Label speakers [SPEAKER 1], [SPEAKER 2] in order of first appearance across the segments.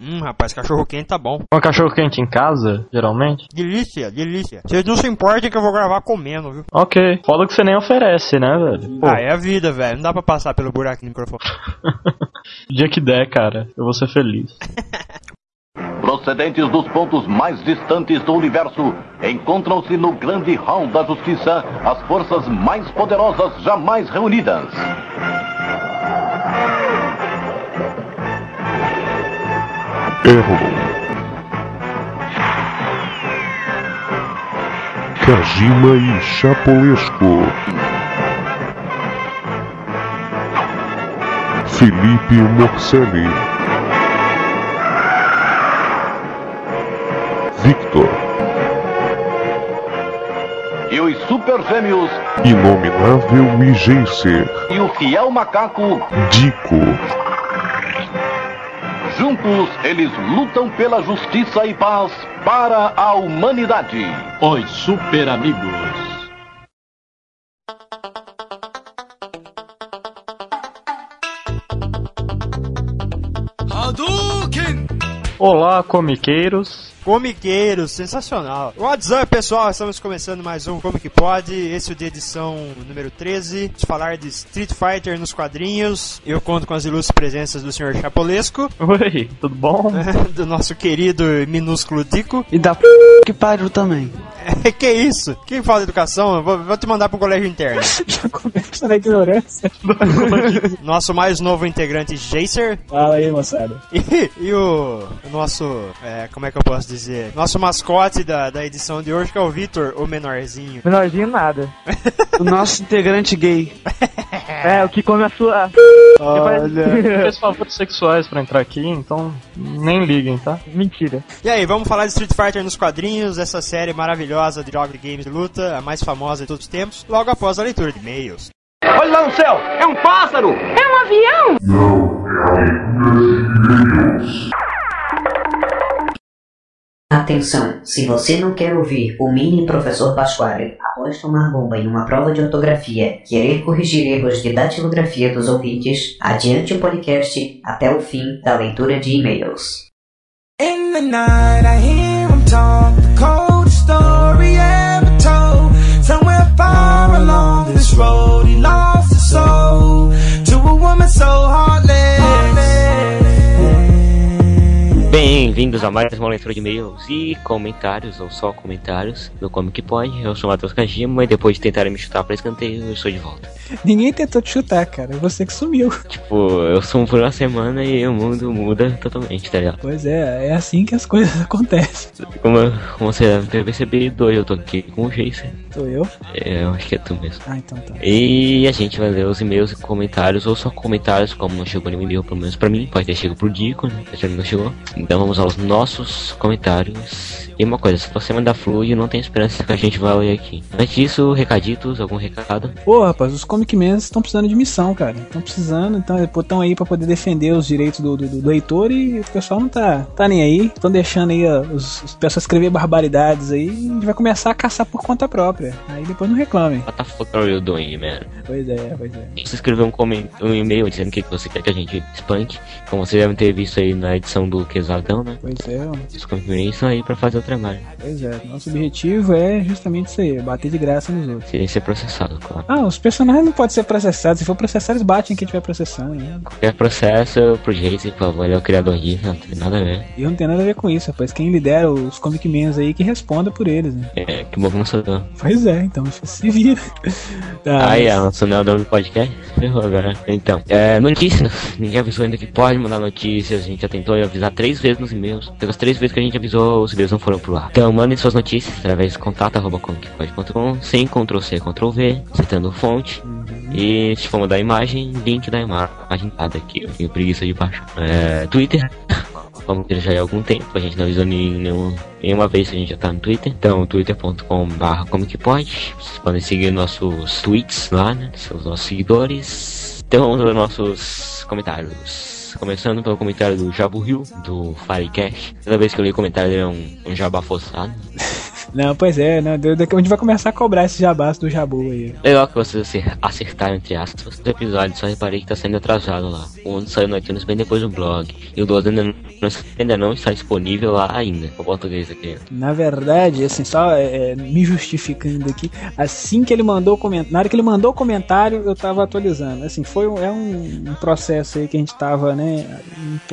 [SPEAKER 1] Hum, rapaz, cachorro quente tá bom.
[SPEAKER 2] Um cachorro quente em casa, geralmente?
[SPEAKER 1] Delícia, delícia. Vocês não se importem que eu vou gravar comendo, viu?
[SPEAKER 2] Ok. Foda que você nem oferece, né, velho? Pô,
[SPEAKER 1] Ah, é a vida, velho. Não dá pra passar pelo buraco do microfone.
[SPEAKER 2] dia que der, cara, eu vou ser feliz.
[SPEAKER 3] procedentes dos pontos mais distantes do universo, encontram-se no grande hall da justiça as forças mais poderosas jamais reunidas.
[SPEAKER 4] Erro. Kajima e Chapolesco. Felipe Morcelli. Victor.
[SPEAKER 3] E os super gêmeos
[SPEAKER 4] Inominável e Geiser.
[SPEAKER 3] e o fiel macaco,
[SPEAKER 4] Dico.
[SPEAKER 3] juntos eles lutam pela justiça e paz para a humanidade.
[SPEAKER 5] Os Super Amigos.
[SPEAKER 2] Olá, comiqueiros.
[SPEAKER 1] Comiqueiro, sensacional. What's up, pessoal? Estamos começando mais um Como Que Pode. Esse é o de edição número 13. Vamos falar de Street Fighter nos quadrinhos. Eu conto com as ilustres presenças do Sr. Chapolesco,
[SPEAKER 2] Oi, tudo bom?
[SPEAKER 1] do nosso querido e minúsculo Dico.
[SPEAKER 6] E da p... que pariu também.
[SPEAKER 1] que isso? Que falta de educação? Eu Vou, vou te mandar pro colégio interno.
[SPEAKER 6] Já começa na ignorância.
[SPEAKER 1] Nosso mais novo integrante, Jacer.
[SPEAKER 6] Fala aí, moçada.
[SPEAKER 1] E, e o nosso, é, como é que eu posso dizer? Nosso mascote da, da edição de hoje, que é o Vitor, o menorzinho.
[SPEAKER 7] Menorzinho nada.
[SPEAKER 6] O nosso integrante gay.
[SPEAKER 7] É, o que come a sua.
[SPEAKER 6] Olha.
[SPEAKER 2] Fez favores sexuais pra entrar aqui, então nem liguem, tá?
[SPEAKER 7] Mentira.
[SPEAKER 1] E aí, vamos falar de Street Fighter nos quadrinhos, essa série maravilhosa de jogos de games de luta, a mais famosa de todos os tempos, logo após a leitura de e-mails.
[SPEAKER 3] Olha lá no céu, é um pássaro!
[SPEAKER 8] Atenção! Se você não quer ouvir o mini professor Pasquale após tomar bomba em uma prova de ortografia, querer corrigir erros de datilografia dos ouvintes, adiante o podcast até o fim da leitura de e-mails.
[SPEAKER 9] In the night, I hear him talk. The coldest story ever told. Somewhere far along this road, he lost his soul to a woman so heartless.
[SPEAKER 10] Bem-vindos a mais uma leitura de e-mails e comentários, ou só comentários, do Comic Pod. Eu sou o Matheus Kajima e depois de tentarem me chutar pra escanteio, eu estou de volta.
[SPEAKER 6] Ninguém tentou te chutar, cara. Você que sumiu.
[SPEAKER 10] Tipo, eu sumo por uma semana e o mundo muda totalmente, tá ligado?
[SPEAKER 6] Pois é, é assim que as coisas acontecem.
[SPEAKER 10] Como, como você deve ter percebido, hoje eu tô aqui com o Jason.
[SPEAKER 6] Sou eu?
[SPEAKER 10] É, Eu acho que é tu mesmo.
[SPEAKER 6] Ah, então tá.
[SPEAKER 10] E a gente vai ler os e-mails e comentários, ou só comentários, como não chegou nenhum e-mail, pelo menos pra mim. Pode ter chegado pro Dico, né? Mas ele não chegou. Então vamos aos nossos comentários. E uma coisa, se você mandar fluid, não tem esperança que a gente vai ler aqui. Antes disso, recaditos, algum recado?
[SPEAKER 6] Pô, rapaz, os Comic Mans estão precisando de missão, cara. Estão precisando, então estão aí pra poder defender os direitos do, do, do leitor e o pessoal não tá, tá nem aí. Estão deixando aí ó, os, os pessoas escrever barbaridades aí e a gente vai começar a caçar por conta própria. Aí depois não reclamem.
[SPEAKER 10] What the fuck are you doing, man?
[SPEAKER 6] Pois é, pois é.
[SPEAKER 10] Você escreveu um, comen- um e-mail dizendo o que que você quer que a gente espanque, como vocês devem ter visto aí na edição do Quesadão, né?
[SPEAKER 6] Pois é, mano.
[SPEAKER 10] Os contribuintes são aí pra fazer o trabalho,
[SPEAKER 6] pois é. Nosso objetivo é justamente isso aí, bater de graça nos outros.
[SPEAKER 10] sem ser processado, claro.
[SPEAKER 6] Ah, os personagens não podem ser processados. Se for processar, eles batem quem estiver processando. Né?
[SPEAKER 10] Qualquer processo pro Jason, por favor, ele é o criador disso, não tem nada a ver.
[SPEAKER 6] E eu não tenho nada a ver com isso, rapaz. Quem lidera os Comic Mans aí que responda por eles, né?
[SPEAKER 10] É, que bom que não sou eu.
[SPEAKER 6] Pois é, então se vira. Tá,
[SPEAKER 10] Ah,
[SPEAKER 6] mas-
[SPEAKER 10] é, lançou o nome do podcast? Ferrou agora. Então, é, notícias. Ninguém avisou ainda que pode mandar notícias. A gente já tentou avisar três vezes nos e-mails. Pelas três vezes que a gente avisou, os e-mails não foram pro ar. Então, mandem suas notícias através de contato.com.com, sem Ctrl C, Ctrl V, citando fonte. E se for mandar imagem, link da ima- imagem tá daqui. Eu tenho preguiça de baixo. É, Twitter. Como que já é há algum tempo, a gente não avisou nenhum, nenhuma vez que a gente já tá no Twitter. Então, twitter.com.br como que pode. Vocês podem seguir nossos tweets lá, né? Seus nossos seguidores. Então, vamos aos nossos comentários. Começando pelo comentário do Jabu Rio, do Firecast. Toda vez que eu leio o comentário, ele é um, um jabá forçado.
[SPEAKER 6] Não, pois é, né? Deu- daqui- A gente vai começar a cobrar esse jabás do Jabu aí.
[SPEAKER 10] Legal que vocês acer- acertaram, entre aspas, do episódio. Só reparei que tá saindo atrasado lá. O um saiu no iTunes bem depois do blog. E o do outro ainda não, ainda não está disponível lá ainda. O português aqui.
[SPEAKER 6] Na verdade, assim, só é, é, me justificando aqui, assim que ele mandou o comentário, na hora que ele mandou o comentário, eu tava atualizando. Assim, foi um, é um, um processo aí que a gente tava, né,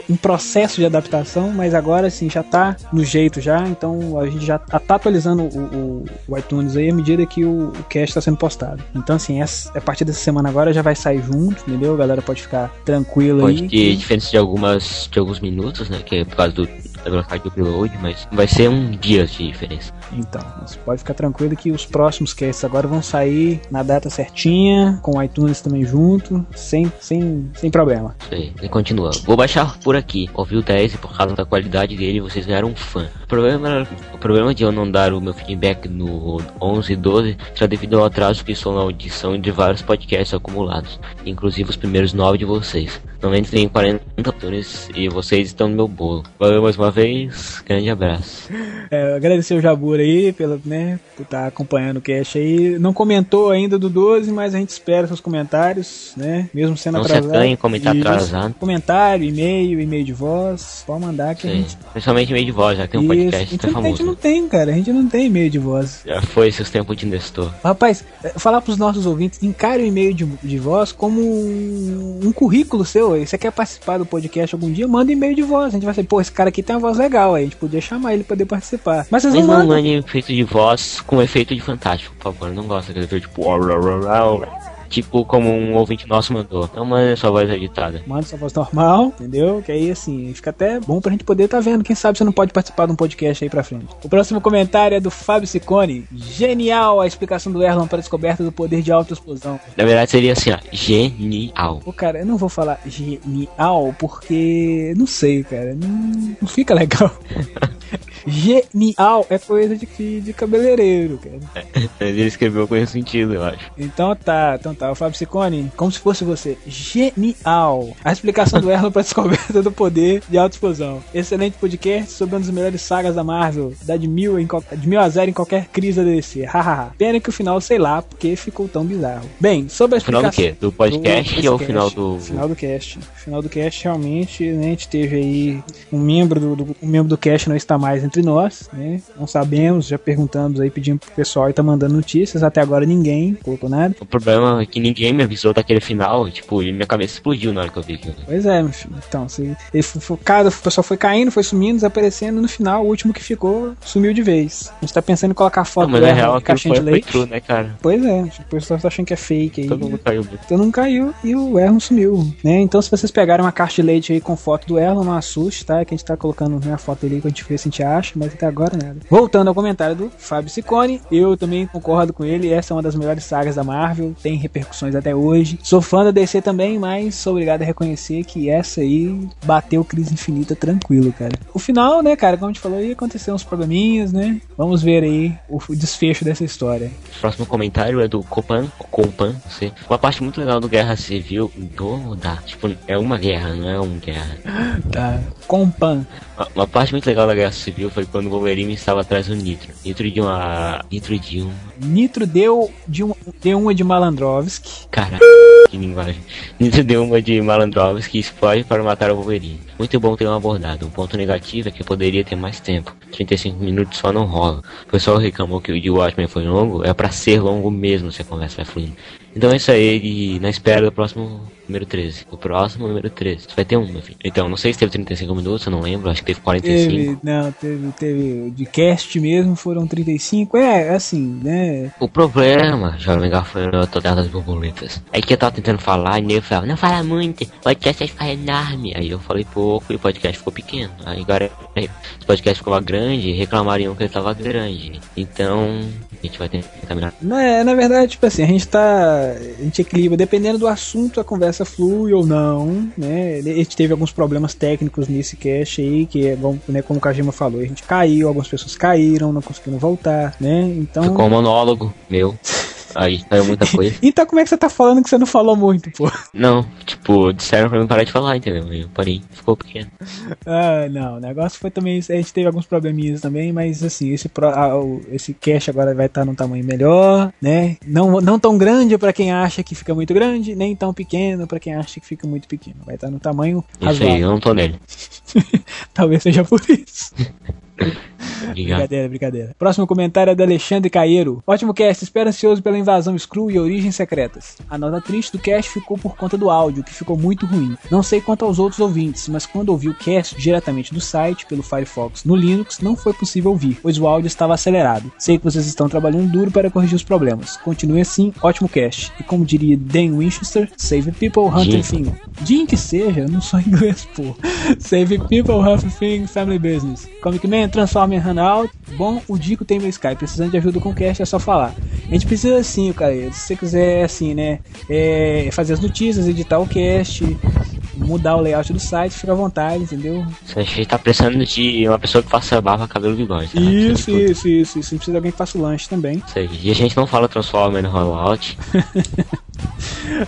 [SPEAKER 6] um, um processo de adaptação, mas agora, assim, já tá no jeito já, então a gente já tá, tá atualizando o, o- o iTunes aí à medida que o, o cast tá sendo postado. Então, assim, essa, a partir dessa semana agora já vai sair junto, entendeu? A galera pode ficar tranquila aí.
[SPEAKER 10] Pode ter diferença de algumas de alguns minutos, né? Que é por causa do da velocidade do upload, mas vai ser um dia de diferença.
[SPEAKER 6] Então, você pode ficar tranquilo que os próximos casts agora vão sair na data certinha, com o iTunes também junto, sem, sem, sem problema.
[SPEAKER 10] Isso aí. E continua. Vou baixar por aqui. Ouvi o 10 e por causa da qualidade dele vocês viraram um fã. O problema, era- o problema de eu não dar o meu feedback no 11 e 12 será devido ao atraso que estou na audição de vários podcasts acumulados, inclusive os primeiros 9 de vocês. No momento tem 40 autores e vocês estão no meu bolo. Valeu mais uma vez, grande abraço.
[SPEAKER 6] É, agradecer o Jabur aí pela, né, por estar acompanhando o cast aí. Não comentou ainda do 12, mas a gente espera seus comentários, né? Mesmo sendo
[SPEAKER 10] Não se
[SPEAKER 6] atrasado.
[SPEAKER 10] acanhe em comentar
[SPEAKER 6] Isso.
[SPEAKER 10] atrasado.
[SPEAKER 6] Comentário, e-mail, e-mail de voz, pode mandar que a gente.
[SPEAKER 10] Principalmente meio de voz, já que tem um
[SPEAKER 6] Isso.
[SPEAKER 10] podcast que
[SPEAKER 6] Então,
[SPEAKER 10] é
[SPEAKER 6] a gente
[SPEAKER 10] famoso.
[SPEAKER 6] não tem, cara. A gente não tem e-mail de voz.
[SPEAKER 10] Já foi seus tempos de Nestor.
[SPEAKER 6] Rapaz, eh, falar pros nossos ouvintes, encare o e-mail de, de voz como um, um currículo seu. aí. Você quer participar do podcast algum dia? Manda e-mail de voz. A gente vai ser, pô, esse cara aqui tem uma voz legal, aí a gente podia chamar ele pra poder participar. Mas vocês
[SPEAKER 10] Mas
[SPEAKER 6] não
[SPEAKER 10] não
[SPEAKER 6] mandam.
[SPEAKER 10] mande efeito de voz com efeito de fantástico, por favor. Eu não gosto daquele efeito tipo. "Uau, uau, uau, uau", Tipo como um ouvinte nosso mandou. Não manda sua voz editada.
[SPEAKER 6] Manda sua voz normal, entendeu? Que aí, assim, fica até bom pra gente poder tá vendo. Quem sabe você não pode participar de um podcast aí pra frente. O próximo comentário é do Fábio Ciccone. Genial a explicação do Erlon para a descoberta do poder de autoexplosão.
[SPEAKER 10] Na verdade seria assim, ó. Genial.
[SPEAKER 6] Pô, cara, eu não vou falar genial porque. Não sei, cara. Não, não fica legal. genial é coisa de, de de cabeleireiro, cara.
[SPEAKER 10] Ele escreveu com esse sentido, eu acho.
[SPEAKER 6] Então tá, então tá. O Fábio Ciccone, como se fosse você. Genial! A explicação do Erlon pra descoberta do poder de autoexplosão. Excelente podcast sobre uma das melhores sagas da Marvel. Dá de mil, em qual- de mil a zero em qualquer crise da DC. Hahaha. Pena que o final, sei lá, porque ficou tão bizarro. Bem, sobre a
[SPEAKER 10] O final
[SPEAKER 6] explicação.
[SPEAKER 10] do quê? Do podcast ou o final do.
[SPEAKER 6] Final do cast. Final do cast realmente, né, a gente teve aí um membro do, do- um membro do cast não está mais entre nós, né? Não sabemos, já perguntamos aí, pedimos pro pessoal e tá mandando notícias, até agora ninguém colocou nada.
[SPEAKER 10] O problema é que ninguém me avisou daquele final, tipo, e minha cabeça explodiu na hora que eu vi aquilo.
[SPEAKER 6] Pois é, meu filho. Então, se ele foi, foi- cada- o pessoal foi caindo, foi sumindo, desaparecendo, no final o último que ficou sumiu de vez. A gente tá pensando em colocar a
[SPEAKER 10] Não,
[SPEAKER 6] foto
[SPEAKER 10] mas
[SPEAKER 6] do
[SPEAKER 10] na
[SPEAKER 6] Errol
[SPEAKER 10] real
[SPEAKER 6] de
[SPEAKER 10] aquilo
[SPEAKER 6] caixinha
[SPEAKER 10] foi,
[SPEAKER 6] de
[SPEAKER 10] foi
[SPEAKER 6] leite.
[SPEAKER 10] true, né, cara?
[SPEAKER 6] Pois é, o pessoal tá achando que é fake aí.
[SPEAKER 10] Todo mundo caiu.
[SPEAKER 6] Então não caiu e o Erlon sumiu, né? Então se vocês pegarem uma caixa de leite aí com foto do Erlon, não assuste, tá? Que a gente tá colocando né, a foto dele que a gente vê se a gente acha, mas até agora nada. Voltando ao comentário do Fábio Ciccone, eu também concordo com ele, essa é uma das melhores sagas da Marvel, tem repercussões até hoje. Sou fã da DC também, mas sou obrigado a reconhecer que essa aí bateu crise infinita tranquilo, cara. O final, né, cara, como a gente falou, ia acontecer uns probleminhas, né? Vamos ver aí o desfecho dessa história.
[SPEAKER 10] Próximo comentário é do Copan, Compan, não sei. Uma parte muito legal do Guerra Civil do da, tipo, é uma guerra, não é um guerra.
[SPEAKER 6] Tá. Compan.
[SPEAKER 10] Uma, uma parte muito legal da Guerra Civil foi quando o Wolverine estava atrás do Nitro. Nitro de uma, Nitro de um,
[SPEAKER 6] Nitro deu de, um, de uma de Malandrovski.
[SPEAKER 10] cara, que linguagem. Nitro de uma de Malandrovski que explode para matar o Wolverine. Muito bom ter uma abordado. O ponto negativo é que poderia ter mais tempo. 35 minutos só não rola. O pessoal reclamou que o de Watchmen foi longo, é pra ser longo mesmo se a conversa vai fluindo. Então é isso aí, e na espera do próximo número 13. O próximo número 13. Vai ter um, meu filho. Então, não sei se teve 35 minutos, eu não lembro, acho que teve 45.
[SPEAKER 6] Teve, não, teve, teve de cast mesmo, foram 35. É, assim, né?
[SPEAKER 10] O problema, jovem gafanhoto todas das borboletas, é que eu tava tentando falar e nem falava, não fala muito, o podcast vai ficar enorme. Aí eu falei pouco e o podcast ficou pequeno. Aí agora aí, o podcast ficava grande e reclamariam que ele tava grande. Então, a gente vai tentar melhorar.
[SPEAKER 6] Na, na verdade, tipo assim, a gente tá. A gente equilibra, dependendo do assunto, a conversa flui ou não, né? A gente teve alguns problemas técnicos nesse cast aí, que é bom, né, como o Kajima falou, a gente caiu, algumas pessoas caíram, não conseguiram voltar, né? Então.
[SPEAKER 10] Ficou um monólogo meu. Aí, saiu muita coisa.
[SPEAKER 6] Então como é que você tá falando que você não falou muito, pô?
[SPEAKER 10] Não, tipo, disseram pra mim parar de falar, entendeu? Eu parei, ficou pequeno.
[SPEAKER 6] Ah, não, o negócio foi também. A gente teve alguns probleminhas também, mas assim, esse, pro- ah, o- esse cache agora vai estar num tamanho melhor, né? Não, não tão grande pra quem acha que fica muito grande, nem tão pequeno pra quem acha que fica muito pequeno. Vai estar num tamanho
[SPEAKER 10] Isso aí,
[SPEAKER 6] razoável.
[SPEAKER 10] eu não tô nele.
[SPEAKER 6] Talvez seja por isso.
[SPEAKER 10] Obrigado.
[SPEAKER 6] Brincadeira, brincadeira. Próximo comentário é do Alexandre Caeiro. Ótimo cast, espero ansioso pela invasão Screw e Origens Secretas. A nota triste do cast ficou por conta do áudio, que ficou muito ruim. Não sei quanto aos outros ouvintes, mas quando ouvi o cast diretamente do site, pelo Firefox, no Linux, não foi possível ouvir, pois o áudio estava acelerado. Sei que vocês estão trabalhando duro para corrigir os problemas. Continue assim, ótimo cast. E como diria Dan Winchester, save people, hunter
[SPEAKER 10] Gente.
[SPEAKER 6] thing. Din que seja, eu não sou inglês, pô. Save people, have things, family business. Comic Man, Transformer, Hanout. Bom, o Dico tem meu Skype. Precisando de ajuda com o cast, é só falar. A gente precisa assim, cara. Se você quiser, assim, né? é, fazer as notícias, editar o cast, mudar o layout do site, fica à vontade, entendeu?
[SPEAKER 10] A gente tá precisando de uma pessoa que faça barba, cabelo e bigode. tá?
[SPEAKER 6] Isso, isso, isso, isso. A gente precisa de alguém que faça o lanche também.
[SPEAKER 10] Isso aí. E a gente não fala Transformer no Rollout.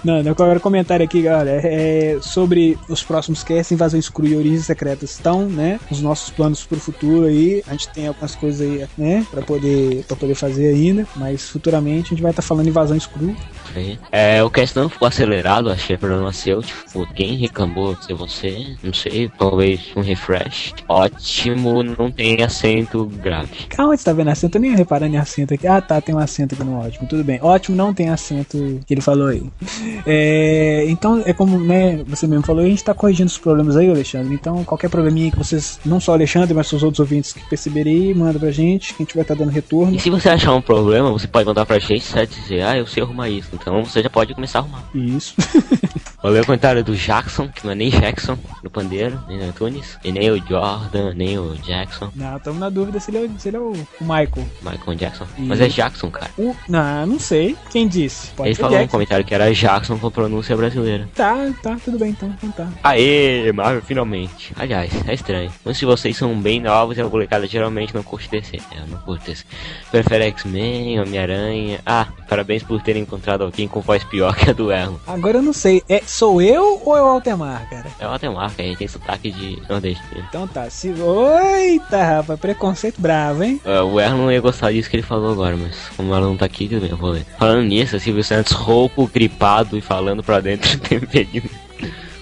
[SPEAKER 6] Não, não, agora o comentário aqui, galera, é sobre os próximos casts, Invasão Escura e Origens Secretas estão, né? Os nossos planos pro futuro aí. A gente tem algumas coisas aí, né? Pra poder, pra poder fazer ainda, mas futuramente a gente vai estar falando Invasão Escura.
[SPEAKER 10] Isso aí. É, o cast não ficou acelerado, achei problema seu. Tipo, quem reclamou? Se você, não sei, talvez um refresh. Ótimo, não tem acento grave.
[SPEAKER 6] Calma, você tá vendo acento? Eu nem ia reparando em acento aqui. Ah, tá, tem um acento aqui no ótimo. Tudo bem. Ótimo não tem acento que ele falou aí. É, então, é como né, você mesmo falou, a gente tá corrigindo os problemas aí, Alexandre. Então, qualquer probleminha que vocês, não só o Alexandre, mas os outros ouvintes que perceberem aí, manda pra gente, que a gente vai estar dando retorno.
[SPEAKER 10] E se você achar um problema, você pode mandar pra gente e dizer, ah, eu sei arrumar isso. Então você já pode começar a arrumar.
[SPEAKER 6] Isso.
[SPEAKER 10] Vou ler o comentário do Jackson, que não é nem Jackson no pandeiro, nem no Antunes, e nem o Jordan, nem o Jackson,
[SPEAKER 6] Não, estamos na dúvida se ele é, o- se ele é o, o Michael.
[SPEAKER 10] Michael Jackson. Mas é Jackson, cara.
[SPEAKER 6] O, não, não sei. Quem disse? Pode
[SPEAKER 10] Ele
[SPEAKER 6] ser
[SPEAKER 10] falou um no
[SPEAKER 6] Jackson.
[SPEAKER 10] comentário que era Jackson com pronúncia brasileira.
[SPEAKER 6] Tá, tá, tudo bem então. então tá.
[SPEAKER 10] Aê, Marvel, finalmente. Aliás, é estranho. Mas se vocês são bem novos, a molecada geralmente não curte DC. É, Eu não curto DC. Prefere X-Men, Homem-Aranha. Ah, parabéns por terem encontrado alguém com voz pior que a do Erro.
[SPEAKER 6] Agora eu não sei. É, sou eu ou é o Altemar, cara?
[SPEAKER 10] É uma temarca, aí tem sotaque de nordestino.
[SPEAKER 6] Então tá. Se... Eita, rapaz, preconceito bravo, hein?
[SPEAKER 10] Ah, o Erro não ia gostar disso que ele falou agora, mas como ela não tá aqui, tudo bem, eu vou ler. Falando nisso, Silvio Santos rouco, gripado e falando pra dentro tem um período.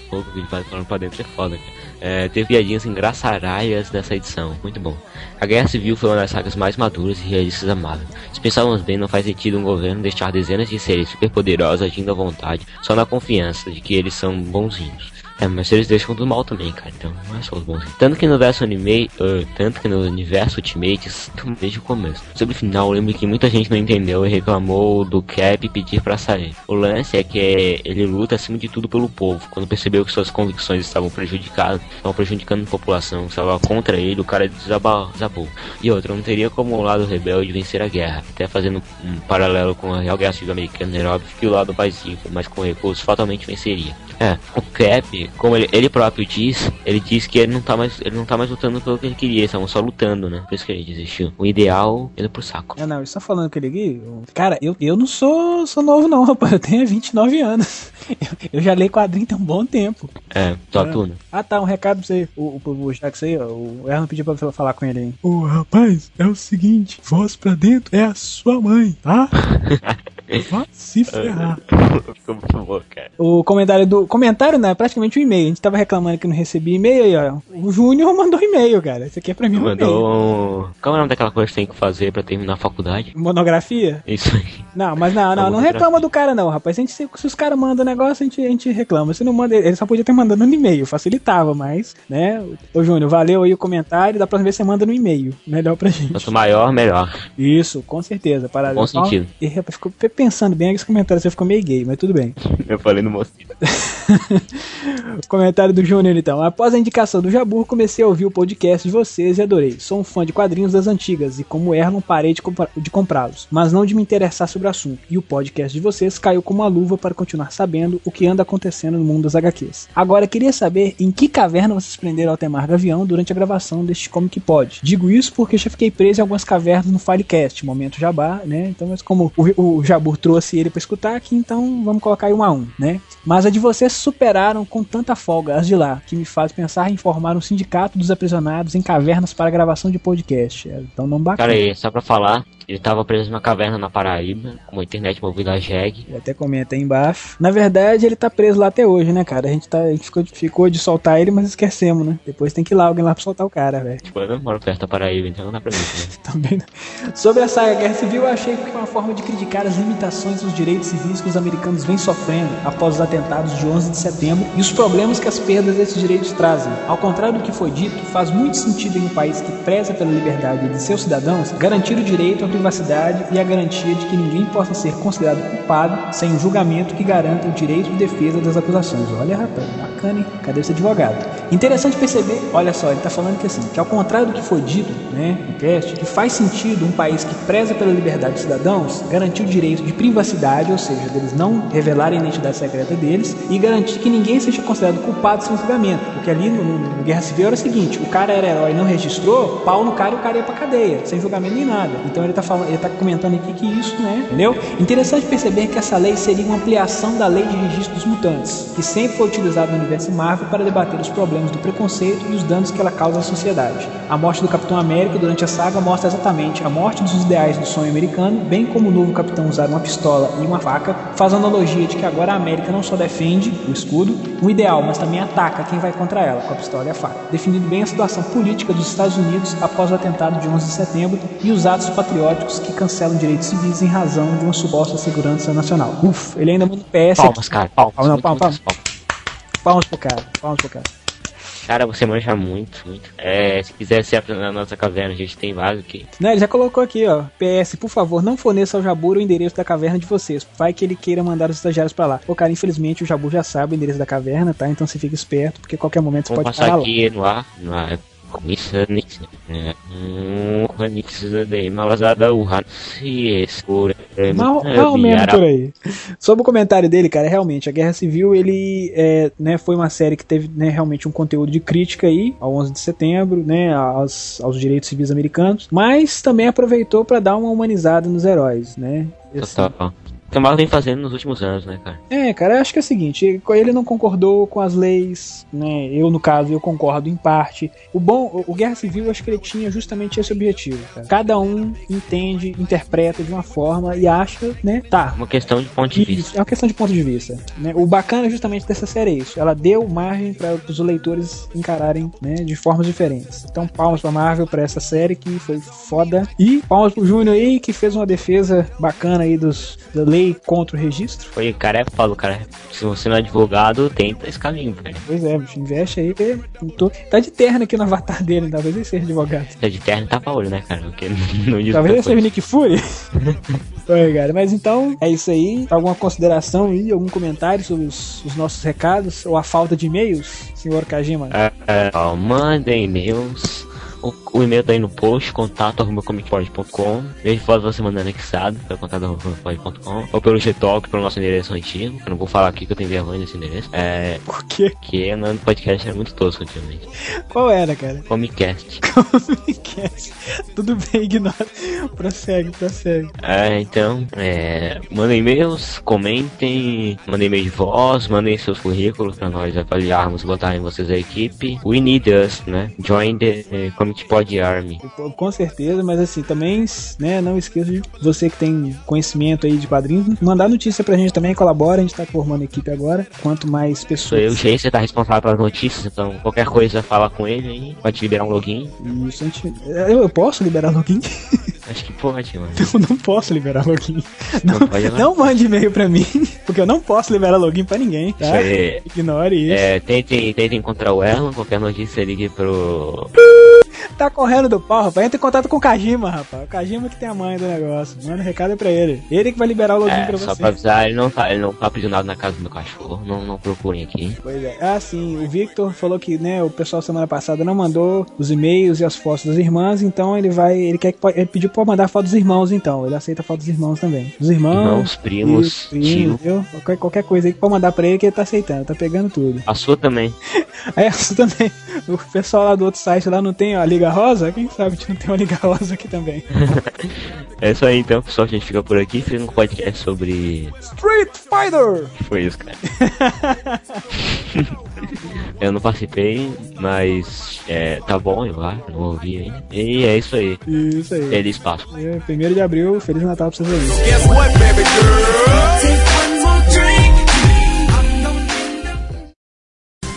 [SPEAKER 10] rouco, gripado e falando pra dentro é foda, cara. É, teve piadinhas engraçaraias nessa edição, muito bom. A Guerra Civil foi uma das sagas mais maduras e realistas da Marvel. Se pensarmos bem, não faz sentido um governo deixar dezenas de seres superpoderosos agindo à vontade, só na confiança de que eles são bonzinhos. É, mas eles deixam do mal também, cara. Então não é só os bons. Tanto que no universo anime, ah, tanto que no universo Ultimate, isso desde o começo. Sobre o final, eu lembro que muita gente não entendeu e reclamou do Cap pedir pra sair. O lance é que ele luta acima de tudo pelo povo. Quando percebeu que suas convicções estavam prejudicadas, estavam prejudicando a população, que estava contra ele, o cara desaba- desabou. E outra, não teria como o lado rebelde vencer a guerra. Até fazendo um paralelo com a Real Guerra Civil Americana na Europa, que o lado pacífico, mas com recursos, fatalmente venceria. É, o Cap, como ele, ele próprio diz, ele diz que ele não tá mais, ele não tá mais lutando pelo que ele queria, estavam só lutando, né? Por isso que ele desistiu. O ideal ele é pro saco.
[SPEAKER 6] Ah, Não, não, ele só falando que ele aqui. eu- Cara, eu, eu não sou, sou novo, não, rapaz. Eu tenho 29 anos. Eu, eu já leio quadrinho tem um bom tempo.
[SPEAKER 10] É, só tu, né?
[SPEAKER 6] Ah, tá, um recado pra você. O, o, o Jax aí, ó, o Erno pediu pra eu falar com ele, hein? Ô, rapaz, é o seguinte: voz pra dentro é a sua mãe, tá? Vai se
[SPEAKER 10] É,
[SPEAKER 6] ferrar.
[SPEAKER 10] Ficou muito bom, cara.
[SPEAKER 6] O comentário do. Comentário, né? Praticamente um e-mail. A gente tava reclamando que não recebia e-mail aí, ó. O Júnior mandou um e-mail, cara. Isso aqui é pra mim um e-mail.
[SPEAKER 10] Mandou. um- Qual é o nome daquela coisa que tem que fazer pra terminar a faculdade?
[SPEAKER 6] Monografia?
[SPEAKER 10] Isso aí.
[SPEAKER 6] Não, mas não, não, não
[SPEAKER 10] Monografia.
[SPEAKER 6] reclama do cara, não, rapaz. A gente, se, se os caras mandam um negócio, a gente, a gente reclama. Se não manda, ele só podia ter mandado no e-mail, facilitava, mas, né? Ô, Júnior, valeu aí o comentário. Da próxima vez você manda no e-mail. Melhor pra gente.
[SPEAKER 10] Quanto maior, melhor.
[SPEAKER 6] Isso, com certeza. Parada.
[SPEAKER 10] Bom sentido.
[SPEAKER 6] E rapaz, ficou pensando bem esse comentário, você ficou meio gay, mas tudo bem.
[SPEAKER 10] Eu falei no mocinho.
[SPEAKER 6] comentário do Júnior, então. Após a indicação do Jabur, comecei a ouvir o podcast de vocês e adorei. Sou um fã de quadrinhos das antigas e, como Erlon, parei de, compra- de comprá-los, mas não de me interessar sobre o assunto. E o podcast de vocês caiu como uma luva para continuar sabendo o que anda acontecendo no mundo das HQs. Agora, queria saber em que caverna vocês prenderam Altemar Gavião durante a gravação deste Comic Pod. Digo isso porque já fiquei preso em algumas cavernas no Filecast, momento jabá, né? Então, mas como o, o Jabur Arthur trouxe ele pra escutar aqui, então vamos colocar aí um a um, né? Mas a de vocês superaram com tanta folga as de lá, que me faz pensar em formar um sindicato dos aprisionados em cavernas para gravação de podcast. Então não bacana.
[SPEAKER 10] Cara, aí, só pra falar, ele tava preso numa caverna na Paraíba, com uma internet movida a jegue.
[SPEAKER 6] Ele até comenta aí embaixo. Na verdade, ele tá preso lá até hoje, né, cara? A gente, tá, a gente ficou, ficou de soltar ele, mas esquecemos, né? Depois tem que ir lá, alguém lá pra soltar o cara, velho.
[SPEAKER 10] Tipo, eu não moro perto da Paraíba, então não dá pra mim. Né?
[SPEAKER 6] Também não. Sobre a saga Guerra Civil, eu achei que foi uma forma de criticar as limitações dos direitos civis que os americanos vêm sofrendo após os atentados de 11 de setembro e os problemas que as perdas desses direitos trazem. Ao contrário do que foi dito, faz muito sentido em um país que preza pela liberdade de seus cidadãos garantir o direito à privacidade e a garantia de que ninguém possa ser considerado culpado sem um julgamento que garanta o direito de defesa das acusações. Olha, rapaz, bacana, hein? Cadê esse advogado? Interessante perceber, olha só, ele tá falando que assim, que ao contrário do que foi dito, né, no cast, que faz sentido um país que preza pela liberdade dos cidadãos garantir o direito de privacidade, ou seja, deles não revelarem a identidade secreta deles e garantir que ninguém seja considerado culpado sem julgamento. Porque ali no, no Guerra Civil era o seguinte, o cara era herói, não registrou, pau no cara e o cara ia pra cadeia, sem julgamento nem nada. Então ele tá falando, ele tá comentando aqui que isso, né, entendeu? Interessante perceber que essa lei seria uma ampliação da lei de registro dos mutantes, que sempre foi utilizada no universo Marvel para debater os problemas do preconceito e os danos que ela causa à sociedade. A morte do Capitão América durante a saga mostra exatamente a morte dos ideais do sonho americano, bem como o novo capitão usar uma pistola e uma faca, faz a analogia de que agora a América não só defende o escudo, o ideal, mas também ataca quem vai contra ela com a pistola e a faca, definindo bem a situação política dos Estados Unidos após o atentado de 11 de setembro e os atos patrióticos que cancelam direitos civis em razão de uma suposta segurança nacional. Uf, ele ainda manda um PS.
[SPEAKER 10] Palmas, cara, palmas.
[SPEAKER 6] Palmas, não,
[SPEAKER 10] Muito,
[SPEAKER 6] palmas,
[SPEAKER 10] muitas
[SPEAKER 6] palmas. Palmas pro cara, palmas pro cara.
[SPEAKER 10] Cara, você manja muito, muito. É, se quiser ser na nossa caverna, a gente tem vários aqui.
[SPEAKER 6] Não, ele já colocou aqui, ó. PS, por favor, não forneça ao Jabur o endereço da caverna de vocês. Vai que ele queira mandar os estagiários pra lá. Ô, cara, infelizmente o Jabur já sabe o endereço da caverna, tá? Então você fica esperto, porque qualquer momento você
[SPEAKER 10] Vamos
[SPEAKER 6] pode
[SPEAKER 10] passar
[SPEAKER 6] parar
[SPEAKER 10] aqui no ar, no ar. Comissa Nix, de Malazada Urra, se escura. É,
[SPEAKER 6] lá. Mal, mal menos por aí. Sobre o comentário dele, cara, realmente, a Guerra Civil, ele é, né, foi uma série que teve né, realmente um conteúdo de crítica aí, ao 11 de setembro, né, aos, aos direitos civis americanos, mas também aproveitou pra dar uma humanizada nos heróis, né? Esse-
[SPEAKER 10] Total. Tá, O que o Marvel vem fazendo nos últimos anos, né, cara?
[SPEAKER 6] É, cara, eu acho que é o seguinte, ele não concordou com as leis, né? Eu, no caso, eu concordo em parte. O bom, o Guerra Civil, eu acho que ele tinha justamente esse objetivo, cara. Cada um entende, interpreta de uma forma e acha, né? Tá,
[SPEAKER 10] Uma questão de ponto de vista.
[SPEAKER 6] isso, é uma questão de ponto de vista. né? O bacana justamente dessa série é isso. Ela deu margem para os leitores encararem né, de formas diferentes. Então, palmas pra Marvel pra essa série que foi foda. E palmas pro Júnior aí, que fez uma defesa bacana aí dos, da lei contra o registro.
[SPEAKER 10] Foi, cara, é falo, cara. Se você não é advogado, tenta esse caminho, velho.
[SPEAKER 6] Pois é, bicho, investe aí. porque eu tô- Tá de terno aqui no avatar dele, talvez ele seja advogado.
[SPEAKER 10] Tá de terno tá pra olho, né, cara? Porque não diz
[SPEAKER 6] Talvez ele seja
[SPEAKER 10] outra coisa.
[SPEAKER 6] Nick Fury. Oi, cara. Mas então, é isso aí. Alguma consideração aí, algum comentário sobre os, os nossos recados ou a falta de e-mails, senhor Kajima?
[SPEAKER 10] É, é, ó, mandem e-mails. O, o e-mail tá aí no post, contato arroba comicpod.com. Vejo foto você mandando anexado, pelo contato arroba comicpod.com. Ou pelo G-Talk, pelo nosso endereço antigo. que Eu não vou falar aqui que eu tenho vergonha desse endereço. É,
[SPEAKER 6] Por quê?
[SPEAKER 10] que eu não no podcast era muito tosco antigamente.
[SPEAKER 6] Qual era, cara?
[SPEAKER 10] Comicast.
[SPEAKER 6] Esquece. Tudo bem, ignora. Prossegue, prossegue.
[SPEAKER 10] É, então, é, mandem e-mails, comentem, mandem e-mail de voz, mandem seus currículos pra nós avaliarmos, botar em vocês a equipe. We need us, né? Join the eh, Comic Pod Army.
[SPEAKER 6] Pô, Com certeza, mas assim, também, né, não esqueça de você que tem conhecimento aí de quadrinhos, mandar notícia pra gente também, colabora, a gente tá formando equipe agora. Quanto mais
[SPEAKER 10] Sou eu, o
[SPEAKER 6] pessoas.
[SPEAKER 10] Jason, tá responsável pelas notícias, então qualquer coisa fala com ele aí, pode liberar um login.
[SPEAKER 6] Isso, a gente... É, eu, eu posso liberar login? Então
[SPEAKER 10] Acho que pode, mano.
[SPEAKER 6] Eu não posso liberar login.
[SPEAKER 10] Não
[SPEAKER 6] Não,
[SPEAKER 10] pode, não.
[SPEAKER 6] não mande e-mail pra mim, porque eu não posso liberar login pra ninguém, tá?
[SPEAKER 10] Isso aí.
[SPEAKER 6] Ignore isso.
[SPEAKER 10] É, tentem, tentem encontrar o Erlon, qualquer notícia ligue pro.
[SPEAKER 6] Tá correndo do pau, rapaz. Entra em contato com o Kajima, rapaz. O Kajima que tem a mãe do negócio. Manda um recado pra ele. Ele que vai liberar o login
[SPEAKER 10] É,
[SPEAKER 6] pra
[SPEAKER 10] só
[SPEAKER 6] você.
[SPEAKER 10] pra avisar, ele não tá, ele não tá aprisionado na casa do meu cachorro, não, não procurem aqui.
[SPEAKER 6] Pois é. Ah, sim. O Victor falou que, né, o pessoal semana passada não mandou os e-mails e as fotos das irmãs, então ele vai. Ele quer que po- ele pediu pra mandar foto dos irmãos, então. Ele aceita foto dos irmãos também. Dos irmãos.
[SPEAKER 10] Irmãos, primos,
[SPEAKER 6] e
[SPEAKER 10] um
[SPEAKER 6] primos, viu? Qualquer, qualquer coisa aí que pode mandar pra ele que ele tá aceitando, tá pegando tudo.
[SPEAKER 10] A sua também.
[SPEAKER 6] É, isso também. O pessoal lá do outro site lá não tem ó, a Liga Liga Rosa, quem sabe a gente não tem uma Liga Rosa aqui também.
[SPEAKER 10] É isso aí então, pessoal. A gente fica por aqui. Fiz um podcast sobre.
[SPEAKER 6] Street Fighter!
[SPEAKER 10] que Foi isso, cara. eu não participei, mas é, tá bom, eu acho. Não ouvi ainda. E é isso aí.
[SPEAKER 6] Isso aí.
[SPEAKER 10] Feliz Páscoa.
[SPEAKER 6] É, Primeiro de abril, Feliz Natal pra vocês aí.
[SPEAKER 9] Guess what, baby girl? Take one more drink. I'm gonna bring the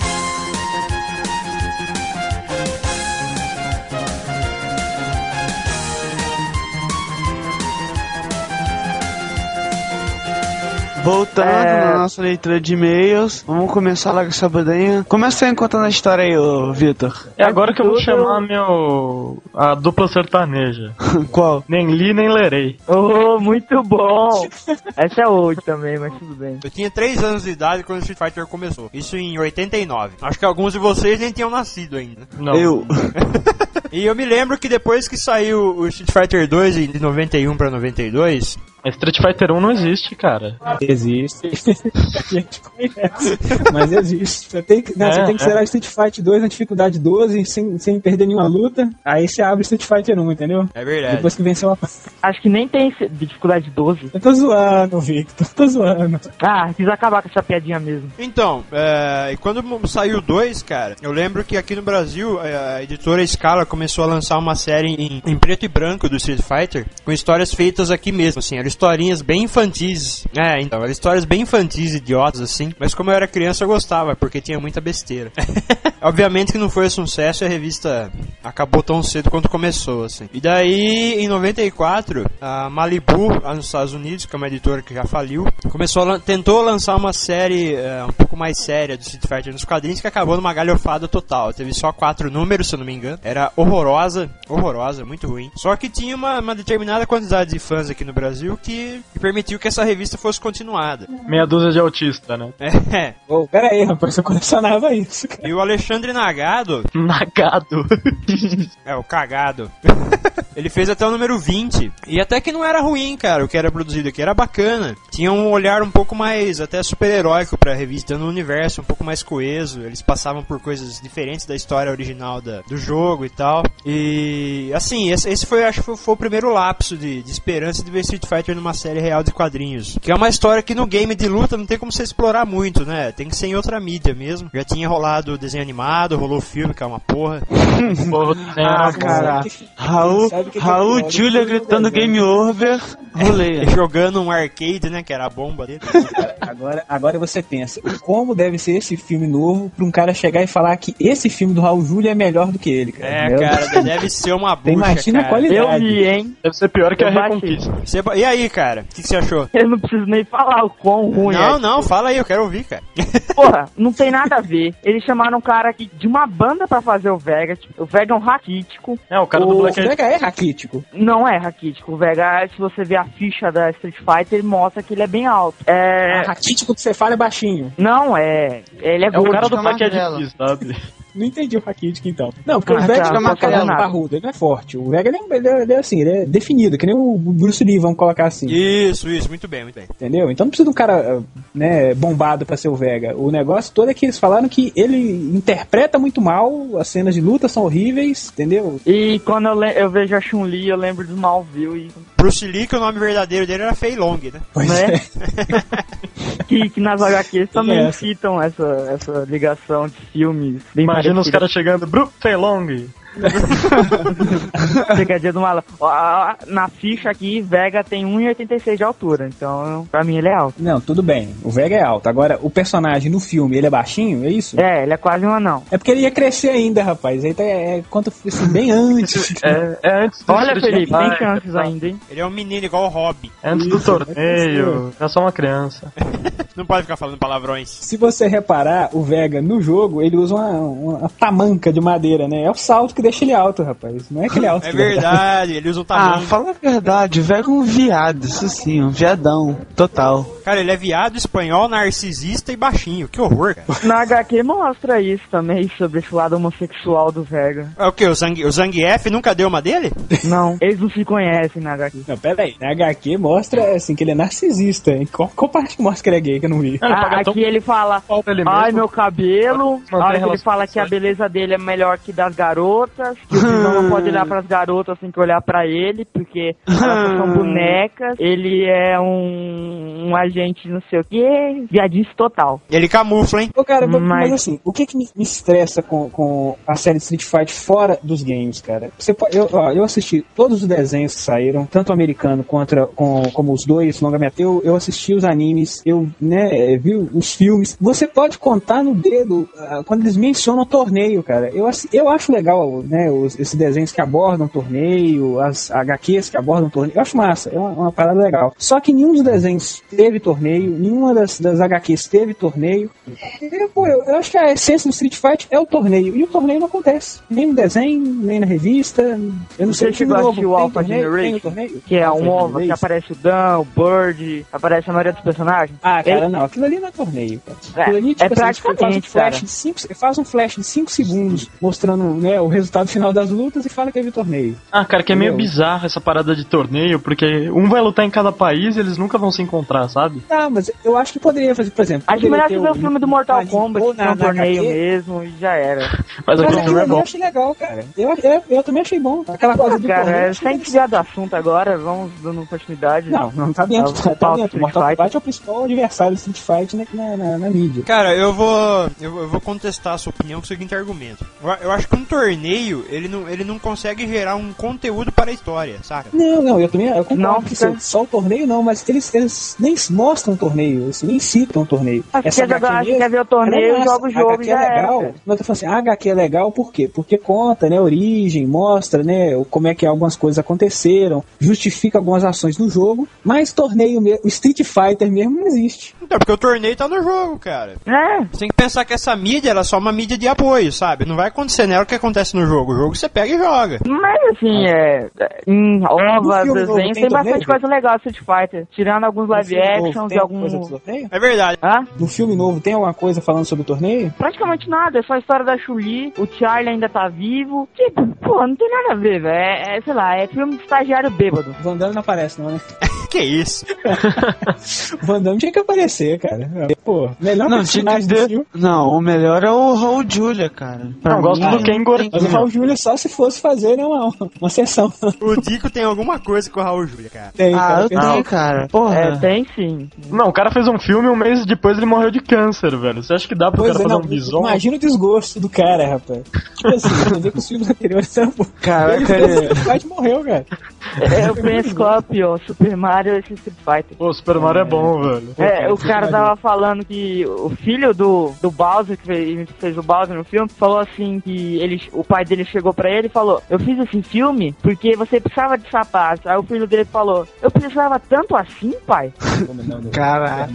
[SPEAKER 11] Voltando
[SPEAKER 7] É.
[SPEAKER 11] na nossa leitura de e-mails, vamos começar logo essa bodanha. Começa aí contando a história aí, ô Vitor.
[SPEAKER 2] É agora que eu vou
[SPEAKER 7] Tudo-
[SPEAKER 2] chamar meu. a dupla sertaneja.
[SPEAKER 11] Qual?
[SPEAKER 2] Nem li, nem lerei.
[SPEAKER 7] Oh, muito bom! Essa é old também, mas tudo bem.
[SPEAKER 1] Eu tinha 3 anos de idade quando Street Fighter começou. Isso em 89. Acho que alguns de vocês nem tinham nascido ainda.
[SPEAKER 2] Não.
[SPEAKER 11] Eu.
[SPEAKER 1] E eu me lembro que depois que saiu o Street Fighter 2 de 91 pra 92,
[SPEAKER 2] Street Fighter 1 não existe, cara.
[SPEAKER 6] Existe. a gente conhece. é? Mas existe. Você tem que, né,
[SPEAKER 2] É,
[SPEAKER 6] você tem que
[SPEAKER 2] é.
[SPEAKER 6] zerar Street Fighter 2 na dificuldade 12, sem, sem perder nenhuma luta. Aí você abre Street Fighter 1, entendeu?
[SPEAKER 1] é verdade.
[SPEAKER 6] Depois que venceu a.
[SPEAKER 7] Acho que nem tem esse- dificuldade 12.
[SPEAKER 6] Eu tô zoando, Victor. Tô zoando.
[SPEAKER 7] Ah, quis acabar com essa piadinha mesmo.
[SPEAKER 1] Então, é, e quando mo- saiu o 2, cara, eu lembro que aqui no Brasil é, a editora Scala começou a lançar uma série em, em preto e branco do Street Fighter, com histórias feitas aqui mesmo, assim, eram historinhas bem infantis. É, então, eram histórias bem infantis, idiotas, assim, mas como eu era criança eu gostava, porque tinha muita besteira. Obviamente que não foi um sucesso e a revista acabou tão cedo quanto começou, assim. E daí, em 94, a Malibu, lá nos Estados Unidos, que é uma editora que já faliu, começou a lan- tentou lançar uma série eh, um pouco mais séria do Street Fighter nos quadrinhos, que acabou numa galhofada total. Teve só quatro números, se eu não me engano. Era horrorosa, horrorosa, muito ruim. Só que tinha uma, uma determinada quantidade de fãs aqui no Brasil que permitiu que essa revista fosse continuada.
[SPEAKER 2] Meia dúzia de autista, né?
[SPEAKER 1] É.
[SPEAKER 6] Ô, pera aí, rapaz. Eu colecionava isso, cara.
[SPEAKER 1] E o Alexandre Nagado,
[SPEAKER 2] Nagado.
[SPEAKER 1] É, o cagado. Ele fez até o número 20. E até que não era ruim, cara, o que era produzido aqui. Era bacana. Tinha um olhar um pouco mais, até super-heróico pra revista, no universo, um pouco mais coeso. Eles passavam por coisas diferentes da história original da- do jogo e tal. E, assim, esse, esse foi, acho que foi, foi o primeiro lapso de, de esperança de ver Street Fighter numa série real de quadrinhos. Que é uma história que no game de luta não tem como você explorar muito, né? Tem que ser em outra mídia mesmo. Já tinha rolado desenho animado, rolou filme, que é uma porra.
[SPEAKER 2] Porra, do senhor.
[SPEAKER 11] Ah, cara. Raul,
[SPEAKER 6] Sabe o que que é pior?
[SPEAKER 11] Raul Julia gritando game over. Rolei.
[SPEAKER 1] jogando um arcade, né? Que era a bomba dele.
[SPEAKER 6] Agora, agora você pensa, como deve ser esse filme novo pra um cara chegar e falar que esse filme do Raul Júlia é melhor do que ele, cara?
[SPEAKER 1] É,
[SPEAKER 6] Meu
[SPEAKER 1] cara,
[SPEAKER 6] Deus.
[SPEAKER 1] deve ser uma bucha,
[SPEAKER 6] Tem imagina a
[SPEAKER 1] cara.
[SPEAKER 7] Eu
[SPEAKER 6] qualidade.
[SPEAKER 7] vi, hein?
[SPEAKER 2] Deve ser pior que
[SPEAKER 7] Eu
[SPEAKER 2] a
[SPEAKER 7] baixei.
[SPEAKER 2] Reconquista.
[SPEAKER 1] Você- E aí, cara, o que, que você achou?
[SPEAKER 7] Eu não preciso nem falar o quão ruim
[SPEAKER 1] não,
[SPEAKER 7] é.
[SPEAKER 1] não, fala aí, eu quero ouvir, cara.
[SPEAKER 7] Porra, não tem nada a ver. Eles chamaram um cara aqui de uma banda pra fazer o Vega. tipo, O Vega é um raquítico.
[SPEAKER 2] É, o cara do
[SPEAKER 7] O-
[SPEAKER 2] Black Eyed
[SPEAKER 6] Será que é raquítico?
[SPEAKER 7] Não é raquítico. O Vega, se você ver a ficha da Street Fighter, ele mostra que ele é bem alto. É.
[SPEAKER 6] É. Raquítico que você fala é baixinho.
[SPEAKER 7] Não, é. Ele é,
[SPEAKER 2] É o cara do
[SPEAKER 5] Gordinho
[SPEAKER 2] Black Eyed
[SPEAKER 5] amarelo.
[SPEAKER 2] Peas, sabe?
[SPEAKER 6] Não entendi o raquítico, então. Não, porque
[SPEAKER 7] Ah,
[SPEAKER 6] o Vega
[SPEAKER 7] tá,
[SPEAKER 6] é
[SPEAKER 7] não tô
[SPEAKER 6] macarrão
[SPEAKER 7] falando nada.
[SPEAKER 6] parrudo, ele não é forte. O Vega ele é, ele é- ele é assim, ele é definido, que nem o Bruce Lee, vamos colocar assim,
[SPEAKER 1] Isso, isso, muito bem, muito bem.
[SPEAKER 6] entendeu? Então não precisa de um cara eh, né, bombado pra ser o Vega. O negócio todo é que eles falaram que ele interpreta muito mal, as cenas de luta são horríveis, entendeu?
[SPEAKER 7] E quando eu, le- eu vejo a Chun-Li, eu lembro do Malville. E,
[SPEAKER 1] Bruce Lee, que o nome verdadeiro dele era Fei Long, né?
[SPEAKER 6] Pois é.
[SPEAKER 7] Né? que, que nas HQs também
[SPEAKER 11] é
[SPEAKER 6] Essa.
[SPEAKER 7] citam essa, essa ligação de filmes. bem
[SPEAKER 2] Imagina os
[SPEAKER 7] parecida.
[SPEAKER 2] caras chegando, Brook Feilong.
[SPEAKER 7] Pegadinha do malandro. um Ó, ó, Na ficha aqui, Vega tem 1,86 de altura. Então, pra mim, ele é alto.
[SPEAKER 6] Não, tudo bem. O Vega é alto. Agora, o personagem no filme, ele é baixinho? É isso? É,
[SPEAKER 7] É, ele é quase um anão.
[SPEAKER 6] porque ele ia crescer ainda, rapaz. Aí tá, é, quanto assim, bem antes.
[SPEAKER 2] É, é antes do
[SPEAKER 7] Olha,
[SPEAKER 2] Street
[SPEAKER 7] Felipe, tem
[SPEAKER 2] Fighter,
[SPEAKER 7] chances
[SPEAKER 2] tá?
[SPEAKER 7] ainda, hein?
[SPEAKER 1] Ele é um menino igual o Hobby.
[SPEAKER 2] É antes do
[SPEAKER 6] Isso, é
[SPEAKER 2] torneio. É só uma criança.
[SPEAKER 1] Não pode ficar falando palavrões.
[SPEAKER 6] Se você reparar, o Vega no jogo, ele usa uma, uma tamanca de madeira, né? É o salto que deixa ele alto, rapaz. Não é que ele é alto.
[SPEAKER 1] É
[SPEAKER 6] de verdade.
[SPEAKER 1] verdade, ele usa um
[SPEAKER 11] Ah,
[SPEAKER 1] tamanho.
[SPEAKER 11] fala a verdade, o Vega é um viado, isso sim, um viadão, total.
[SPEAKER 1] Cara, ele é viado, espanhol, narcisista e baixinho. Que horror, cara.
[SPEAKER 7] Na HQ mostra isso também, sobre esse lado homossexual do Vega.
[SPEAKER 1] É o que? O, Zang, o Zangief nunca deu uma dele?
[SPEAKER 7] Não, eles não se né, conhecem na HQ.
[SPEAKER 6] Não, pera aí. Na HQ mostra, assim, que ele é narcisista. Em qual, qual parte que mostra que ele é gay? que eu não vi.
[SPEAKER 7] Ah, aqui ele fala,
[SPEAKER 6] ele
[SPEAKER 7] ai
[SPEAKER 6] mesmo.
[SPEAKER 7] meu cabelo,
[SPEAKER 6] Mantém
[SPEAKER 7] ai, ele
[SPEAKER 6] relações
[SPEAKER 7] fala que a beleza dele é melhor que das garotas, que o Visão não pode olhar pras garotas sem que olhar pra ele, porque elas são bonecas, ele é um, um agente não sei o que, viadista total.
[SPEAKER 1] Ele camufla, hein?
[SPEAKER 6] Ô, cara, mas,
[SPEAKER 7] Mas-
[SPEAKER 6] mas assim, o que que me, me estressa com, com a série de Street Fighter fora dos games, cara? Você pode, eu, ó, eu assisti todos os desenhos que saíram, tanto o americano contra, com, como os dois, longa meta eu, eu assisti os animes, eu né, eh, vi os filmes. Você pode contar no dedo ah, quando eles mencionam torneio, cara. Eu, assi- eu acho legal, né, os, esses desenhos que abordam torneio, as HQs que abordam torneio. Eu acho massa, é uma, uma parada legal. Só que nenhum dos desenhos teve torneio, nenhuma das, das HQs teve torneio. Eu, É, pô, eu, eu acho que a essência do Street Fight é o torneio. E o torneio não acontece. Nem no desenho, nem na revista. Eu não sei
[SPEAKER 7] Você
[SPEAKER 6] o time
[SPEAKER 7] chegou a assistir o
[SPEAKER 6] tem
[SPEAKER 7] Alpha
[SPEAKER 6] torneio? Tem o
[SPEAKER 7] Generation,
[SPEAKER 6] torneio?
[SPEAKER 7] que é um
[SPEAKER 6] Alpha
[SPEAKER 7] ovo, que
[SPEAKER 6] Generation?
[SPEAKER 7] aparece o Dan, o Bird, aparece a maioria dos personagens.
[SPEAKER 6] Ah, cara,
[SPEAKER 7] Ele-
[SPEAKER 6] não. Aquilo ali não é torneio, cara.
[SPEAKER 7] É,
[SPEAKER 6] Aquilo ali, tipo
[SPEAKER 7] é
[SPEAKER 6] assim, tipo, faz um
[SPEAKER 7] praticamente,
[SPEAKER 6] flash
[SPEAKER 7] cara.
[SPEAKER 6] de cinco, você faz um flash de 5 segundos mostrando né, o resultado final das lutas e fala que teve torneio.
[SPEAKER 2] Ah, cara, que é meio
[SPEAKER 6] Entendeu?
[SPEAKER 2] bizarro essa parada de torneio, porque um vai lutar em cada país e eles nunca vão se encontrar, sabe?
[SPEAKER 6] Tá, mas eu acho que poderia fazer, por exemplo.
[SPEAKER 7] Acho melhor você ver o
[SPEAKER 6] poderia ter um
[SPEAKER 7] filme do Mortal Kombat,
[SPEAKER 6] ou
[SPEAKER 7] que tem
[SPEAKER 6] na-
[SPEAKER 7] um
[SPEAKER 6] na
[SPEAKER 7] torneio
[SPEAKER 6] HQ.
[SPEAKER 7] mesmo, e já era.
[SPEAKER 2] Mas
[SPEAKER 6] Mas
[SPEAKER 2] aquele
[SPEAKER 6] aquilo
[SPEAKER 2] filme é
[SPEAKER 6] ali eu
[SPEAKER 2] bom.
[SPEAKER 6] achei legal, cara. Eu, eu, eu também achei bom. Aquela coisa do
[SPEAKER 7] Cara,
[SPEAKER 6] torneio.
[SPEAKER 7] é, sem desviar do assunto agora, vamos dando oportunidade.
[SPEAKER 6] Não, não tá dentro.
[SPEAKER 7] Vamos
[SPEAKER 6] Tá,
[SPEAKER 7] pauta
[SPEAKER 6] dentro.
[SPEAKER 7] Street
[SPEAKER 6] Mortal
[SPEAKER 7] Fighter.
[SPEAKER 6] Kombat é o principal adversário do Street Fight na, na, na- na mídia.
[SPEAKER 1] Cara, eu vou eu, eu vou contestar a sua opinião com o seguinte argumento. Eu, eu acho que um torneio, ele não, ele não consegue gerar um conteúdo para a história, saca?
[SPEAKER 6] Não, não, eu também eu concordo
[SPEAKER 7] Não,
[SPEAKER 6] que
[SPEAKER 7] fica-
[SPEAKER 6] só, só o torneio não, mas eles, eles nem mostram o torneio, eles nem citam o torneio.
[SPEAKER 7] Ah, quer jogar-
[SPEAKER 6] HQ mesmo,
[SPEAKER 7] quer ver o torneio,
[SPEAKER 6] ela é massa.
[SPEAKER 7] joga o
[SPEAKER 6] A
[SPEAKER 7] jogo
[SPEAKER 6] HQ
[SPEAKER 7] e já
[SPEAKER 6] é
[SPEAKER 7] era,
[SPEAKER 6] legal,
[SPEAKER 7] cara.
[SPEAKER 6] mas eu tô falando assim, a HQ é legal por quê? Porque conta, né, a origem, mostra, né, o- como é que algumas coisas aconteceram, justifica algumas ações no jogo, mas torneio mesmo, o Street Fighter mesmo não existe.
[SPEAKER 1] Então, porque o torneio tá no jogo, cara.
[SPEAKER 7] É,
[SPEAKER 1] Você tem que pensar que essa mídia, ela é só uma mídia de apoio, sabe? Não vai acontecer nela o que acontece no jogo. O jogo você pega e joga.
[SPEAKER 7] mas assim, é. é, Em ovas,
[SPEAKER 6] Ah. No filme novo,
[SPEAKER 7] desenhos,
[SPEAKER 6] tem
[SPEAKER 7] tem bastante
[SPEAKER 6] torneio?
[SPEAKER 7] coisa legal Street Fighter. Tirando alguns
[SPEAKER 6] No
[SPEAKER 7] live
[SPEAKER 6] filme novo,
[SPEAKER 7] actions e
[SPEAKER 6] tem coisa do
[SPEAKER 7] alguns.
[SPEAKER 6] torneio?
[SPEAKER 1] É verdade.
[SPEAKER 7] Hã?
[SPEAKER 6] No filme novo tem alguma coisa falando sobre o torneio?
[SPEAKER 7] Praticamente nada, é só a história da Chuli, o Charlie ainda tá vivo. Tipo, pô, não tem nada a ver, velho. É, é, sei lá, é filme de estagiário bêbado.
[SPEAKER 6] Van Damme não aparece, não, né?
[SPEAKER 1] Que isso?
[SPEAKER 6] Van Damme tinha que aparecer, cara. Pô, melhor
[SPEAKER 11] Não, tinha que
[SPEAKER 6] personagem do
[SPEAKER 11] ter...
[SPEAKER 6] filme.
[SPEAKER 11] Não, o melhor é o Raul Julia, cara. Pra
[SPEAKER 2] Não, eu gosto
[SPEAKER 11] mim,
[SPEAKER 2] do Ken Gordon.
[SPEAKER 11] Uhum.
[SPEAKER 6] Mas o Raul Júlia só se fosse fazer né, uma, uma sessão.
[SPEAKER 1] O Dico tem alguma coisa com o Raul Júlia, cara.
[SPEAKER 6] Tem,
[SPEAKER 11] Ah,
[SPEAKER 6] cara,
[SPEAKER 11] eu
[SPEAKER 6] tem-
[SPEAKER 11] tenho, cara. Porra.
[SPEAKER 7] É, tem sim.
[SPEAKER 2] Não, o cara fez um filme e um mês depois ele morreu de câncer, velho. Você acha que dá pro
[SPEAKER 6] Pois
[SPEAKER 2] cara
[SPEAKER 6] é,
[SPEAKER 2] fazer
[SPEAKER 6] não,
[SPEAKER 2] um bison?
[SPEAKER 6] imagina o desgosto do cara, rapaz. Tipo assim, entender que os filmes anteriores eram bons. Ele
[SPEAKER 11] Caraca, é.
[SPEAKER 6] fez
[SPEAKER 11] ele...
[SPEAKER 6] Street Fighter e morreu, cara.
[SPEAKER 7] É, Eu penso qual é o pior, Super Mario e esse Street Fighter.
[SPEAKER 2] Pô, Super Mario é bom, velho.
[SPEAKER 7] É, o cara tava falando que o filho do, do Bowser, que fez, fez o Bowser no filme, falou assim que ele, o pai dele chegou pra ele e falou, eu fiz esse filme porque você precisava de sapatos. Aí o filho dele falou, eu precisava tanto assim, pai?
[SPEAKER 11] Caraca.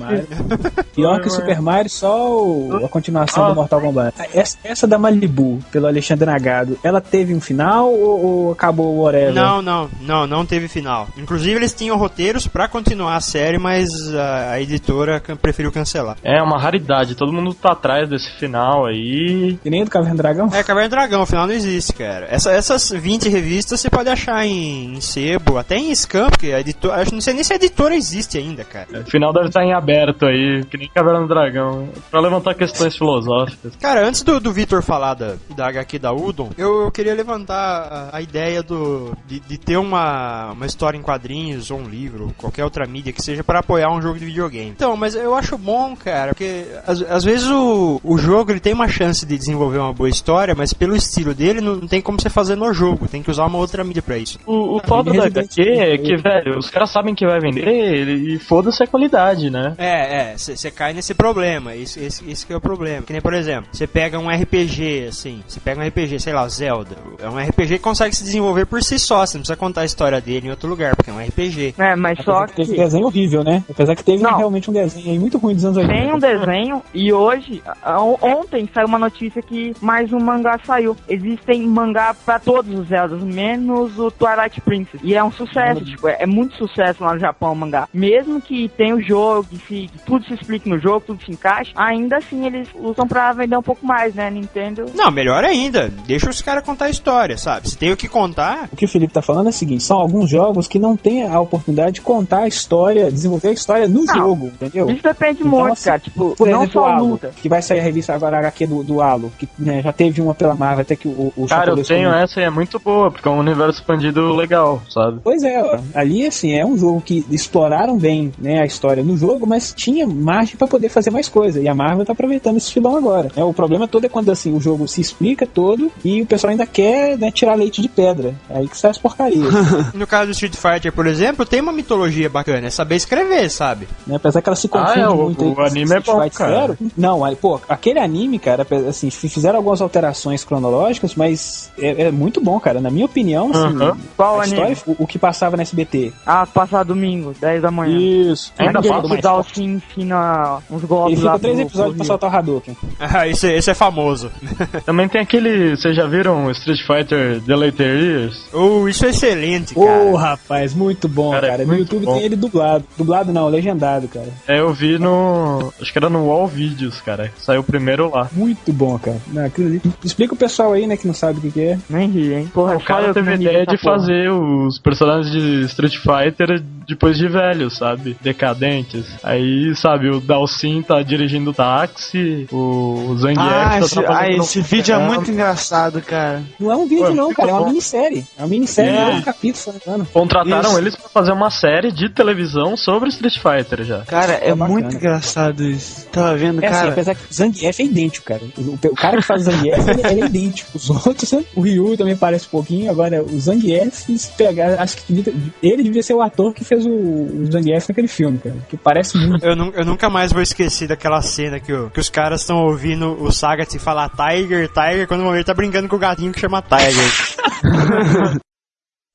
[SPEAKER 6] Pior que o Super Mario, só o- a continuação
[SPEAKER 2] Ah.
[SPEAKER 6] do Mortal Kombat. Essa, essa da Malibu, pelo Alexandre Nagado, ela teve um final ou, ou acabou o Whatever?
[SPEAKER 1] Não, não, não, não teve final. Inclusive eles tinham roteiros pra continuar a série, mas a, a editora can- preferiu cancelar.
[SPEAKER 2] É uma raridade, todo mundo tá atrás desse final aí.
[SPEAKER 6] Que nem do Caverna do Dragão?
[SPEAKER 1] É, Caverna do Dragão, afinal não existe, cara. Essa- essas 20 revistas você pode achar em, em sebo, até em scan, porque a editora. Acho, não sei nem se a editora existe ainda, cara.
[SPEAKER 2] O final deve estar em aberto aí, que nem Caverna do Dragão. Pra levantar questões filosóficas.
[SPEAKER 1] Cara, antes do, do Vitor falar da, da HQ da Udon, eu, eu queria levantar a, a ideia do, de, de ter uma, uma história em quadrinhos, ou um livro, qualquer outra mídia que seja, pra apoiar um jogo de videogame. Então, mas eu acho bom, cara, porque às, às vezes o, o jogo ele tem uma chance de desenvolver uma boa história, mas pelo estilo dele não, não tem como você fazer no jogo, tem que usar uma outra mídia pra isso.
[SPEAKER 2] O, o foda da HQ é que, velho, os caras sabem que vai vender e foda-se a qualidade, né?
[SPEAKER 1] É, é, você cai nesse problema, esse, esse, esse que é o problema. Que nem, por exemplo, você pega um RPG, assim, você pega um RPG, sei lá, Zelda, é um RPG que consegue se desenvolver por si só, você não precisa contar a história dele em outro lugar, porque é um RPG.
[SPEAKER 7] É, mas só
[SPEAKER 6] Apesar que teve um
[SPEAKER 7] que...
[SPEAKER 6] desenho horrível, né? Apesar que teve
[SPEAKER 7] Não.
[SPEAKER 6] realmente um desenho aí muito ruim dos anos 80.
[SPEAKER 7] Tem um desenho e hoje, a- on- ontem saiu uma notícia que mais um mangá saiu. Existem mangá pra todos os Zeldas, menos o Twilight Princess. E é um sucesso, tipo, é, é muito sucesso lá no Japão o mangá. Mesmo que tenha o jogo, que, se, que tudo se explique no jogo, tudo se encaixe, ainda assim eles usam pra vender um pouco mais, né, Nintendo?
[SPEAKER 1] Não, melhor ainda, deixa os caras contar a história, sabe? Se tem o que contar,
[SPEAKER 6] O que o Felipe tá falando é o seguinte: são alguns jogos que não tem a oportunidade de contar a história, desenvolver a história no
[SPEAKER 7] Não.
[SPEAKER 6] jogo, entendeu?
[SPEAKER 7] Isso depende
[SPEAKER 6] Então,
[SPEAKER 7] muito,
[SPEAKER 6] assim,
[SPEAKER 7] cara. Tipo,
[SPEAKER 6] Por
[SPEAKER 7] não
[SPEAKER 6] exemplo,
[SPEAKER 7] só
[SPEAKER 6] o Halo,
[SPEAKER 7] luta.
[SPEAKER 6] que vai sair a revista agora HQ do, do Halo, que né, já teve uma pela Marvel, até que o, o
[SPEAKER 2] Cara, eu
[SPEAKER 6] Chapolin
[SPEAKER 2] tenho
[SPEAKER 6] comentou.
[SPEAKER 2] essa e é muito boa, porque é um universo expandido legal, sabe?
[SPEAKER 6] Pois é, ó, ali assim, é um jogo que exploraram bem né, a história no jogo, mas tinha margem pra poder fazer mais coisa. E a Marvel tá aproveitando esse filão agora. né? o problema todo é quando assim, o jogo se explica todo e o pessoal ainda quer né, tirar leite de pedra. Aí que sai as porcarias. né.
[SPEAKER 1] No caso do Street Fighter, por exemplo, tem uma mitologia bacana, é saber escrever, sabe?
[SPEAKER 6] né? Apesar que ela se confunde
[SPEAKER 1] Ah, é, o-
[SPEAKER 6] muito. aí
[SPEAKER 1] o
[SPEAKER 6] com
[SPEAKER 1] anime é bom,
[SPEAKER 6] Fighter
[SPEAKER 1] cara.
[SPEAKER 6] Não, aí, pô, aquele anime, cara, ape- assim, f- fizeram algumas alterações cronológicas, mas é, é muito bom, cara. Na minha opinião, assim,
[SPEAKER 7] Aham. Qual
[SPEAKER 1] Ah.
[SPEAKER 6] a história,
[SPEAKER 7] anime?
[SPEAKER 6] o, o que passava na SBT.
[SPEAKER 7] Ah, passar domingo, 10 da manhã.
[SPEAKER 6] Isso.
[SPEAKER 7] Ainda
[SPEAKER 6] Ainda
[SPEAKER 7] que
[SPEAKER 6] passa?
[SPEAKER 7] o Dalsin ensina uns golpes
[SPEAKER 6] Ele
[SPEAKER 7] lá
[SPEAKER 6] fica três
[SPEAKER 7] pro-
[SPEAKER 6] episódios
[SPEAKER 7] pro
[SPEAKER 6] pra soltar o Hadouken.
[SPEAKER 1] Ah, isso, é- isso é famoso.
[SPEAKER 2] Também tem aquele. Vocês já viram Street Fighter The Later Years?
[SPEAKER 1] Oh, isso é excelente,
[SPEAKER 6] cara. Ô, rapaz, muito bom, cara. no YouTube
[SPEAKER 2] bom.
[SPEAKER 6] tem ele dublado. Dublado não, legendado, cara.
[SPEAKER 2] É, eu vi no. Acho que era no Wall Videos, cara. Saiu primeiro lá.
[SPEAKER 6] Muito bom, cara. Não, aquilo ali- Explica o pessoal aí, né, que não sabe o que, que é.
[SPEAKER 7] Nem ri, hein? Porra,
[SPEAKER 2] O cara teve a ideia de fazer os personagens de Street Fighter depois de velhos, sabe? Decadentes. Aí, sabe, o Dalsin tá dirigindo o táxi, o Zangief
[SPEAKER 11] Ah,
[SPEAKER 6] é
[SPEAKER 2] tá
[SPEAKER 11] esse,
[SPEAKER 2] trabalhando
[SPEAKER 11] ah,
[SPEAKER 2] no
[SPEAKER 11] esse vídeo é
[SPEAKER 2] programa.
[SPEAKER 11] muito engraçado, cara.
[SPEAKER 6] Não é um vídeo,
[SPEAKER 2] Pô,
[SPEAKER 6] não,
[SPEAKER 2] muito
[SPEAKER 6] cara. É uma
[SPEAKER 2] bom.
[SPEAKER 6] minissérie. É uma minissérie,
[SPEAKER 2] É.
[SPEAKER 6] é um capítulo, se não me engano.
[SPEAKER 2] Contrataram
[SPEAKER 6] Isso.
[SPEAKER 2] eles pra fazer uma série de televisão sobre Street Fighter já.
[SPEAKER 11] Cara, é,
[SPEAKER 2] bacana.
[SPEAKER 11] muito engraçado isso. Tava vendo,
[SPEAKER 6] É assim,
[SPEAKER 11] cara.
[SPEAKER 6] apesar que Zangief é idêntico, cara. O, o cara que faz o Zangief, ele, ele é idêntico. Os outros, né? o Ryu também parece um pouquinho. Agora, o Zangief, se pegar, acho que devia- ele devia ser o ator que fez o, o Zangief naquele filme, cara. Que parece muito.
[SPEAKER 1] Eu, nu- eu nunca mais vou esquecer daquela cena que, o- que os caras estão ouvindo o Sagat falar Tiger, Tiger, quando o momento tá brincando com o gatinho que chama Tiger.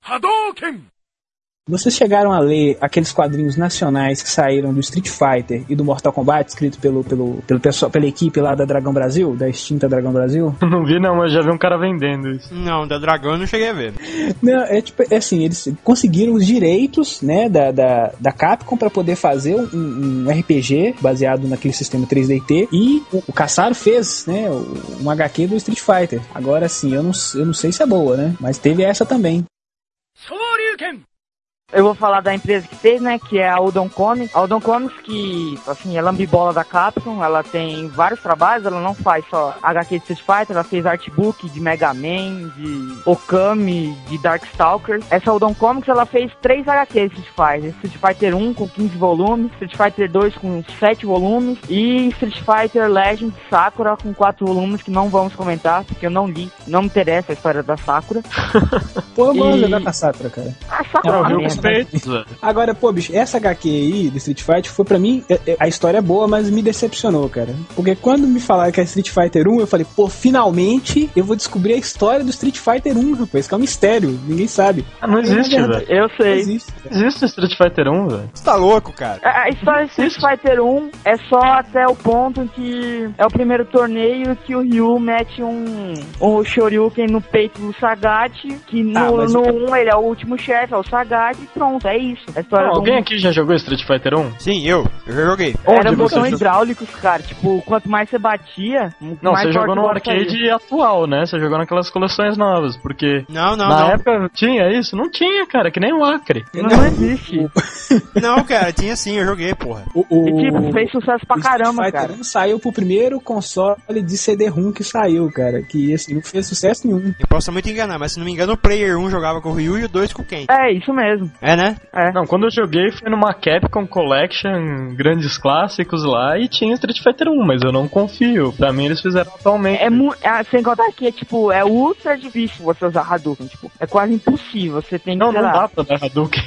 [SPEAKER 9] Hadouken!
[SPEAKER 6] Vocês chegaram a ler aqueles quadrinhos nacionais que saíram do Street Fighter e do Mortal Kombat, escrito pelo, pelo, pelo pessoal, pela equipe lá da Dragão Brasil, da extinta Dragão Brasil?
[SPEAKER 2] Não vi não, mas já vi um cara vendendo isso.
[SPEAKER 1] não, da Dragão eu não cheguei a ver.
[SPEAKER 6] Não, é tipo, é assim, eles conseguiram os direitos, né, da, da, da Capcom pra poder fazer um, um RPG baseado naquele sistema 3DT e o, o Caçaro fez, né, o- um HQ do Street Fighter. Agora sim, eu não, eu não sei se é boa, né, mas teve essa também.
[SPEAKER 7] Eu vou falar da empresa que fez, né? Que é a Udon Comics. A Udon Comics, que, assim, ela é ambibola da Capcom, ela tem vários trabalhos, ela não faz só HQ de Street Fighter, ela fez artbook de Mega Man, de Okami, de Darkstalkers. Essa Udon Comics, ela fez três HQs de Street Fighter. Street Fighter 1 com 15 volumes, Street Fighter 2 com 7 volumes e Street Fighter Legend Sakura com 4 volumes que não vamos comentar, porque eu não li, não me interessa a história da Sakura.
[SPEAKER 6] Pô, eu gosto
[SPEAKER 7] E-
[SPEAKER 6] da Caçatra, cara.
[SPEAKER 7] A
[SPEAKER 11] Tá
[SPEAKER 7] Sakura é
[SPEAKER 2] um
[SPEAKER 7] uma merda.
[SPEAKER 6] Agora, pô, bicho, essa HQ aí do Street Fighter foi pra mim. é- é- A história é boa, mas me decepcionou, cara. Porque quando me falaram que é Street Fighter 1, eu falei, pô, finalmente eu vou descobrir a história do Street Fighter 1, rapaz, que é um mistério, ninguém sabe.
[SPEAKER 2] Ah, não
[SPEAKER 6] E, na
[SPEAKER 2] existe,
[SPEAKER 6] verdade,
[SPEAKER 2] velho.
[SPEAKER 7] Eu sei.
[SPEAKER 6] Existe.
[SPEAKER 2] Existe Street Fighter 1, velho.
[SPEAKER 1] Você tá louco, cara?
[SPEAKER 7] A a história de Street Fighter 1 é só até o ponto que é o primeiro torneio que o Ryu mete um, um Shoryuken no peito do Sagat, que
[SPEAKER 2] Ah,
[SPEAKER 7] no,
[SPEAKER 2] mas
[SPEAKER 7] no
[SPEAKER 2] o-
[SPEAKER 7] 1 ele é o último chefe, é o Sagat, e pronto, é isso. A história
[SPEAKER 2] Não,
[SPEAKER 7] do
[SPEAKER 2] alguém aqui já jogou Street Fighter 1?
[SPEAKER 1] Sim, eu. Eu já joguei.
[SPEAKER 7] Era
[SPEAKER 2] Onde
[SPEAKER 7] botão
[SPEAKER 2] você jogou?
[SPEAKER 7] hidráulicos, cara. Tipo, quanto mais você batia,
[SPEAKER 2] Não,
[SPEAKER 7] mais
[SPEAKER 2] você
[SPEAKER 7] forte
[SPEAKER 2] jogou
[SPEAKER 7] o
[SPEAKER 2] no
[SPEAKER 7] golpe
[SPEAKER 11] tá
[SPEAKER 7] saía.
[SPEAKER 2] arcade atual, né? Você jogou naquelas coleções novas, porque.
[SPEAKER 1] Não, não,
[SPEAKER 2] Na
[SPEAKER 1] não.
[SPEAKER 2] época tinha isso? Não tinha, cara, que nem o Acre.
[SPEAKER 7] Não existe.
[SPEAKER 1] Não, cara, tinha sim, eu joguei, porra.
[SPEAKER 6] O, o-
[SPEAKER 7] E tipo, fez sucesso pra
[SPEAKER 6] o Street
[SPEAKER 7] caramba,
[SPEAKER 6] Fighter
[SPEAKER 7] cara.
[SPEAKER 6] 1 saiu pro primeiro console de CD-ROM que saiu, cara. Que assim, não fez sucesso nenhum.
[SPEAKER 1] Eu posso muito enganar, mas se não me engano, o Player 1 jogava com o Ryu e o 2 com quem?
[SPEAKER 7] É, isso mesmo.
[SPEAKER 1] É, né?
[SPEAKER 2] Não, quando eu joguei foi numa Capcom Collection, grandes clássicos lá, e tinha Street Fighter 1, mas eu não confio. Pra mim eles fizeram atualmente.
[SPEAKER 7] É mu ah, sem contar que é tipo, é ultra difícil você usar Hadouken, tipo, é quase impossível, você tem que,
[SPEAKER 2] Não,
[SPEAKER 7] É, sei
[SPEAKER 2] não
[SPEAKER 7] lá,
[SPEAKER 2] dá pra dar Hadouken.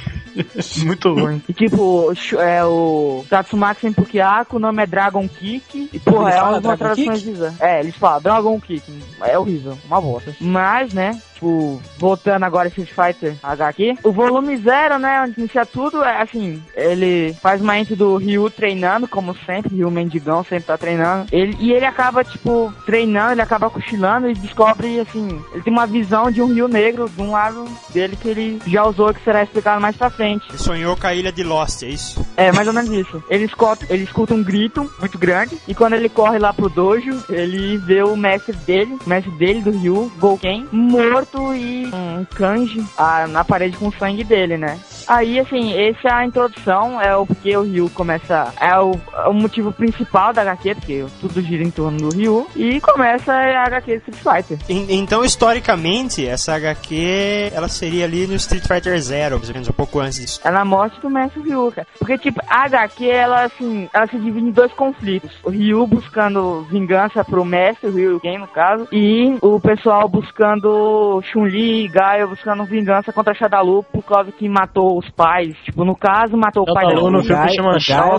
[SPEAKER 2] Muito ruim.
[SPEAKER 7] E tipo, o Shu- é o Tatsumaki Senpukiaku, o nome é Dragon Kick. E porra,
[SPEAKER 6] Ele
[SPEAKER 7] é
[SPEAKER 6] fala
[SPEAKER 7] uma
[SPEAKER 6] Dragon
[SPEAKER 7] tradução
[SPEAKER 6] Kick?
[SPEAKER 7] bizarra. É, eles falam Dragon Kick. É horrível, uma bosta. Mas, né, tipo, voltando agora a Street Fighter HQ, o volume zero, né, onde inicia tudo, é assim, ele faz uma intro do Ryu treinando, como sempre, Ryu Mendigão sempre tá treinando. Ele, e ele acaba, tipo, treinando, ele acaba cochilando e descobre, assim, ele tem uma visão de um Rio Negro, de um lado dele que ele já usou, que será explicado mais pra frente.
[SPEAKER 1] Ele sonhou com a ilha de Lost, é isso?
[SPEAKER 7] É, mais ou menos isso. Ele escuta, ele escuta um grito muito grande e quando ele corre lá pro dojo, ele vê o mestre dele, o mestre dele do Ryu, Golken, morto e
[SPEAKER 6] Hum.
[SPEAKER 7] um kanji ah, na parede com o sangue dele, né? Aí, assim, essa é a introdução, é o porque o Ryu começa. É o, é o motivo principal da HQ, porque tudo gira em torno do Ryu, e começa a HQ Street Fighter.
[SPEAKER 1] En- Então, historicamente, essa HQ ela seria ali no Street Fighter Zero, mais ou menos, um pouco antes disso.
[SPEAKER 7] É na morte do mestre Ryu, cara. Porque, tipo, a HQ, ela, assim, ela se divide em dois conflitos. O Ryu buscando vingança pro mestre, o Ryu Ken, no caso, e o pessoal buscando Chun-Li e Gaio buscando vingança contra Shadalu por causa que matou os pais. Tipo, no caso, matou o
[SPEAKER 6] Então
[SPEAKER 7] pai da
[SPEAKER 6] O Gaio- o Gaio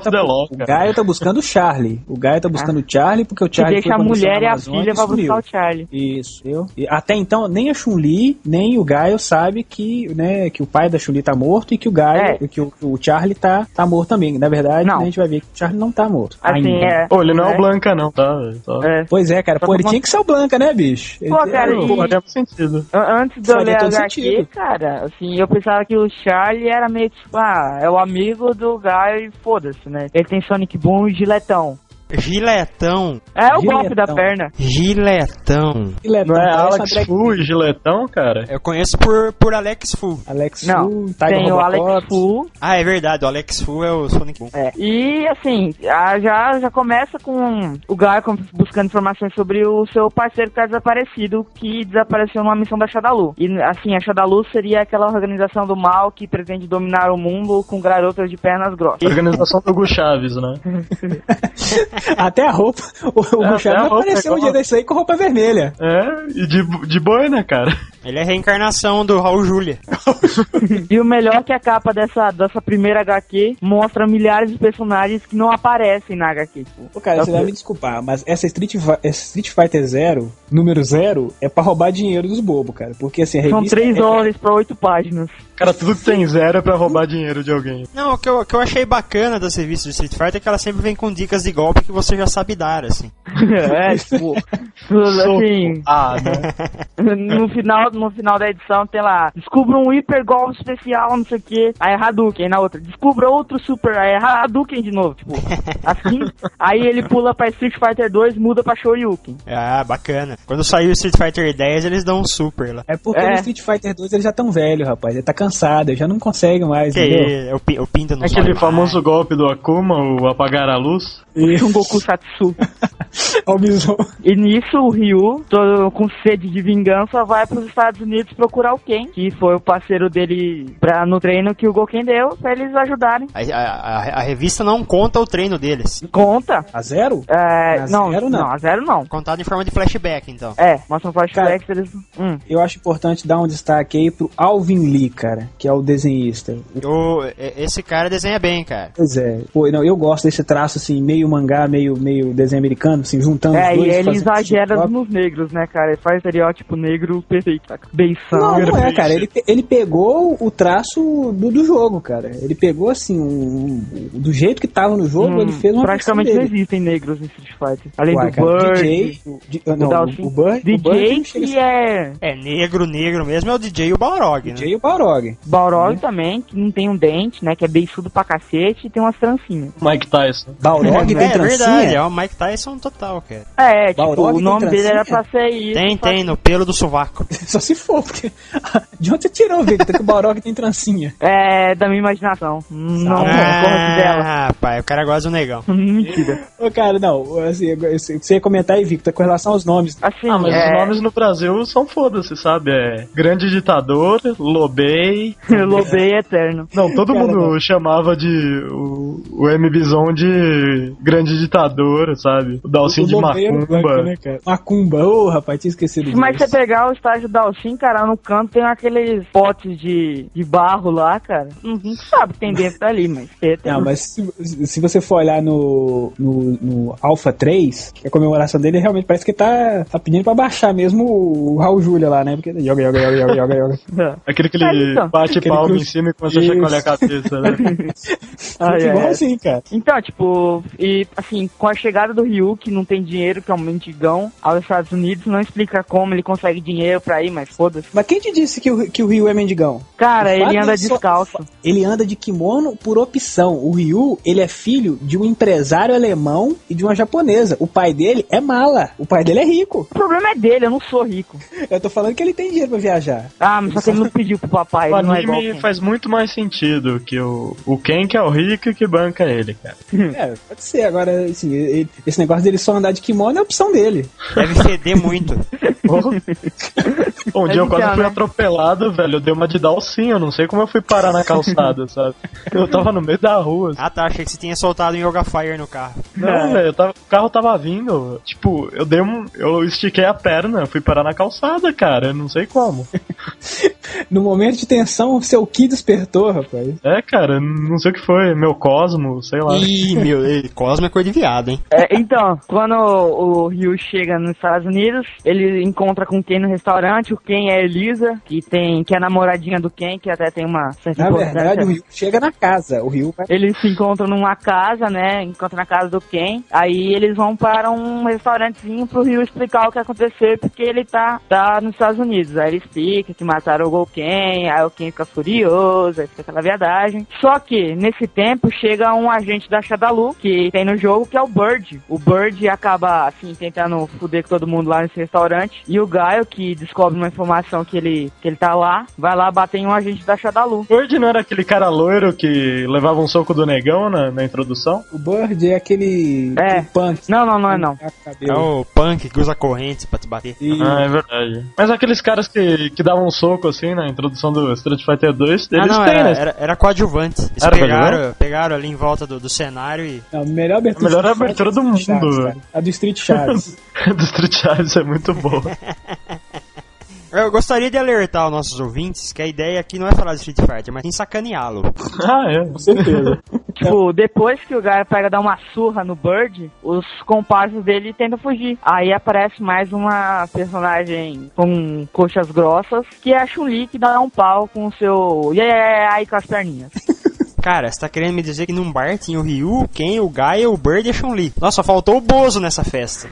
[SPEAKER 6] tá- O Gaio tá buscando o Charlie. O Gaio tá buscando o Charlie porque o
[SPEAKER 7] Que
[SPEAKER 6] Charlie
[SPEAKER 7] deixa a
[SPEAKER 6] foi quando
[SPEAKER 7] mulher
[SPEAKER 6] saiu
[SPEAKER 7] e
[SPEAKER 6] na
[SPEAKER 7] a
[SPEAKER 6] Amazônia
[SPEAKER 7] filha pra
[SPEAKER 6] sumiu.
[SPEAKER 7] buscar o Charlie.
[SPEAKER 6] Isso, eu. E até então, nem a Chun-Li, nem o Gaio sabe que, né, que o pai da Chun-Li tá morto e que o Gaio,
[SPEAKER 7] É.
[SPEAKER 6] que o, o Charlie tá, tá morto também. Na verdade, né, a gente vai ver que o Charlie não tá morto.
[SPEAKER 2] Assim,
[SPEAKER 6] ainda.
[SPEAKER 2] é. Pô, ele não é o Blanca, não, tá?
[SPEAKER 6] Pois é, cara. Pô, ele tinha que ser o Blanca, né, bicho?
[SPEAKER 7] Pô, cara,
[SPEAKER 6] Ele-
[SPEAKER 7] e-
[SPEAKER 6] Pô, até-
[SPEAKER 2] sentido.
[SPEAKER 7] An- Antes de eu
[SPEAKER 6] Faria
[SPEAKER 7] ler a
[SPEAKER 6] todo
[SPEAKER 7] HQ,
[SPEAKER 6] sentido.
[SPEAKER 7] cara, assim, eu pensava que o Charlie era meio tipo, ah, é o amigo do Guy e foda-se, né? Ele tem Sonic Boom e Giletão.
[SPEAKER 1] Giletão?
[SPEAKER 7] É o golpe da perna.
[SPEAKER 1] Giletão.
[SPEAKER 6] Giletão,
[SPEAKER 2] não é
[SPEAKER 7] parece
[SPEAKER 2] Alex Fu e Giletão, cara?
[SPEAKER 1] Eu conheço por, por Alex Fu.
[SPEAKER 6] Alex
[SPEAKER 7] Não, Fu, Tiger tem o Robocop. Alex Fu.
[SPEAKER 1] Ah, é verdade, o Alex Fu é o Sonic Boom.
[SPEAKER 7] É. E assim, a- já, já começa com o Guy com- buscando informações sobre o seu parceiro que tá desaparecido, que desapareceu numa missão da Shadalu. E assim, a Shadalu seria aquela organização do mal que pretende dominar o mundo com garotas de pernas grossas.
[SPEAKER 2] Organização do Hugo Chaves, né?
[SPEAKER 6] Até a roupa. O, o
[SPEAKER 2] É, até a
[SPEAKER 6] Gustavo
[SPEAKER 2] roupa
[SPEAKER 6] apareceu um
[SPEAKER 2] igual.
[SPEAKER 6] dia desse aí com roupa vermelha.
[SPEAKER 2] É, e de, de boina, cara.
[SPEAKER 1] Ele é a reencarnação do Raul Júlia.
[SPEAKER 7] E o melhor é que a capa dessa, dessa primeira HQ mostra milhares de personagens que não aparecem na HQ. Tipo.
[SPEAKER 6] Pô, cara, você vai me desculpar, mas essa Street, Fi- essa Street Fighter Zero, número zero, é pra roubar dinheiro dos bobos, cara. Porque assim, a
[SPEAKER 7] São
[SPEAKER 6] revista.
[SPEAKER 7] três
[SPEAKER 6] é-
[SPEAKER 7] horas pra oito páginas.
[SPEAKER 2] Cara, tudo que tem zero é pra roubar dinheiro de alguém.
[SPEAKER 1] Não, o que, eu, o que eu achei bacana das revistas do Street Fighter é que ela sempre vem com dicas de golpe que você já sabe dar, assim.
[SPEAKER 7] É, tipo, assim. No final, no final da edição tem lá, descubra um hiper golpe especial, não sei o que, aí é Hadouken, na outra, descubra outro super, aí é Hadouken de novo, tipo, assim, aí ele pula pra Street Fighter 2, muda pra Shoryuken.
[SPEAKER 1] Ah, bacana. Quando saiu o Street Fighter 10, eles dão um super lá.
[SPEAKER 6] É porque
[SPEAKER 1] É.
[SPEAKER 6] no Street Fighter 2 ele já tão velho, rapaz. Ele tá cansado, ele já não consegue mais,
[SPEAKER 1] Que
[SPEAKER 6] entendeu?
[SPEAKER 1] é, o, pi- o Pinta no
[SPEAKER 2] Aquele famoso golpe do Akuma, o apagar a luz.
[SPEAKER 7] Um Goku Satsu.
[SPEAKER 6] tá
[SPEAKER 7] E nisso o Ryu, todo com sede de vingança, vai pros Estados Unidos procurar o Ken, que foi o parceiro dele pra, no treino que o Goken deu, pra eles ajudarem.
[SPEAKER 1] A, a- a- a revista não conta o treino deles.
[SPEAKER 7] Conta?
[SPEAKER 6] A zero?
[SPEAKER 7] É,
[SPEAKER 1] A
[SPEAKER 7] não,
[SPEAKER 1] zero não.
[SPEAKER 7] não, a zero não.
[SPEAKER 1] Contado em forma de flashback, então.
[SPEAKER 7] É, mostra um flashback hum. deles.
[SPEAKER 6] Eu acho importante dar um destaque aí pro Alvin Lee, cara, que é o desenhista.
[SPEAKER 1] O- e- esse cara desenha bem, cara.
[SPEAKER 6] Pois é, pô, não, eu gosto desse traço assim, meio mangá, meio, meio desenho americano, assim, juntando os
[SPEAKER 7] É, e
[SPEAKER 6] dois.
[SPEAKER 7] ele
[SPEAKER 6] fazendo
[SPEAKER 7] exagera
[SPEAKER 6] shit-up.
[SPEAKER 7] nos negros, né, cara? Ele faz estereótipo negro perfeito, tá? Benção.
[SPEAKER 6] Não, não é, cara. Ele, pe- ele pegou o traço do, do jogo, cara. Ele pegou, assim, um- um- do jeito que tava no jogo,
[SPEAKER 7] Hum,
[SPEAKER 6] ele fez uma
[SPEAKER 7] praticamente
[SPEAKER 6] versão
[SPEAKER 7] não
[SPEAKER 6] dele.
[SPEAKER 7] existem negros em Street Fighter. Além
[SPEAKER 6] Uai,
[SPEAKER 7] do
[SPEAKER 6] cara,
[SPEAKER 7] Bird,
[SPEAKER 6] DJ, o, di- ah, não,
[SPEAKER 7] Dalsin.
[SPEAKER 6] o, o Bird, o Bird
[SPEAKER 7] DJ
[SPEAKER 6] não chega a
[SPEAKER 7] que
[SPEAKER 6] ser-
[SPEAKER 7] é.
[SPEAKER 1] É negro, negro mesmo, é o DJ e o Balrog, né?
[SPEAKER 6] DJ e o Balrog.
[SPEAKER 7] Balrog
[SPEAKER 6] Né?
[SPEAKER 7] também, que não tem um dente, né? Que é beiçudo pra cacete e tem umas trancinhas.
[SPEAKER 2] Mike Tyson.
[SPEAKER 1] é, é verdade, é o Mike Tyson total, cara.
[SPEAKER 7] É, tipo,
[SPEAKER 1] Balrog
[SPEAKER 7] o
[SPEAKER 1] tem
[SPEAKER 7] nome dele era
[SPEAKER 1] trancinha?
[SPEAKER 7] pra ser isso.
[SPEAKER 1] Tem,
[SPEAKER 7] só
[SPEAKER 1] tem, no pelo do sovaco.
[SPEAKER 6] Só se for, porque. De onde você tirou, Victor, que o Balrog tem trancinha?
[SPEAKER 7] É, da minha imaginação. Não,
[SPEAKER 1] ah,
[SPEAKER 2] é
[SPEAKER 7] concordo dela.
[SPEAKER 1] rapaz, o cara gosta do negão.
[SPEAKER 7] Mentira.
[SPEAKER 6] Ô, cara, não, assim, eu- eu sei- você ia comentar aí, Victor, com relação aos nomes.
[SPEAKER 7] Assim,
[SPEAKER 2] Ah, mas os nomes no Brasil são foda-se, sabe? É Grande Ditador, Lobei.
[SPEAKER 7] Lobei Eterno.
[SPEAKER 2] Não, todo
[SPEAKER 7] Cara,
[SPEAKER 2] mundo
[SPEAKER 7] não.
[SPEAKER 2] chamava de o, o M. Bison de Grande Ditador, sabe? O é um Dalcin assim, de
[SPEAKER 6] um
[SPEAKER 2] Macumba.
[SPEAKER 6] né, Macumba, ô, rapaz, tinha esquecido disso.
[SPEAKER 2] né?
[SPEAKER 7] Mas se você pegar o estágio da Alcim, cara, no canto tem aqueles potes de, de barro lá, cara.
[SPEAKER 2] Uhum.
[SPEAKER 7] Não sabe o que tem dentro dali, mas é. você tem.
[SPEAKER 6] Não, mas se, se você for olhar no, no, no Alpha 3, que é a comemoração dele realmente parece que tá, tá pedindo pra baixar mesmo o Raul Júlia lá, né? Porque joga, joga, joga, joga, joga, joga.
[SPEAKER 2] Aquele que
[SPEAKER 7] Mas
[SPEAKER 2] ele
[SPEAKER 7] Então.
[SPEAKER 2] bate
[SPEAKER 7] Aquele
[SPEAKER 2] palma
[SPEAKER 7] cruz-
[SPEAKER 2] em cima e começa a chacoalhar a cabeça, né?
[SPEAKER 7] Ai,
[SPEAKER 6] Fica
[SPEAKER 7] ai, ai.
[SPEAKER 6] igualzinho, é assim, cara.
[SPEAKER 7] Então, tipo, e assim, com a chegada do Ryu, que não tem dinheiro, que é um mendigão, aos Estados Unidos, não explica como ele consegue dinheiro pra ir, mas foda-se.
[SPEAKER 6] Mas quem te disse que o, que o Ryu é mendigão?
[SPEAKER 7] Cara,
[SPEAKER 6] O fato
[SPEAKER 7] ele anda
[SPEAKER 6] é só-
[SPEAKER 7] descalço.
[SPEAKER 6] Ele anda de kimono por opção. O Ryu, ele é filho de um empresário alemão e de uma japonesa. O pai dele é mala. O pai dele é rico.
[SPEAKER 7] O problema é dele, eu não sou rico.
[SPEAKER 6] Eu tô falando que ele tem dinheiro pra viajar.
[SPEAKER 7] Ah, mas só que ele não pediu pro papai,
[SPEAKER 2] O
[SPEAKER 7] ele não é igual.
[SPEAKER 2] anime faz muito mais sentido que o, o Ken, que é o rico e que banca ele, cara.
[SPEAKER 7] Hum.
[SPEAKER 6] É, pode ser. Agora, assim, ele- esse negócio dele só andar de kimono é opção dele.
[SPEAKER 1] Deve feder muito.
[SPEAKER 2] Um dia eu
[SPEAKER 6] Mas
[SPEAKER 2] quase
[SPEAKER 6] então,
[SPEAKER 2] fui
[SPEAKER 6] né?
[SPEAKER 2] atropelado, velho. Eu dei uma de dalsinha, eu não sei como eu fui parar na calçada, sabe? Eu tava no meio da rua. assim.
[SPEAKER 1] Ah tá, achei que você tinha soltado um Yoga Fire no carro.
[SPEAKER 2] Não, velho, eu tava- o carro tava vindo. Tipo, eu dei um. Eu estiquei a perna, eu fui parar na calçada, cara. Eu não sei como.
[SPEAKER 6] No momento de tensão, o seu Ki despertou, rapaz.
[SPEAKER 2] É, cara, eu não sei o que foi. Meu cosmo, sei lá.
[SPEAKER 1] Ih, meu, ei, Cosmo é cor de viado, hein?
[SPEAKER 7] É, então, quando o Ryu chega nos Estados Unidos, ele encontra com Ken no restaurante, o Ken é a Elisa, que tem que é a namoradinha do Ken, que até tem uma certa
[SPEAKER 6] Na
[SPEAKER 7] importância.
[SPEAKER 6] verdade, o Ryu chega na casa. O Ryu vai...
[SPEAKER 7] Eles se encontram numa casa, né? Encontram na casa do Ken. Aí eles vão para um restaurantezinho pro Ryu explicar o que aconteceu, porque ele tá, tá nos Estados Unidos. Aí ele explica que mataram o Gol Ken, aí o Ken fica furioso, aí fica aquela viadagem. Só que, nesse tempo, chega um agente da Shadalu, que tem no jogo, que é o Bird. O Bird acaba, assim, tentando fuder com todo mundo lá nesse restaurante. E o Gaio, que descobre uma informação que ele, que ele tá lá, vai lá bater em um agente da Shadalu.
[SPEAKER 2] Bird não era aquele cara loiro que levava um soco do negão na, na introdução?
[SPEAKER 6] O Bird é aquele... assim,
[SPEAKER 7] É.
[SPEAKER 6] aquele punk.
[SPEAKER 7] Não, não, não é não.
[SPEAKER 6] tá
[SPEAKER 1] É o punk que usa corrente pra te bater.
[SPEAKER 2] Ah, é verdade. Mas aqueles caras que, que davam um soco assim na introdução do Street Fighter 2,
[SPEAKER 1] Ah,
[SPEAKER 2] eles
[SPEAKER 1] não,
[SPEAKER 2] têm,
[SPEAKER 1] era,
[SPEAKER 2] né?
[SPEAKER 1] era, era coadjuvante. Eles
[SPEAKER 2] Era
[SPEAKER 1] pegaram,
[SPEAKER 2] coadjuvante?
[SPEAKER 1] pegaram ali em volta do, do cenário e.
[SPEAKER 6] É A melhor
[SPEAKER 2] A
[SPEAKER 6] abertura,
[SPEAKER 2] melhor
[SPEAKER 6] do Street
[SPEAKER 2] abertura do
[SPEAKER 6] Fighter é
[SPEAKER 2] mundo,
[SPEAKER 6] Street Chaves,
[SPEAKER 2] velho.
[SPEAKER 6] cara. A do Street Chaves.
[SPEAKER 2] do Street Chaves é muito boa.
[SPEAKER 1] Eu gostaria de alertar os nossos ouvintes que a ideia aqui não é falar de Street Fighter, mas sim sacaneá-lo.
[SPEAKER 2] ah, é. Com
[SPEAKER 6] certeza.
[SPEAKER 7] Tipo, depois que o Gaio pega dar uma surra no Bird, os comparsos dele tentam fugir. Aí aparece mais uma personagem com coxas grossas, que é a Chun-Li, que dá um pau com o seu... E aí, com as perninhas.
[SPEAKER 1] Cara, você tá querendo me dizer que num bar tinha o Ryu, o Ken, o Gaia, o Bird e a Chun-Li. Nossa, faltou o Bozo nessa festa.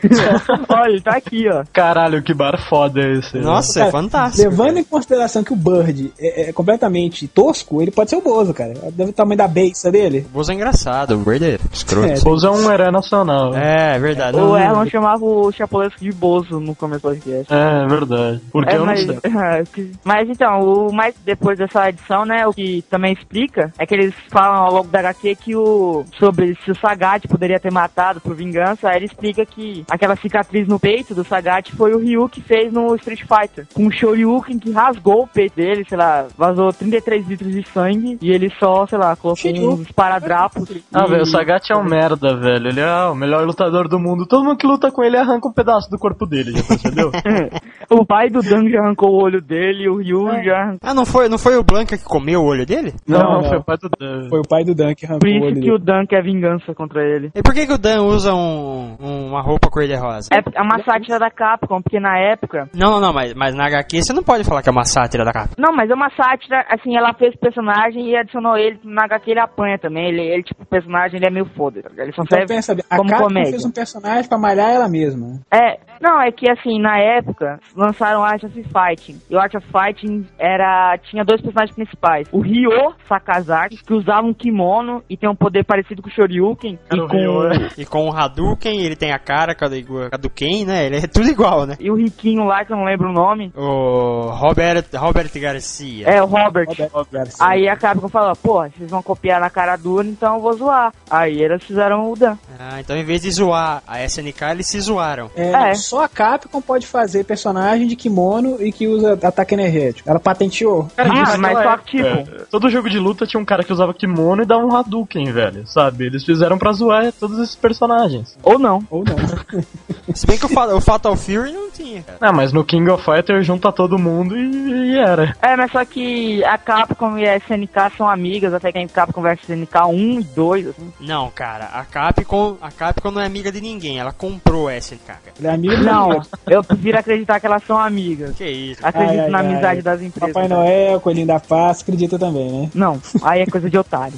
[SPEAKER 7] Olha, ele tá aqui, ó.
[SPEAKER 2] Caralho, que bar foda é esse. né?
[SPEAKER 1] Nossa, é
[SPEAKER 6] Cara,
[SPEAKER 1] fantástico.
[SPEAKER 6] Levando em consideração que o Bird é, é completamente tosco, ele pode ser o Bozo, cara. Deve o tamanho da beça dele.
[SPEAKER 1] O Bozo é engraçado, o Bird é escroto.
[SPEAKER 6] É,
[SPEAKER 2] Pouso é um herói nacional. É.
[SPEAKER 1] É, verdade.
[SPEAKER 7] O
[SPEAKER 1] Não,
[SPEAKER 7] Erlon chamava o Chapolesco de Bozo no começo do podcast.
[SPEAKER 2] é verdade. Porque
[SPEAKER 7] É,
[SPEAKER 2] eu não
[SPEAKER 7] mas,
[SPEAKER 2] sei.
[SPEAKER 7] é, que- mas então, o mais depois dessa edição, né, o que também explica é que eles falam ao longo da HQ que o sobre se o Sagat poderia ter matado por vingança, aí ele explica que aquela cicatriz no peito do Sagat foi o Ryu que fez no Street Fighter, com o Shoryuken que rasgou o peito dele, sei lá, vazou 33 litros de sangue e ele só, sei lá, colocou
[SPEAKER 6] Shiryu.
[SPEAKER 7] uns paradrapos.
[SPEAKER 2] Ah,
[SPEAKER 7] e-
[SPEAKER 2] velho, o Sagat é um merda, velho. Ele é o melhor lutador do mundo. Todo mundo que luta com ele arranca um pedaço do corpo dele, já percebeu?
[SPEAKER 7] o pai do Dan já arrancou o olho dele, o Ryu já arrancou.
[SPEAKER 1] Ah, não foi, não foi o Blanca que comeu o olho dele?
[SPEAKER 2] não,
[SPEAKER 6] Não,
[SPEAKER 2] foi
[SPEAKER 6] não.
[SPEAKER 2] o pai do Dan.
[SPEAKER 6] Foi o pai do Dan que
[SPEAKER 7] Por
[SPEAKER 6] arrancou o
[SPEAKER 7] isso
[SPEAKER 6] olho
[SPEAKER 7] que o
[SPEAKER 6] dele.
[SPEAKER 7] Dan quer vingança contra ele.
[SPEAKER 1] E por que, que o Dan usa um- um- uma roupa cor-de-rosa?
[SPEAKER 7] É uma sátira da Capcom, porque na época.
[SPEAKER 1] Não, não, não, mas, mas na HQ você não pode falar que é uma sátira da capa.
[SPEAKER 7] Não, mas é uma sátira, assim, ela fez o personagem e adicionou ele na HQ, ele apanha também. Ele, ele tipo, o personagem, ele é meio foda. tá ligado? Ele só
[SPEAKER 6] Então
[SPEAKER 7] serve
[SPEAKER 6] pensa bem, a
[SPEAKER 7] como
[SPEAKER 6] Capcom
[SPEAKER 7] comédia.
[SPEAKER 6] fez um personagem pra malhar ela mesma. né?
[SPEAKER 7] É, não, é que assim, na época, lançaram Art of Fighting. E o Art of Fighting era, tinha dois personagens principais. O Ryo Sakazaki, que usava um kimono e tem um poder parecido com o Shoryuken.
[SPEAKER 2] Era
[SPEAKER 7] e
[SPEAKER 2] o
[SPEAKER 7] com...
[SPEAKER 2] Ryo, é.
[SPEAKER 1] E com o Hadouken, ele tem a cara com a do, com a do Ken, né? Ele é tudo igual, né?
[SPEAKER 7] E o Riquinho lá, que eu não lembro o nome.
[SPEAKER 1] O Robert, Robert Garcia.
[SPEAKER 7] É, o Robert.
[SPEAKER 6] Garcia.
[SPEAKER 7] Aí é. a Capcom falou, porra, vocês vão copiar na cara dura, então eu vou zoar. Aí eles fizeram o Dan.
[SPEAKER 1] Ah, então em vez de zoar a SNK, eles se zoaram.
[SPEAKER 6] É,
[SPEAKER 7] É.
[SPEAKER 6] Só a Capcom pode fazer personagem de kimono e que usa ataque energético. Ela patenteou.
[SPEAKER 2] Cara,
[SPEAKER 7] Ah,
[SPEAKER 2] disso
[SPEAKER 7] mas
[SPEAKER 2] naquela
[SPEAKER 7] só que,
[SPEAKER 2] época, Todo jogo de luta tinha um cara que usava kimono e dava um Hadouken, velho. Sabe? Eles fizeram pra zoar todos esses personagens.
[SPEAKER 7] Ou não.
[SPEAKER 6] Ou não.
[SPEAKER 1] Se bem que o, Fa- o Fatal Fury não tinha.
[SPEAKER 7] É.
[SPEAKER 2] Ah, mas no King of Fighter junta todo mundo e, e era.
[SPEAKER 7] É, mas só que a Capcom e a SNK são amigas, até que a Capcom versus SNK 1 e 2, assim.
[SPEAKER 1] Não, cara, a Capcom, a Capcom não é amiga de ninguém, ela comprou a SNK. cara.
[SPEAKER 6] Ele é amigo
[SPEAKER 7] Não, eu prefiro acreditar que elas são amigas.
[SPEAKER 1] Que isso?
[SPEAKER 7] Acredito
[SPEAKER 6] Ai, ai,
[SPEAKER 7] na
[SPEAKER 6] ai.
[SPEAKER 7] amizade das empresas. né?
[SPEAKER 6] Papai Noel, Coelhinho da Paz, acredita também, né?
[SPEAKER 7] Não, aí é coisa de otário.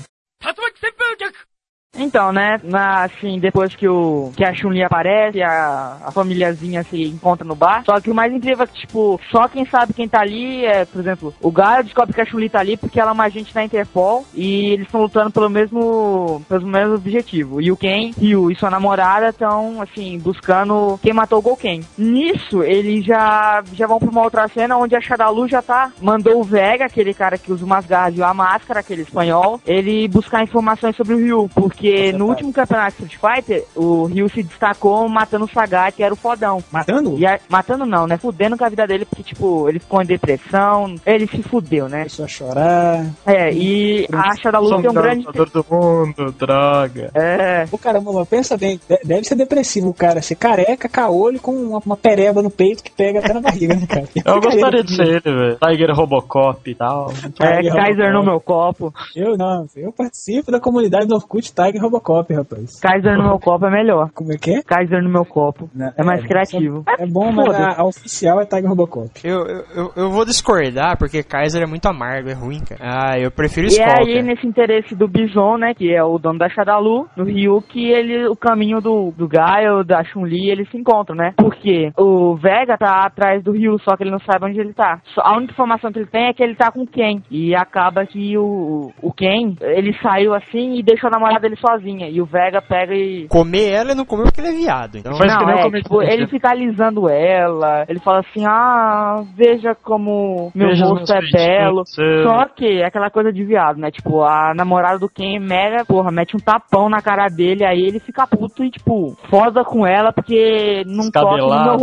[SPEAKER 7] Então, né, na- assim, depois que o que a Chun-Li aparece, a, a famíliazinha se encontra no bar. Só que o mais incrível é que, tipo, só quem sabe quem tá ali é, por exemplo, o Gaio descobre que a Chun-Li tá ali porque ela é uma agente da Interpol e eles estão lutando pelo mesmo, pelo mesmo objetivo. E o Ken e, o, e sua namorada estão, assim, buscando quem matou o Golken. Nisso, eles já, já vão pra uma outra cena onde a Shadalu já tá, mandou o Vega, aquele cara que usa umas garras e a máscara, aquele espanhol, ele buscar informações sobre o Ryu, porque no último campeonato Street Fighter, o Ryu se destacou matando o Sagat, que era o fodão.
[SPEAKER 6] Matando?
[SPEAKER 7] E a- matando não, né? Fudendo com a vida dele, porque, tipo, ele ficou em depressão, ele se fudeu, né?
[SPEAKER 6] Começou a chorar.
[SPEAKER 7] É, e a Shadalu
[SPEAKER 2] Sou
[SPEAKER 7] tem um
[SPEAKER 2] melhor
[SPEAKER 7] grande...
[SPEAKER 2] lutador do mundo, droga.
[SPEAKER 7] É,
[SPEAKER 6] Ô, caramba, mano, pensa bem, de- deve ser depressivo o cara, ser careca, caolho, com uma, uma pereba no peito que pega até na barriga, né, cara?
[SPEAKER 2] Eu gostaria de ser ele, velho. Tiger Robocop e tal.
[SPEAKER 7] é,
[SPEAKER 6] Tiger
[SPEAKER 7] Kaiser no
[SPEAKER 6] Robocop.
[SPEAKER 7] meu copo.
[SPEAKER 6] Eu não, eu participo da comunidade do Orkut Tiger Robocop, rapaz.
[SPEAKER 7] Kaiser no meu copo é melhor.
[SPEAKER 6] Como é que é?
[SPEAKER 7] Kaiser no meu copo.
[SPEAKER 6] Na-
[SPEAKER 7] É mais
[SPEAKER 6] é,
[SPEAKER 7] criativo.
[SPEAKER 6] É bom, mas
[SPEAKER 7] Foda-se.
[SPEAKER 6] a, a oficial é Tiger Robocop.
[SPEAKER 1] Eu, eu, eu- eu vou discordar, porque Kaiser é muito amargo, é ruim, cara. Ah, eu prefiro
[SPEAKER 7] E é
[SPEAKER 1] Skull,
[SPEAKER 7] aí,
[SPEAKER 1] cara.
[SPEAKER 7] nesse interesse do Bison, né, que é o dono da Shadalu, no Ryu, que ele, o caminho do, do Gaio, da Chun-Li, eles se encontram, né? Porque o Vega tá atrás do Ryu, só que ele não sabe onde ele tá. Só- A única informação que ele tem é que ele tá com o Ken. E acaba que o, o Ken, ele saiu assim e deixou a namorada dele sozinha. E o Vega pega e...
[SPEAKER 1] Comer ela e não comer porque ele é viado. Então,
[SPEAKER 2] Faz- Mas que
[SPEAKER 7] não,
[SPEAKER 2] nem o
[SPEAKER 7] é,
[SPEAKER 2] comerciante.
[SPEAKER 7] tipo, ele fica alisando ela, ele fala assim, ah, veja como meu
[SPEAKER 2] Veja os meus
[SPEAKER 7] rosto é
[SPEAKER 2] peitinhos,
[SPEAKER 7] belo,
[SPEAKER 2] você-
[SPEAKER 7] só que é aquela coisa de viado, né? Tipo, a namorada do Ken mega, porra, mete um tapão na cara dele, aí ele fica puto e, tipo, foda com ela porque não toca no meu
[SPEAKER 2] Descabelada.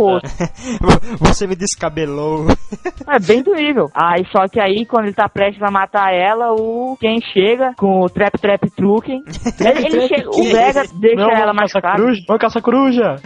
[SPEAKER 7] rosto.
[SPEAKER 1] você me descabelou.
[SPEAKER 7] É bem doível. Aí, só que aí, quando ele tá prestes a matar ela, o Ken chega com o Trap Trap Trucken. Ele, ele chega, o Vega deixa
[SPEAKER 2] Não,
[SPEAKER 7] ela
[SPEAKER 2] vamos caçar
[SPEAKER 7] machucada.
[SPEAKER 2] coruja. Vamos caçar coruja.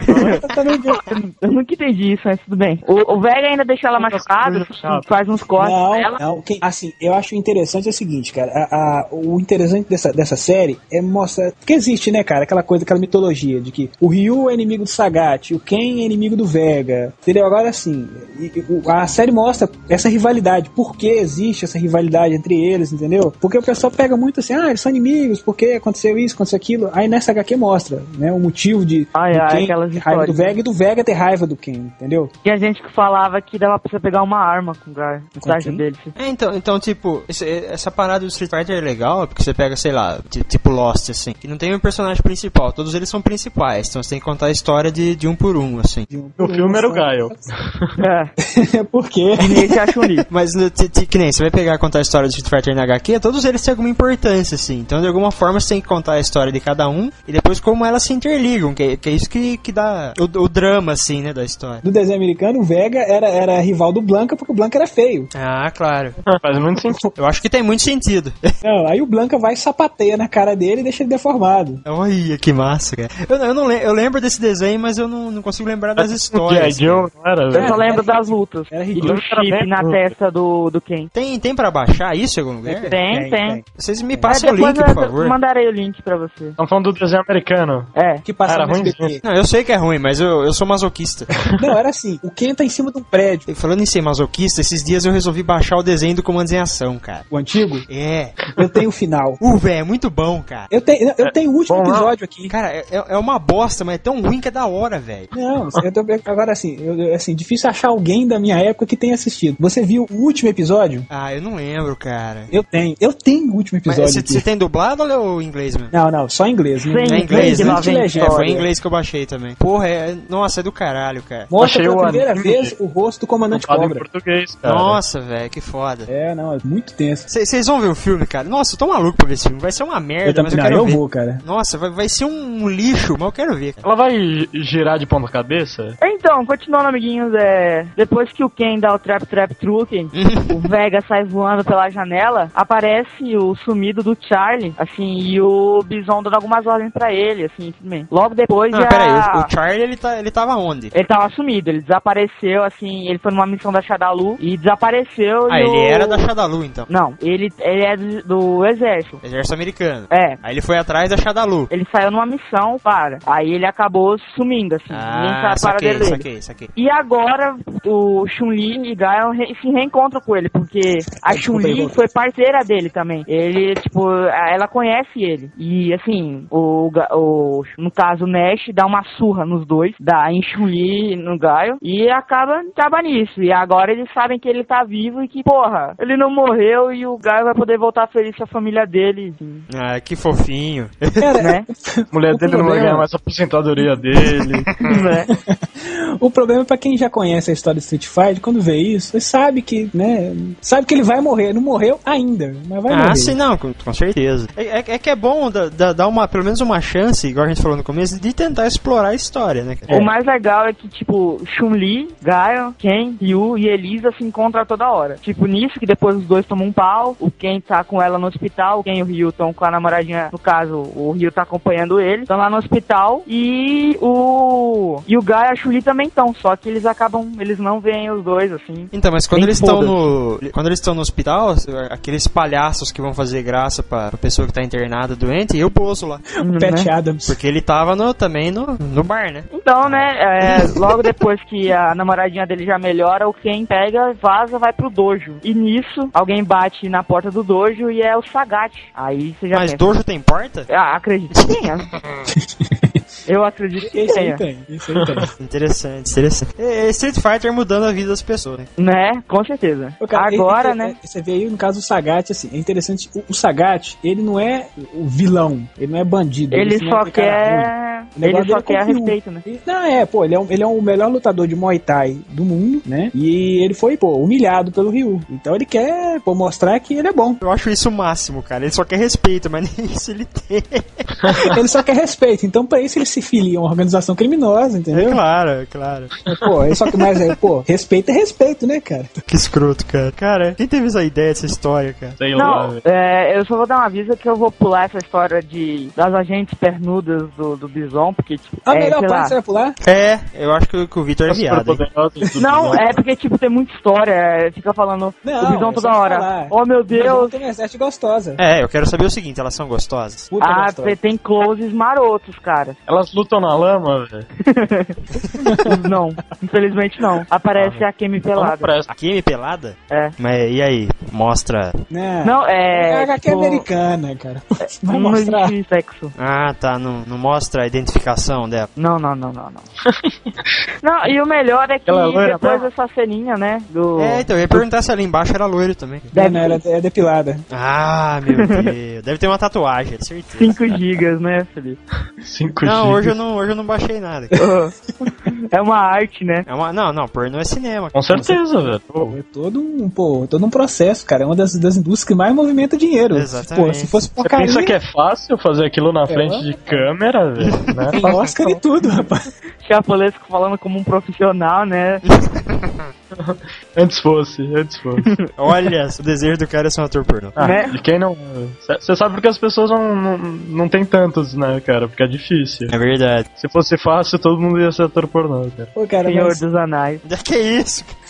[SPEAKER 7] Eu nunca entendi isso, mas tudo bem. O, o Vega ainda deixa ela
[SPEAKER 2] Nossa,
[SPEAKER 7] machucada,
[SPEAKER 2] coisa chata.
[SPEAKER 7] faz uns cortes
[SPEAKER 6] Não,
[SPEAKER 7] nela.
[SPEAKER 6] não, quem- assim, eu acho interessante é o seguinte, cara, a- a- o interessante dessa, dessa série é mostrar, porque existe, né, cara, aquela coisa, aquela mitologia de que o Ryu é inimigo do Sagat, o Ken é inimigo do Vega, entendeu? Agora, assim, e- e o- a série mostra essa rivalidade, por que existe essa rivalidade entre eles, entendeu? Porque o pessoal pega muito assim, ah, eles são inimigos, porque aconteceu isso, aconteceu aquilo, aí nessa HQ mostra, né, o motivo de
[SPEAKER 7] Ai,
[SPEAKER 6] do
[SPEAKER 7] ai,
[SPEAKER 6] Ken
[SPEAKER 7] aquelas
[SPEAKER 6] ter raiva do
[SPEAKER 7] histórias. né?
[SPEAKER 6] Vega e do Vega ter raiva do Ken, entendeu?
[SPEAKER 7] Tinha gente que falava que dava pra você pegar uma arma com o cara, no estágio
[SPEAKER 6] quem?
[SPEAKER 7] dele.
[SPEAKER 1] É, então, então tipo, esse- essa parada do Street Fighter é legal, porque você pega, sei lá, ti- tipo Lost, assim, que não tem um personagem principal, todos eles são principais, então você tem que contar a história de, de um por um, assim.
[SPEAKER 2] O filme era o Gaio.
[SPEAKER 7] É.
[SPEAKER 6] Por quê?
[SPEAKER 7] E nesse é a Chun-Li.
[SPEAKER 1] Mas no- ti- ti- que nem, você vai pegar e contar a história do Street Fighter na HQ, todos eles têm alguma importância, assim. Então, de alguma forma, você tem que contar a história de cada um e depois como elas se interligam, que, é- que é isso que, que dá o, o drama, assim, né, da história.
[SPEAKER 6] do desenho americano, o Vega era, era rival do Blanca, porque o Blanca era feio.
[SPEAKER 1] Ah, claro.
[SPEAKER 2] Faz muito sentido.
[SPEAKER 1] Eu acho que tem muito sentido.
[SPEAKER 6] Não, aí o Blanca vai e sapateia na cara dele e deixa ele deformado.
[SPEAKER 1] Olha, que massa, cara. Eu, não- eu não le- eu lembro desse desenho, mas eu não, não consigo lembrar das
[SPEAKER 2] G.I.
[SPEAKER 1] histórias.
[SPEAKER 2] Joe, não era,
[SPEAKER 7] Eu só
[SPEAKER 2] velho?
[SPEAKER 7] lembro das lutas.
[SPEAKER 6] Era
[SPEAKER 7] E
[SPEAKER 6] ridículo.
[SPEAKER 7] do chip na testa do, do Ken.
[SPEAKER 1] Tem, tem pra baixar isso em algum lugar?
[SPEAKER 7] Tem, É, tem.
[SPEAKER 1] Vocês me
[SPEAKER 7] Mas
[SPEAKER 1] passam o link, por favor.
[SPEAKER 7] mandarei o link pra você.
[SPEAKER 2] Estão falando do desenho americano.
[SPEAKER 7] É.
[SPEAKER 6] Que passava
[SPEAKER 2] Era
[SPEAKER 6] no
[SPEAKER 2] ruim
[SPEAKER 6] SBT.
[SPEAKER 1] Não, eu sei que é ruim, mas eu, eu sou masoquista.
[SPEAKER 6] Não, era assim, o Ken tá em cima de um prédio.
[SPEAKER 1] E Falando em ser masoquista, esses dias eu resolvi baixar o desenho do Comandos em Ação, cara.
[SPEAKER 6] O antigo,
[SPEAKER 1] É.
[SPEAKER 6] eu tenho o final.
[SPEAKER 1] Uh, velho, é muito bom, cara.
[SPEAKER 6] Eu tenho, eu tenho o último
[SPEAKER 2] É, Bom,
[SPEAKER 6] episódio aqui.
[SPEAKER 1] Cara, é, é uma bosta, mas é tão ruim que é da hora, velho.
[SPEAKER 6] Não, eu tô, agora assim, eu- eu- assim, difícil achar alguém da minha época que tenha assistido. Você viu o último episódio?
[SPEAKER 1] Ah, eu não lembro, cara.
[SPEAKER 6] Eu tenho, eu tenho o último
[SPEAKER 1] Mas
[SPEAKER 6] episódio
[SPEAKER 1] você
[SPEAKER 6] aqui.
[SPEAKER 1] você tem dublado ou em inglês mesmo?
[SPEAKER 6] Não, não, só em inglês. né?
[SPEAKER 7] Sim,
[SPEAKER 1] É em inglês,
[SPEAKER 7] que
[SPEAKER 1] né?
[SPEAKER 7] lá
[SPEAKER 6] existe
[SPEAKER 7] vem
[SPEAKER 6] legenda.
[SPEAKER 1] É, foi em
[SPEAKER 7] história.
[SPEAKER 1] inglês que eu baixei também. Porra, é... Nossa, é do caralho, cara.
[SPEAKER 6] Mostra
[SPEAKER 2] Achei
[SPEAKER 6] pela
[SPEAKER 2] o
[SPEAKER 6] primeira
[SPEAKER 2] anime.
[SPEAKER 6] vez o rosto do comandante
[SPEAKER 2] Fala em
[SPEAKER 6] Cobra.
[SPEAKER 2] português, cara.
[SPEAKER 1] é Nossa, velho, que foda.
[SPEAKER 6] É, não, é muito tenso.
[SPEAKER 1] Vocês vão ver o filme, cara? Nossa, eu tô maluco pra ver esse filme. Vai ser uma merda,
[SPEAKER 6] Eu também,
[SPEAKER 1] É, mas eu
[SPEAKER 6] não,
[SPEAKER 1] quero
[SPEAKER 6] eu
[SPEAKER 1] ver.
[SPEAKER 6] vou, cara.
[SPEAKER 1] Nossa, vai, vai ser um lixo, mas eu quero ver, cara.
[SPEAKER 2] Ela vai girar de ponta cabeça?
[SPEAKER 7] Então, continuando, amiguinhos, é... depois que o Ken dá o trap trap truque, o Vega sai voando pela janela, aparece o sumido do Charlie, assim, e o Bison dando algumas ordens pra ele, assim, tudo bem. Logo depois
[SPEAKER 1] Não,
[SPEAKER 7] já...
[SPEAKER 1] peraí, o, o Charlie ele, tá, ele tava onde?
[SPEAKER 7] é. Ele tava sumido, ele desapareceu, assim, ele foi numa missão da Shadalu e desapareceu
[SPEAKER 1] Ah,
[SPEAKER 7] e
[SPEAKER 1] ele
[SPEAKER 7] o-
[SPEAKER 1] era da Shadalu então.
[SPEAKER 7] Não, ele, ele é do, do exército.
[SPEAKER 1] Exército americano.
[SPEAKER 7] É.
[SPEAKER 1] Aí ele foi atrás da Shadalu.
[SPEAKER 7] Ele saiu numa missão, para. Aí ele acabou sumindo, assim. ninguém
[SPEAKER 1] Ah,
[SPEAKER 7] sabe a parada
[SPEAKER 1] saquei,
[SPEAKER 7] dele.
[SPEAKER 1] saquei, saquei.
[SPEAKER 7] E agora o Chun-Li e Gaio re- se reencontram com ele, porque a Chun-Li foi parceira dele também. Ele, tipo, a- ela conhece ele. E assim, o, Ga- o no caso, o Nash dá uma surra nos dois, dá em Chun-Li e no Gaio, e acaba, acaba nisso. E agora eles sabem que ele tá vivo e que, porra, ele não morreu e o Gaio vai poder voltar feliz com a família dele. assim,
[SPEAKER 1] Ah, que fofinho.
[SPEAKER 6] É,
[SPEAKER 7] né?
[SPEAKER 2] mulher dele não vai
[SPEAKER 6] problema-
[SPEAKER 2] ganhar mais a aposentadoria dele.
[SPEAKER 6] O problema é pra quem já conhece a história de Street Fighter, quando vê isso, ele sabe que, né, sabe que ele vai morrer, não morreu ainda, mas vai
[SPEAKER 1] ah,
[SPEAKER 6] morrer.
[SPEAKER 1] sim, não, com, com certeza. É, é- é que é bom da- da- dar uma, pelo menos uma chance, igual a gente falou no começo, de tentar explorar a história, né? cara?
[SPEAKER 7] O mais legal é que, tipo, Chun-Li, Gaio, Ken, Ryu e Elisa se encontram toda hora. Tipo, nisso que depois os dois tomam um pau, o Ken tá com ela no hospital, o Ken e o Ryu estão com a namoradinha, no caso, o Ryu tá acompanhando ele, estão lá no hospital e o e o Gaio e a Chun-Li também estão, só que eles acabam, eles não veem os dois, assim.
[SPEAKER 1] Então, mas quando
[SPEAKER 7] Nem
[SPEAKER 1] eles estão
[SPEAKER 7] foda-se.
[SPEAKER 1] no. Quando eles estão no hospital, aqueles palhaços que vão fazer graça pra, pra pessoa que tá internada, doente, e o Bozo lá.
[SPEAKER 10] né?
[SPEAKER 6] O Pat Adams.
[SPEAKER 1] Porque ele tava no, também no, no bar, né?
[SPEAKER 7] Então, né, é, logo depois que a namoradinha dele já melhora, o Ken pega, vaza, vai pro dojo. E nisso, alguém bate na porta do dojo e é o Sagat. Aí você já
[SPEAKER 1] Mas
[SPEAKER 7] pensa.
[SPEAKER 1] dojo tem porta?
[SPEAKER 7] Ah, acredito que tenha. Eu acredito que
[SPEAKER 6] Isso aí
[SPEAKER 7] tenha.
[SPEAKER 6] tem, isso aí tem.
[SPEAKER 1] Interessante, interessante. É, é Street Fighter mudando a vida das pessoas, né?
[SPEAKER 7] Né, com certeza.
[SPEAKER 6] Ô, cara,
[SPEAKER 7] Agora,
[SPEAKER 6] ele-
[SPEAKER 7] né?
[SPEAKER 6] é, Você vê aí, no caso, o Sagat, assim, é interessante. O, o Sagat, ele não é o vilão, ele não é bandido.
[SPEAKER 7] Ele
[SPEAKER 6] assim,
[SPEAKER 7] só
[SPEAKER 6] é um cara ruim.
[SPEAKER 7] quer.
[SPEAKER 6] O negócio
[SPEAKER 7] Ele só
[SPEAKER 6] dele é
[SPEAKER 7] quer
[SPEAKER 6] conteúdo.
[SPEAKER 7] respeito, né?
[SPEAKER 6] E- Não, é, pô, ele é, um- ele é o melhor lutador de Muay Thai do mundo, né? E ele foi, pô, humilhado pelo Ryu. Então ele quer, pô, mostrar que ele é bom.
[SPEAKER 1] Eu acho isso o máximo, cara. Ele só quer respeito, mas nem isso ele tem.
[SPEAKER 6] ele só quer respeito. Então, pra isso, ele se filia a uma organização criminosa,
[SPEAKER 1] É
[SPEAKER 6] entendeu?
[SPEAKER 1] claro, é claro.
[SPEAKER 6] Pô, ele só que mais aí, pô, respeito é respeito, né, cara?
[SPEAKER 1] Que escroto, cara. Cara, quem teve essa ideia dessa história, cara?
[SPEAKER 2] Sei lá,
[SPEAKER 7] Não,
[SPEAKER 2] velho.
[SPEAKER 7] é, eu só vou dar um aviso que eu vou pular essa história de das agentes pernudas do, do Bison, porque, tipo,
[SPEAKER 6] A
[SPEAKER 7] é,
[SPEAKER 6] melhor
[SPEAKER 7] sei
[SPEAKER 6] parte
[SPEAKER 7] lá,
[SPEAKER 6] você vai pular?
[SPEAKER 1] É, eu acho que, o- que o Victor é viado. hein?
[SPEAKER 2] Superpoderosos do
[SPEAKER 7] Não,
[SPEAKER 2] Bison.
[SPEAKER 7] é porque, tipo, tem muita história. é, Fica falando
[SPEAKER 6] Não,
[SPEAKER 7] o Bison
[SPEAKER 6] é
[SPEAKER 7] toda
[SPEAKER 6] só
[SPEAKER 7] hora.
[SPEAKER 6] falar.
[SPEAKER 7] Oh, meu
[SPEAKER 6] Mas não
[SPEAKER 7] Deus.
[SPEAKER 6] Tem um exército gostosa.
[SPEAKER 1] É, eu quero saber o seguinte, elas são gostosas?
[SPEAKER 6] Puta
[SPEAKER 7] Ah,
[SPEAKER 6] gostosa.
[SPEAKER 7] tem closes marotos, cara.
[SPEAKER 2] Elas lutam na lama, velho.
[SPEAKER 7] Não, infelizmente não. Aparece a
[SPEAKER 2] Ah,
[SPEAKER 7] Kemi
[SPEAKER 2] então Não
[SPEAKER 10] É.
[SPEAKER 7] pelada.
[SPEAKER 2] presta.
[SPEAKER 1] A Kimi pelada?
[SPEAKER 7] É.
[SPEAKER 1] Mas e aí? Mostra.
[SPEAKER 6] Né?
[SPEAKER 7] Não,
[SPEAKER 6] É,
[SPEAKER 7] é.
[SPEAKER 6] HQ
[SPEAKER 7] tipo, É,
[SPEAKER 6] americana, cara. Vai
[SPEAKER 7] não
[SPEAKER 6] mostrar.
[SPEAKER 7] existe sexo.
[SPEAKER 1] Ah, tá, não, não mostra a identificação dela.
[SPEAKER 7] Não, não, não, não, não. não, e o melhor é que
[SPEAKER 2] Ela é loira,
[SPEAKER 7] depois
[SPEAKER 2] né?
[SPEAKER 7] dessa ceninha, né? Do.
[SPEAKER 1] É, então, eu ia perguntar se ali embaixo era loiro também.
[SPEAKER 6] Não, não, ela é depilada.
[SPEAKER 1] Ah, meu Deus. Deve ter uma tatuagem, de certeza.
[SPEAKER 7] 5 gigas, né, Felipe?
[SPEAKER 2] 5
[SPEAKER 1] Não, hoje eu não, hoje eu não baixei nada. cara.
[SPEAKER 7] é uma arte, né?
[SPEAKER 1] É uma, não, não, pornô é cinema.
[SPEAKER 2] Com
[SPEAKER 1] cara.
[SPEAKER 2] certeza, velho. Pô,
[SPEAKER 6] É todo um, pô, todo um processo, cara. É uma das, das indústrias que mais movimenta dinheiro.
[SPEAKER 1] Exatamente.
[SPEAKER 6] Pô, se fosse
[SPEAKER 2] Você
[SPEAKER 6] porcaria,
[SPEAKER 2] pensa que é fácil fazer aquilo na frente
[SPEAKER 6] ó.
[SPEAKER 2] de câmera, velho? Não é
[SPEAKER 6] tem
[SPEAKER 2] fácil,
[SPEAKER 6] um Oscar
[SPEAKER 2] não.
[SPEAKER 6] e tudo, rapaz.
[SPEAKER 7] Chapolesco falando como um profissional, né?
[SPEAKER 2] Antes fosse, antes fosse.
[SPEAKER 1] Olha, o desejo do cara é ser um ator pornô.
[SPEAKER 2] Ah,
[SPEAKER 7] Né?
[SPEAKER 2] E quem não. Você sabe porque as pessoas não, não, não tem tantos, né, cara? Porque é difícil.
[SPEAKER 1] É verdade.
[SPEAKER 2] Se fosse fácil, todo mundo ia ser ator pornô, cara.
[SPEAKER 6] Pô, cara,
[SPEAKER 7] Senhor
[SPEAKER 6] mas,
[SPEAKER 7] dos Anais.
[SPEAKER 1] Que isso? cara?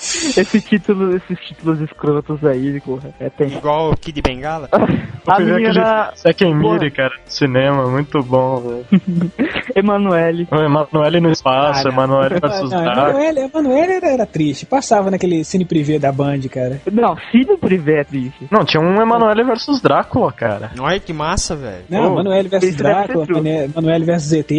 [SPEAKER 7] Esse título, esses títulos escrotos aí, porra. É tem.
[SPEAKER 1] Igual o Kid Bengala?
[SPEAKER 2] Ah.
[SPEAKER 7] A
[SPEAKER 2] Eu vi
[SPEAKER 7] menina
[SPEAKER 2] Second
[SPEAKER 7] Boa.
[SPEAKER 2] Mire, cara, no cinema, muito bom, velho.
[SPEAKER 7] Emanuele.
[SPEAKER 2] O Emanuele no espaço, Emanuele
[SPEAKER 6] ah,
[SPEAKER 2] versus
[SPEAKER 6] não,
[SPEAKER 2] Dark.
[SPEAKER 6] Emanuele, Emanuele era, era triste. Passava naquele cine privê da Band, cara.
[SPEAKER 7] Não, filho privé é triste.
[SPEAKER 2] Não, tinha um Emanuele versus Drácula, cara.
[SPEAKER 1] Olha que massa, velho.
[SPEAKER 6] Não, Emanuele versus
[SPEAKER 7] isso deve
[SPEAKER 6] Drácula,
[SPEAKER 7] ser true.
[SPEAKER 6] Emane- Emanuele versus ZT.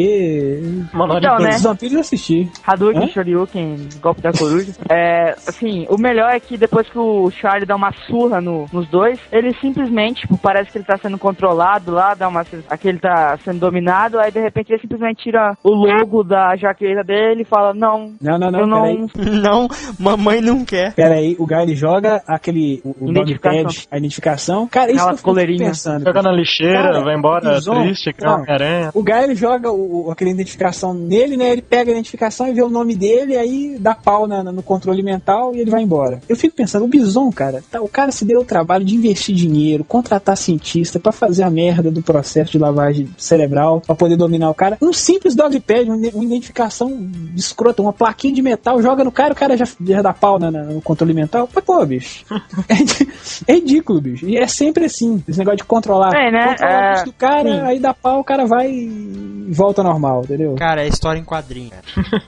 [SPEAKER 2] Emanuele
[SPEAKER 7] Então, né?
[SPEAKER 6] Os vampiros eu assisti.
[SPEAKER 7] Hadouken,
[SPEAKER 6] Hã?
[SPEAKER 7] Shoryuken, golpe da coruja. É, assim, o melhor é que depois que o Charlie dá uma surra no- nos dois, ele simplesmente, tipo, parece que ele tá sendo controlado lá, dá uma. Aqui ele tá sendo dominado, aí de repente ele simplesmente tira o logo da jaqueta dele e fala: Não,
[SPEAKER 6] Não, não, não,
[SPEAKER 7] eu não.
[SPEAKER 6] peraí.
[SPEAKER 1] Não, mamãe não quer. é.
[SPEAKER 6] Pera aí, o Guy ele joga aquele. O, o
[SPEAKER 2] Identificação.
[SPEAKER 6] notepad, a identificação. Cara, isso
[SPEAKER 2] Aquelas
[SPEAKER 6] que eu fico
[SPEAKER 2] coleirinhas.
[SPEAKER 6] pensando.
[SPEAKER 2] Joga na lixeira, vai embora,
[SPEAKER 6] o Zon-
[SPEAKER 2] triste, que é
[SPEAKER 6] não.
[SPEAKER 2] uma aranha.
[SPEAKER 6] O Guy ele joga o, o- aquele identificação nele, né? Ele pega a identificação e vê o nome dele, aí dá pau na- na- no controle mental e ele vai embora. Eu fico pensando, o Bison, cara, tá- o cara se deu o trabalho de investir dinheiro, contratar cientista pra fazer a merda do processo de lavagem cerebral, pra poder dominar o cara. Um simples dogpad, uma, uma identificação escrota, uma plaquinha de metal, joga no cara, o cara já, já dá pau na- na- no controle mental. Mas, pô, bicho, é, ri- é ridículo, bicho. E é sempre assim, esse negócio de controlar.
[SPEAKER 10] É, né?
[SPEAKER 6] Controla o
[SPEAKER 10] É.
[SPEAKER 6] bicho do cara,
[SPEAKER 10] Sim.
[SPEAKER 6] aí dá pau, o cara vai e volta ao normal, entendeu?
[SPEAKER 1] Cara, é história em quadrinho. cara.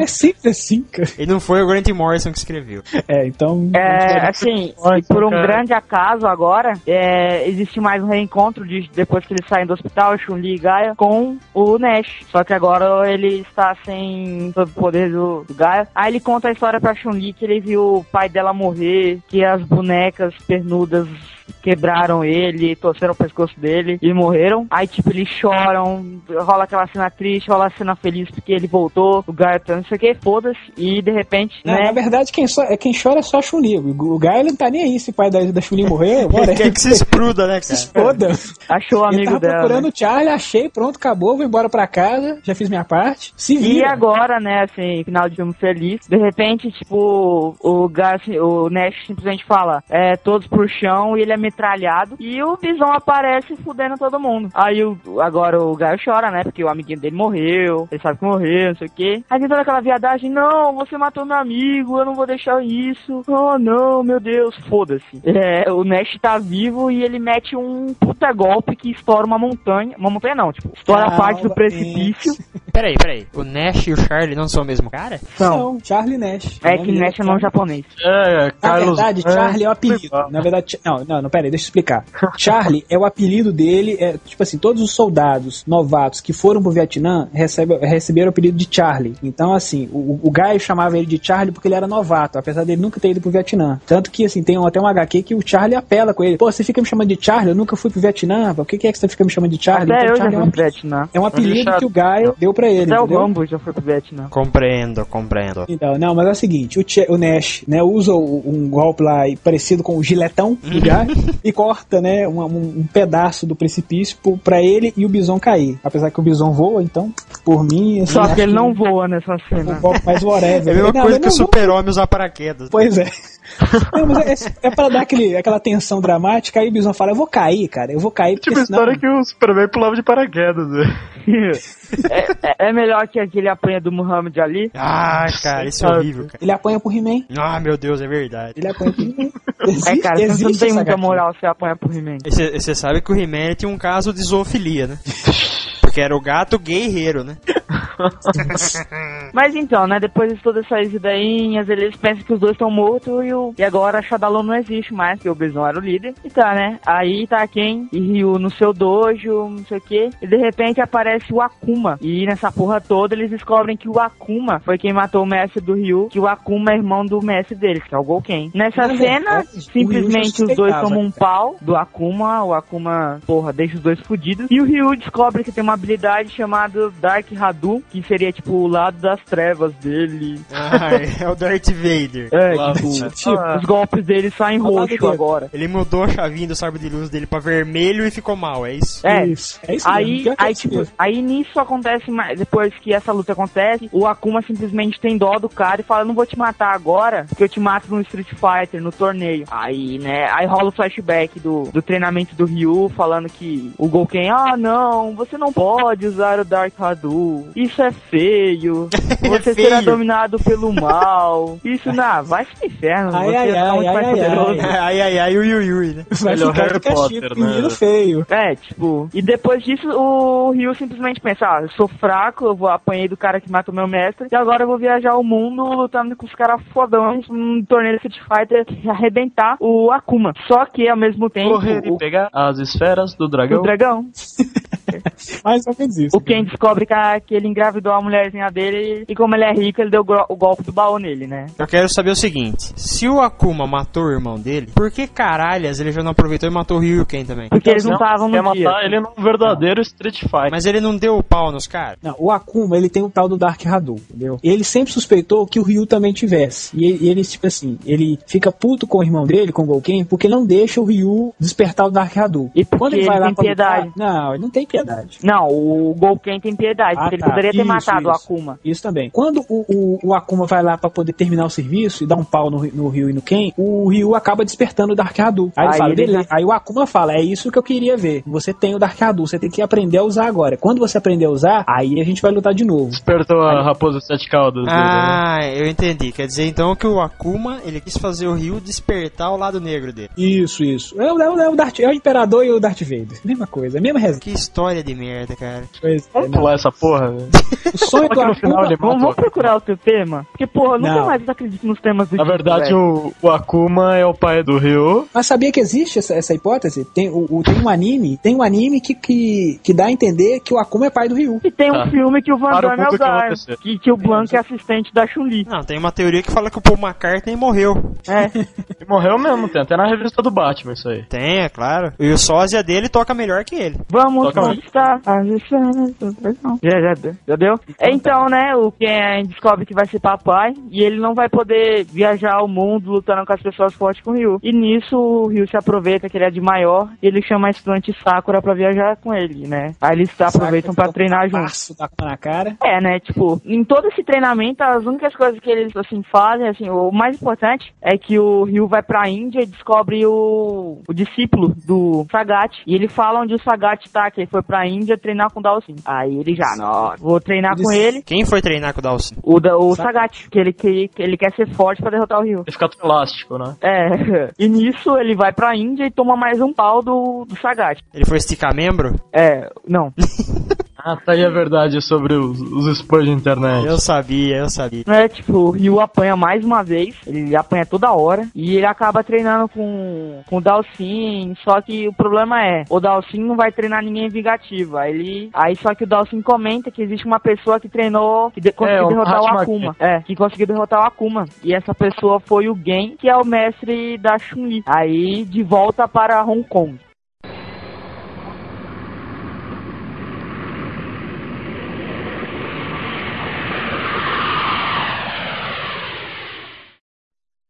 [SPEAKER 6] É sempre assim, cara.
[SPEAKER 1] E não foi o Grant Morrison que escreveu.
[SPEAKER 6] É, então.
[SPEAKER 10] É, assim,
[SPEAKER 1] Olha,
[SPEAKER 10] e por um
[SPEAKER 1] cara.
[SPEAKER 10] grande acaso agora, é, existe mais um reencontro de, depois que eles saem do hospital, Chun-Li e Gaia, com o Nash. Só que agora ele está sem todo o poder do, do Gaia. Aí ele conta a história pra Chun-Li que ele viu o pai dela morrer, que as bonecas pernudas quebraram ele, torceram o pescoço dele e morreram. Aí, tipo, eles choram, rola aquela cena triste, rola a cena feliz porque ele voltou, o Gaia tá não sei o que, foda-se, e de repente,
[SPEAKER 6] Não,
[SPEAKER 10] né?
[SPEAKER 6] Na verdade, quem, só, é quem chora é só a Chun-Li. O Guy ele não tá nem aí se o pai da, da Chun-Li morrer. bora.
[SPEAKER 1] Quer que se espruda, né, cara? Se
[SPEAKER 2] É.
[SPEAKER 6] exploda.
[SPEAKER 10] Achou é? o
[SPEAKER 6] Eu
[SPEAKER 10] amigo
[SPEAKER 6] tava
[SPEAKER 10] dela. né?
[SPEAKER 6] procurando o Charlie, achei, pronto, acabou, vou embora pra casa, já fiz minha parte. Se
[SPEAKER 10] E
[SPEAKER 6] vira.
[SPEAKER 10] agora, né, assim, final de filme feliz, de repente, tipo, o Gas, o Nash simplesmente fala, é, todos pro chão e ele é metralhado e o Bison aparece fudendo todo mundo. Aí o, agora o Gaio chora, né, porque o amiguinho dele morreu, ele sabe que morreu, não sei o quê. Aí tem toda aquela viadagem, não, você matou meu amigo, eu não vou deixar isso, oh não, meu Deus, foda-se. É, o Nash tá vivo e ele mete um puta golpe que estoura uma montanha, uma montanha não, tipo, estoura a parte do precipício.
[SPEAKER 1] Peraí, peraí. O Nash e o Charlie não são o mesmo cara?
[SPEAKER 6] São. Charlie Nash.
[SPEAKER 10] É que Nash é nome japonês.
[SPEAKER 2] É,
[SPEAKER 6] Na
[SPEAKER 1] Carlos-
[SPEAKER 6] verdade,
[SPEAKER 1] é.
[SPEAKER 6] Charlie é o apelido. Na verdade, não, não, não, peraí, deixa eu explicar. Charlie é o apelido dele, é, tipo assim, todos os soldados novatos que foram pro Vietnã recebe- receberam o apelido de Charlie. Então, assim, o, o Gaio chamava ele de Charlie porque ele era novato, apesar dele nunca ter ido pro Vietnã. Tanto que, assim, tem um- até um HQ que o Charlie apela com ele. Pô, você fica me chamando de Charlie, eu nunca fui pro Vietnã, por que, que é que você fica me chamando de Charlie?
[SPEAKER 10] Até eu já
[SPEAKER 6] Charlie é
[SPEAKER 10] fui
[SPEAKER 6] um-
[SPEAKER 10] pro Vietnã.
[SPEAKER 6] é um apelido que o Gaio deu pra ele,
[SPEAKER 10] Até o
[SPEAKER 6] entendeu?
[SPEAKER 10] Rambo já foi pro Vietnã.
[SPEAKER 1] Compreendo, compreendo.
[SPEAKER 6] Então, não, mas é o seguinte, o, Che- o Nash, né, usa o- um golpe lá aí parecido com o giletão
[SPEAKER 10] Uhum.
[SPEAKER 6] do Guy e corta, né, um, um- um pedaço do precipício pro- pra ele e o Bison cair. Apesar que o Bison voa, então, por mim... assim,
[SPEAKER 10] Só
[SPEAKER 6] acho
[SPEAKER 10] que ele
[SPEAKER 6] que
[SPEAKER 10] não voa né? nessa cena.
[SPEAKER 6] um golpe mais whatever.
[SPEAKER 1] É a mesma
[SPEAKER 6] Não,
[SPEAKER 1] coisa
[SPEAKER 6] mas
[SPEAKER 1] que o
[SPEAKER 6] não,
[SPEAKER 1] super-homem usar paraquedas.
[SPEAKER 6] Pois é. Não, mas é, é pra dar aquele, aquela tensão dramática, aí o Bison fala, eu vou cair, cara, eu vou cair, porque
[SPEAKER 2] Tipo, a
[SPEAKER 6] senão...
[SPEAKER 2] história que o Superman pulava de paraquedas, né?
[SPEAKER 10] é, é melhor que aquele apanha do Muhammad Ali.
[SPEAKER 1] Ah, cara, isso é horrível, cara.
[SPEAKER 6] Ele apanha pro He-Man.
[SPEAKER 1] Ah, meu Deus, é verdade.
[SPEAKER 6] Ele apanha pro He-Man.
[SPEAKER 10] É,
[SPEAKER 6] Existe-
[SPEAKER 10] cara, você não
[SPEAKER 6] existe
[SPEAKER 10] tem
[SPEAKER 6] essa
[SPEAKER 10] muita
[SPEAKER 6] HQ.
[SPEAKER 10] moral se apanha pro He-Man.
[SPEAKER 1] E cê- Você sabe que o He-Man tinha um caso de zoofilia, né? Porque era o gato guerreiro, né?
[SPEAKER 10] Mas então, né, depois de todas essas ideinhas, eles pensam que os dois estão mortos e, o, e agora a Shadalon não existe mais, porque o Bison era o líder. E tá, né, aí tá quem e Ryu no seu dojo, não sei o que, e de repente aparece o Akuma. E nessa porra toda eles descobrem que o Akuma foi quem matou o mestre do Ryu, que o Akuma é irmão do mestre deles, que é o Golken. Nessa
[SPEAKER 6] Na
[SPEAKER 10] cena,
[SPEAKER 6] verdade, é o Ryu né? já
[SPEAKER 10] simplesmente os dois
[SPEAKER 6] suspeitava,
[SPEAKER 10] tomam um pau do Akuma, o Akuma, porra, deixa os dois fudidos. E o Ryu descobre que tem uma habilidade chamada Dark Hadou, que seria tipo o lado das trevas dele.
[SPEAKER 1] Ah, é o Darth Vader.
[SPEAKER 10] É,
[SPEAKER 2] Lá,
[SPEAKER 10] que,
[SPEAKER 2] o-
[SPEAKER 10] tipo, os golpes dele saem
[SPEAKER 6] Ao lado
[SPEAKER 10] roxo
[SPEAKER 6] dele.
[SPEAKER 10] agora.
[SPEAKER 1] Ele mudou a chavinha do sabre de luz dele pra vermelho e ficou mal, é isso?
[SPEAKER 10] É.
[SPEAKER 6] Isso, é isso mesmo,
[SPEAKER 10] Aí,
[SPEAKER 6] pior que é
[SPEAKER 10] aí,
[SPEAKER 6] isso
[SPEAKER 10] tipo,
[SPEAKER 6] mesmo.
[SPEAKER 10] aí nisso acontece, mais- depois que essa luta acontece, o Akuma simplesmente tem dó do cara e fala, não vou te matar agora, porque eu te mato no Street Fighter, no torneio. Aí, né, aí rola o flashback do, do treinamento do Ryu, falando que o Golken, ah, não, você não pode usar o Dark Hadou, isso é feio,
[SPEAKER 6] É
[SPEAKER 10] você será
[SPEAKER 1] feio."
[SPEAKER 10] dominado pelo mal, isso, não, vai pro inferno,
[SPEAKER 6] Ai,
[SPEAKER 10] você
[SPEAKER 6] ai,
[SPEAKER 10] é
[SPEAKER 6] ai,
[SPEAKER 10] muito
[SPEAKER 6] ai,
[SPEAKER 10] mais
[SPEAKER 6] ai, ai.
[SPEAKER 10] poderoso.
[SPEAKER 1] Ai, ai, ai, ui, ui, ui, né?
[SPEAKER 6] Vai
[SPEAKER 2] Melhor
[SPEAKER 6] ficar de
[SPEAKER 2] Harry
[SPEAKER 6] castigo,
[SPEAKER 2] Potter, né?
[SPEAKER 6] menino é feio.
[SPEAKER 10] É, tipo, e depois disso o Ryu simplesmente pensa, ah, eu sou fraco, eu vou apanhei do cara que matou meu mestre, e agora eu vou viajar o mundo lutando com os caras fodões num torneio de Street Fighter e arrebentar o Akuma. Só que ao mesmo tempo
[SPEAKER 2] Correr
[SPEAKER 10] o,
[SPEAKER 2] e pegar as esferas do dragão.
[SPEAKER 10] o dragão.
[SPEAKER 6] Mais ou menos isso.
[SPEAKER 10] O Ken descobre que, a- que ele engravidou a mulherzinha dele e, e como ele é rico, ele deu gro- o golpe do baú nele, né?
[SPEAKER 1] Eu quero saber o seguinte: se o Akuma matou o irmão dele, por que caralhas ele já não aproveitou e matou o Ryuken também?
[SPEAKER 10] Porque eles não estavam no
[SPEAKER 1] quer
[SPEAKER 10] dia.
[SPEAKER 1] matar
[SPEAKER 2] é-
[SPEAKER 1] ele num verdadeiro Street Fighter. Mas ele não deu o pau nos caras?
[SPEAKER 6] Não, o Akuma, ele tem o tal do Dark Hadou, entendeu? Ele sempre suspeitou que o Ryu também tivesse. E ele, ele, tipo assim, ele fica puto com o irmão dele, com o Golken, porque não deixa o Ryu despertar o Dark Hadou. E
[SPEAKER 10] Porque ele tem piedade.
[SPEAKER 6] não, ele não tem piedade.
[SPEAKER 10] Não, o Golken tem piedade, porque ele poderia ter matado o Akuma.
[SPEAKER 6] Ah, tá. Isso também. Quando o, o, o Akuma vai lá pra poder terminar o serviço e dar um pau no, no Ryu e no Ken, o Ryu acaba despertando o Dark Hadou. Aí, ele
[SPEAKER 10] Aí
[SPEAKER 6] fala,
[SPEAKER 10] ele
[SPEAKER 6] "Beleza." Aí o Akuma fala, é isso que eu queria ver. Você tem o Dark Hadou, você tem que aprender a usar agora. Quando você aprender a usar, aí a gente vai lutar de novo.
[SPEAKER 2] Despertou a raposa sete né? caudas.
[SPEAKER 1] Ah, eu entendi. Quer dizer então que o Akuma ele quis fazer o Ryu despertar o lado negro dele.
[SPEAKER 6] Isso, isso. É o, é o, é o Darth- é o Imperador e o Darth Vader. Mesma coisa, mesma resenha.
[SPEAKER 1] Que história de merda, cara.
[SPEAKER 6] Vamos
[SPEAKER 2] pular essa porra, né? velho.
[SPEAKER 6] O sonho do Akuma...
[SPEAKER 10] Vamos, vamos procurar outro tema? Porque, porra, eu nunca
[SPEAKER 2] Não.
[SPEAKER 10] mais acredito nos temas do
[SPEAKER 2] Na
[SPEAKER 10] Gil,
[SPEAKER 2] verdade,
[SPEAKER 10] velho.
[SPEAKER 2] o, o Akuma é o pai do Ryu.
[SPEAKER 6] Mas sabia que existe essa, essa hipótese? Tem, o, o- tem um anime, tem um anime que, que, que dá a entender que o Akuma é pai do Ryu.
[SPEAKER 10] E tem um filme que o Van
[SPEAKER 1] Para o
[SPEAKER 10] Damme é o
[SPEAKER 1] Buca que eu vou
[SPEAKER 10] Gar,
[SPEAKER 1] descer.
[SPEAKER 10] que, que o Blanc é assistente da Chun-Li.
[SPEAKER 1] Não, tem uma teoria que fala que o Paul McCartney morreu.
[SPEAKER 10] É.
[SPEAKER 2] morreu mesmo, tem até na revista do Batman isso aí.
[SPEAKER 1] Tem, é claro. E o sósia dele toca melhor que ele.
[SPEAKER 10] Vamos
[SPEAKER 1] Toca mais.
[SPEAKER 10] conquistar a justiça. Já, já, deu. já deu? Então, né, o Ken descobre que vai ser papai e ele não vai poder viajar ao mundo lutando com as pessoas fortes com o Ryu. E nisso o Ryu se aproveita que ele é de maior e ele chama a estudante Sakura pra viajar com ele, né? Aí eles se aproveitam pra treinar juntos.
[SPEAKER 6] Tá com na cara.
[SPEAKER 10] É, né? Tipo, em todo esse treinamento, as únicas coisas que eles, assim, fazem, assim, o mais importante é que o Ryu vai pra Índia e descobre o, o discípulo do Sagat. E ele fala onde o Sagat tá, que ele foi pra Índia treinar com o Dalsin. Aí ele já, não, vou treinar com ele.
[SPEAKER 1] Quem foi treinar com o Dalsin?
[SPEAKER 10] O, da- o Sagat, que ele, que, que ele quer ser forte pra derrotar o Ryu.
[SPEAKER 2] Ele fica todo elástico, né?
[SPEAKER 10] É, e nisso ele vai pra Índia e toma mais um pau do, do Sagat.
[SPEAKER 1] Ele foi esticar membro?
[SPEAKER 10] É, não.
[SPEAKER 2] Ah, tá aí a verdade sobre os, os spams de internet.
[SPEAKER 1] Eu sabia, eu sabia.
[SPEAKER 10] É, tipo, o Ryu apanha mais uma vez, ele apanha toda hora, e ele acaba treinando com, com o Dalsin, só que o problema é, o Dalsin não vai treinar ninguém vingativo, aí ele, aí só que o Dalsin comenta que existe uma pessoa que treinou, que de- conseguiu
[SPEAKER 2] É, o
[SPEAKER 10] derrotar o
[SPEAKER 2] Hatmaki.
[SPEAKER 10] Akuma, é, que conseguiu derrotar o Akuma, e essa pessoa foi o Gen, que é o mestre da Chun-Li, aí de volta para Hong Kong.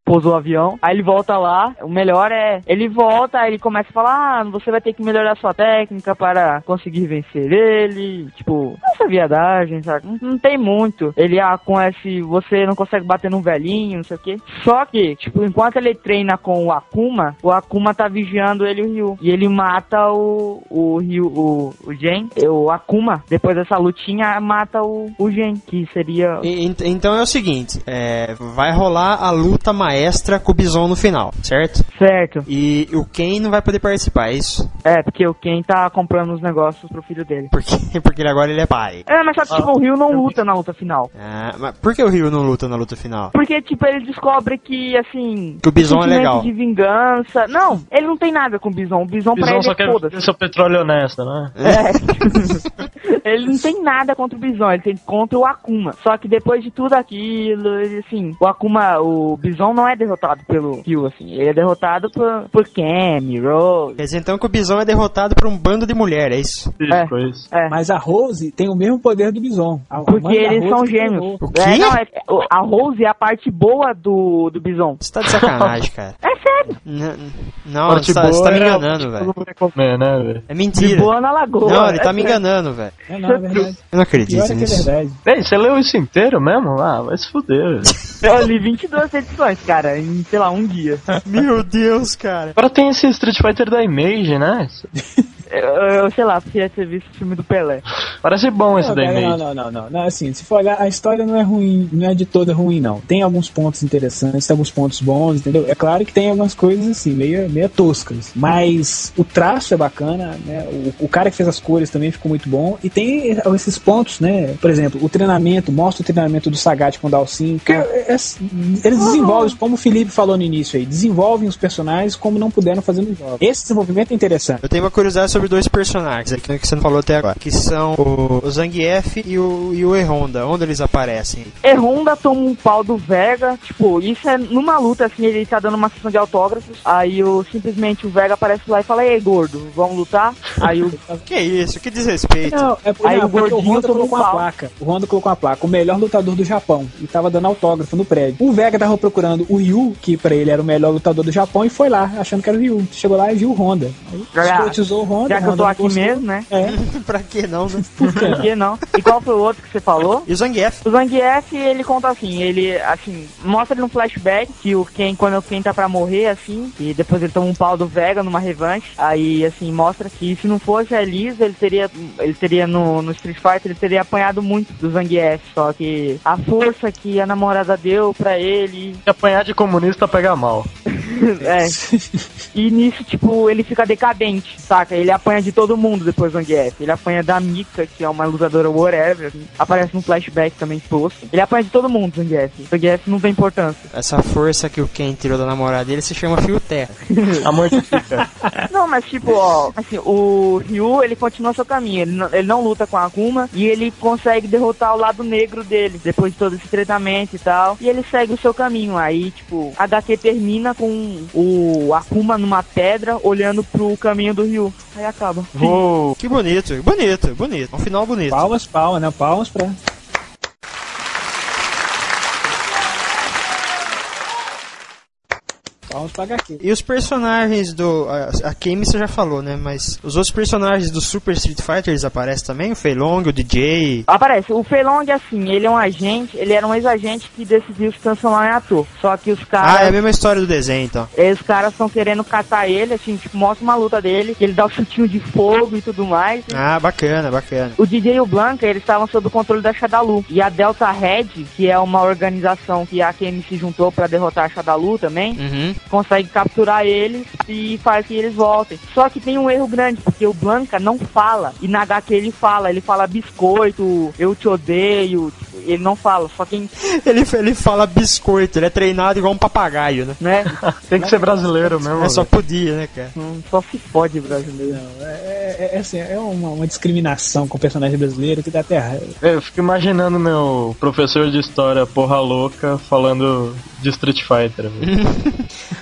[SPEAKER 10] pousou o avião. Aí ele volta lá. O melhor é. Ele volta, aí ele começa a falar: ah, você vai ter que melhorar sua técnica para conseguir vencer ele. Tipo, essa viadagem, sabe? Não, não tem muito. Ele, ah, com esse. Você não consegue bater num velhinho, não sei o quê. Só que, tipo, enquanto ele treina com o Akuma, o Akuma tá vigiando ele e o Ryu. E ele mata o. O Ryu. O, o Gen. O Akuma, depois dessa lutinha, mata o, o Gen, que seria.
[SPEAKER 1] E- ent- então é o seguinte, é, vai rolar a luta maestra com o Bison no final, certo?
[SPEAKER 10] Certo.
[SPEAKER 1] E o Ken não vai poder participar, é isso?
[SPEAKER 10] É, porque o Ken tá comprando os negócios pro filho dele.
[SPEAKER 1] Porque, porque ele agora ele é pai.
[SPEAKER 10] É, mas sabe,
[SPEAKER 6] Ah,
[SPEAKER 10] tipo, o Ryu não luta na luta final.
[SPEAKER 1] Ah, mas por que o Ryu não luta na luta final?
[SPEAKER 10] Porque, tipo, ele descobre que, assim...
[SPEAKER 1] Que o Bison é
[SPEAKER 10] sentimento
[SPEAKER 1] legal.
[SPEAKER 10] de vingança... Não, ele não tem nada com o Bison. O Bison,
[SPEAKER 2] O
[SPEAKER 10] pra
[SPEAKER 2] Bison
[SPEAKER 10] ele
[SPEAKER 2] só
[SPEAKER 10] é
[SPEAKER 2] quer
[SPEAKER 10] foda
[SPEAKER 2] ver seu petróleo honesto, né?
[SPEAKER 10] Ele não tem nada contra o Bison, ele tem contra o Akuma. Só que depois de tudo aquilo, ele, assim... O Akuma, o Bison não é derrotado pelo Ryu, assim. Ele é derrotado por, por Kami, Rose...
[SPEAKER 1] Quer dizer então que o Bison é derrotado por um bando de mulher, é isso?
[SPEAKER 6] Mas a Rose tem o mesmo poder do Bison. A- a
[SPEAKER 10] É. Porque
[SPEAKER 6] mãe da Rose
[SPEAKER 10] eles são
[SPEAKER 6] treinou.
[SPEAKER 10] gêmeos. É, não, é- o- a Rose é a parte boa do, do Bison.
[SPEAKER 1] Você tá de sacanagem, cara.
[SPEAKER 10] É sério.
[SPEAKER 1] N- não, você tá, você tá me enganando, velho.
[SPEAKER 2] É, né, velho?
[SPEAKER 1] É mentira.
[SPEAKER 10] De boa na lagoa.
[SPEAKER 1] Não, ele tá
[SPEAKER 10] É
[SPEAKER 1] me
[SPEAKER 10] sério.
[SPEAKER 1] enganando, velho.
[SPEAKER 6] É, não, é verdade.
[SPEAKER 1] Eu não acredito
[SPEAKER 6] Pior é que é
[SPEAKER 1] nisso.
[SPEAKER 6] verdade.
[SPEAKER 2] Ei, você leu isso inteiro mesmo? Ah, vai se fuder.
[SPEAKER 10] Eu li 22 edições, cara, em, sei lá, um dia.
[SPEAKER 1] Meu Deus, cara.
[SPEAKER 2] Agora tem esse Street Fighter da Image, né?
[SPEAKER 10] Eu, eu sei lá, queria ter visto o filme do Pelé.
[SPEAKER 2] Parece bom esse
[SPEAKER 6] Não, é
[SPEAKER 2] da
[SPEAKER 6] cara,
[SPEAKER 2] Image.
[SPEAKER 6] não, não, não, não, não. Assim, se for olhar, a história não é ruim, não é de toda ruim, não. Tem alguns pontos interessantes, tem alguns pontos bons, entendeu? É claro que tem algumas coisas assim, meio, meio toscas. Mas o traço é bacana, né? O, o cara que fez as cores também ficou muito bom. E tem esses pontos, né? Por exemplo, o treinamento, mostra o treinamento do Sagat com o Dalsin. Que é- é- eles desenvolvem, como o Felipe falou no início aí, desenvolvem os personagens como não puderam fazer no jogo. Esse desenvolvimento é interessante.
[SPEAKER 1] Eu tenho uma curiosidade sobre sobre dois personagens aqui né, que você não falou até agora, que são o, o Zangief e o, e o Erronda. Onde eles aparecem?
[SPEAKER 7] Erronda toma um pau do Vega. Tipo, isso é numa luta, assim, ele tá dando uma sessão de autógrafos. Aí o, simplesmente o Vega aparece lá e fala: Ei, gordo, vamos lutar? Aí o.
[SPEAKER 1] que isso? Que desrespeito.
[SPEAKER 6] Não, é porque,
[SPEAKER 7] Aí
[SPEAKER 6] não,
[SPEAKER 7] o
[SPEAKER 6] porque o
[SPEAKER 7] gordinho
[SPEAKER 6] Honda
[SPEAKER 7] tomou
[SPEAKER 6] colocou uma
[SPEAKER 7] pau.
[SPEAKER 6] placa. O Honda colocou uma placa. O melhor lutador do Japão. E tava dando autógrafo no prédio. O Vega tava procurando o Ryu, que pra ele era o melhor lutador do Japão, e foi lá, achando que era o Ryu. Chegou lá e viu o Honda. Aí
[SPEAKER 7] Já-
[SPEAKER 6] escrotizou o Honda.
[SPEAKER 7] Já que eu
[SPEAKER 6] Honda
[SPEAKER 7] tô
[SPEAKER 6] não
[SPEAKER 7] aqui
[SPEAKER 6] gostou.
[SPEAKER 7] mesmo, né?
[SPEAKER 6] É.
[SPEAKER 1] pra que não, né?
[SPEAKER 6] Por quê?
[SPEAKER 7] Por que não? E qual foi o outro que você falou?
[SPEAKER 1] E o Zangief?
[SPEAKER 7] O Zangief, ele conta assim, ele, assim, mostra num flashback que o Ken, quando o Ken tá pra morrer, assim, e depois ele toma um pau do Vega numa revanche, aí, assim, mostra que se não fosse a Lisa, ele teria, ele teria no, no Street Fighter, ele teria apanhado muito do Zangief, só que a força que a namorada deu pra ele,
[SPEAKER 2] Se apanhar de comunista pega mal.
[SPEAKER 7] é, e nisso, tipo, ele fica decadente, saca? Ele apanha de todo mundo depois do Zangief. Ele apanha da Mika, que é uma lutadora whatever. assim. Aparece num flashback também exposto. Ele apanha de todo mundo, Zangief. Zangief não tem importância.
[SPEAKER 1] Essa força que o Ken tirou da namorada dele se chama Fio Terra.
[SPEAKER 2] Amor de
[SPEAKER 7] não, mas tipo, ó, assim, o Ryu, ele continua seu caminho. Ele não, ele não luta com a Akuma e ele consegue derrotar o lado negro dele, depois de todo esse treinamento e tal. E ele segue o seu caminho. Aí, tipo, a HQ termina com o Akuma numa pedra, olhando pro caminho do Ryu. Aí acaba.
[SPEAKER 1] Uou, que bonito, bonito, bonito. Um final bonito.
[SPEAKER 6] Palmas, palmas, né? Palmas pra. Palmas pra HQ.
[SPEAKER 1] E os personagens do. A, a Kami você já falou, né? Mas os outros personagens do Super Street Fighter eles aparecem também? O Fei Long, o DJ.
[SPEAKER 7] Aparece, o Feilong, assim, ele é um agente, ele era um ex-agente que decidiu se transformar em ator. Só que os
[SPEAKER 10] Tá.
[SPEAKER 1] Ah, é a
[SPEAKER 7] caras.
[SPEAKER 1] mesma história do desenho, então.
[SPEAKER 7] eh, os caras estão querendo catar ele, assim, tipo, mostra uma luta dele, que ele dá o chutinho de fogo e tudo mais.
[SPEAKER 1] Ah, bacana, bacana.
[SPEAKER 7] O DJ e o Blanca, eles estavam sob o controle da Shadalu. E a Delta Red, que é uma organização que a KM se juntou pra derrotar a Shadalu também,
[SPEAKER 1] Uhum.
[SPEAKER 7] consegue capturar eles e faz que eles voltem. Só que tem um erro grande, porque o Blanca não fala. E na HQ ele fala, ele fala biscoito, eu te odeio. tipo, Ele não fala, só quem,
[SPEAKER 1] Ele, ele fala biscoito, ele é treinado igual um papagaio, né?
[SPEAKER 7] né?
[SPEAKER 2] Tem que ser brasileiro mesmo.
[SPEAKER 1] É, só podia, né, cara?
[SPEAKER 7] Hum, Só se fode brasileiro.
[SPEAKER 6] Não, é, é- é assim, é uma, uma discriminação com o personagem brasileiro que dá até raiva.
[SPEAKER 2] Eu fico imaginando meu professor de história porra louca falando de Street Fighter. velho.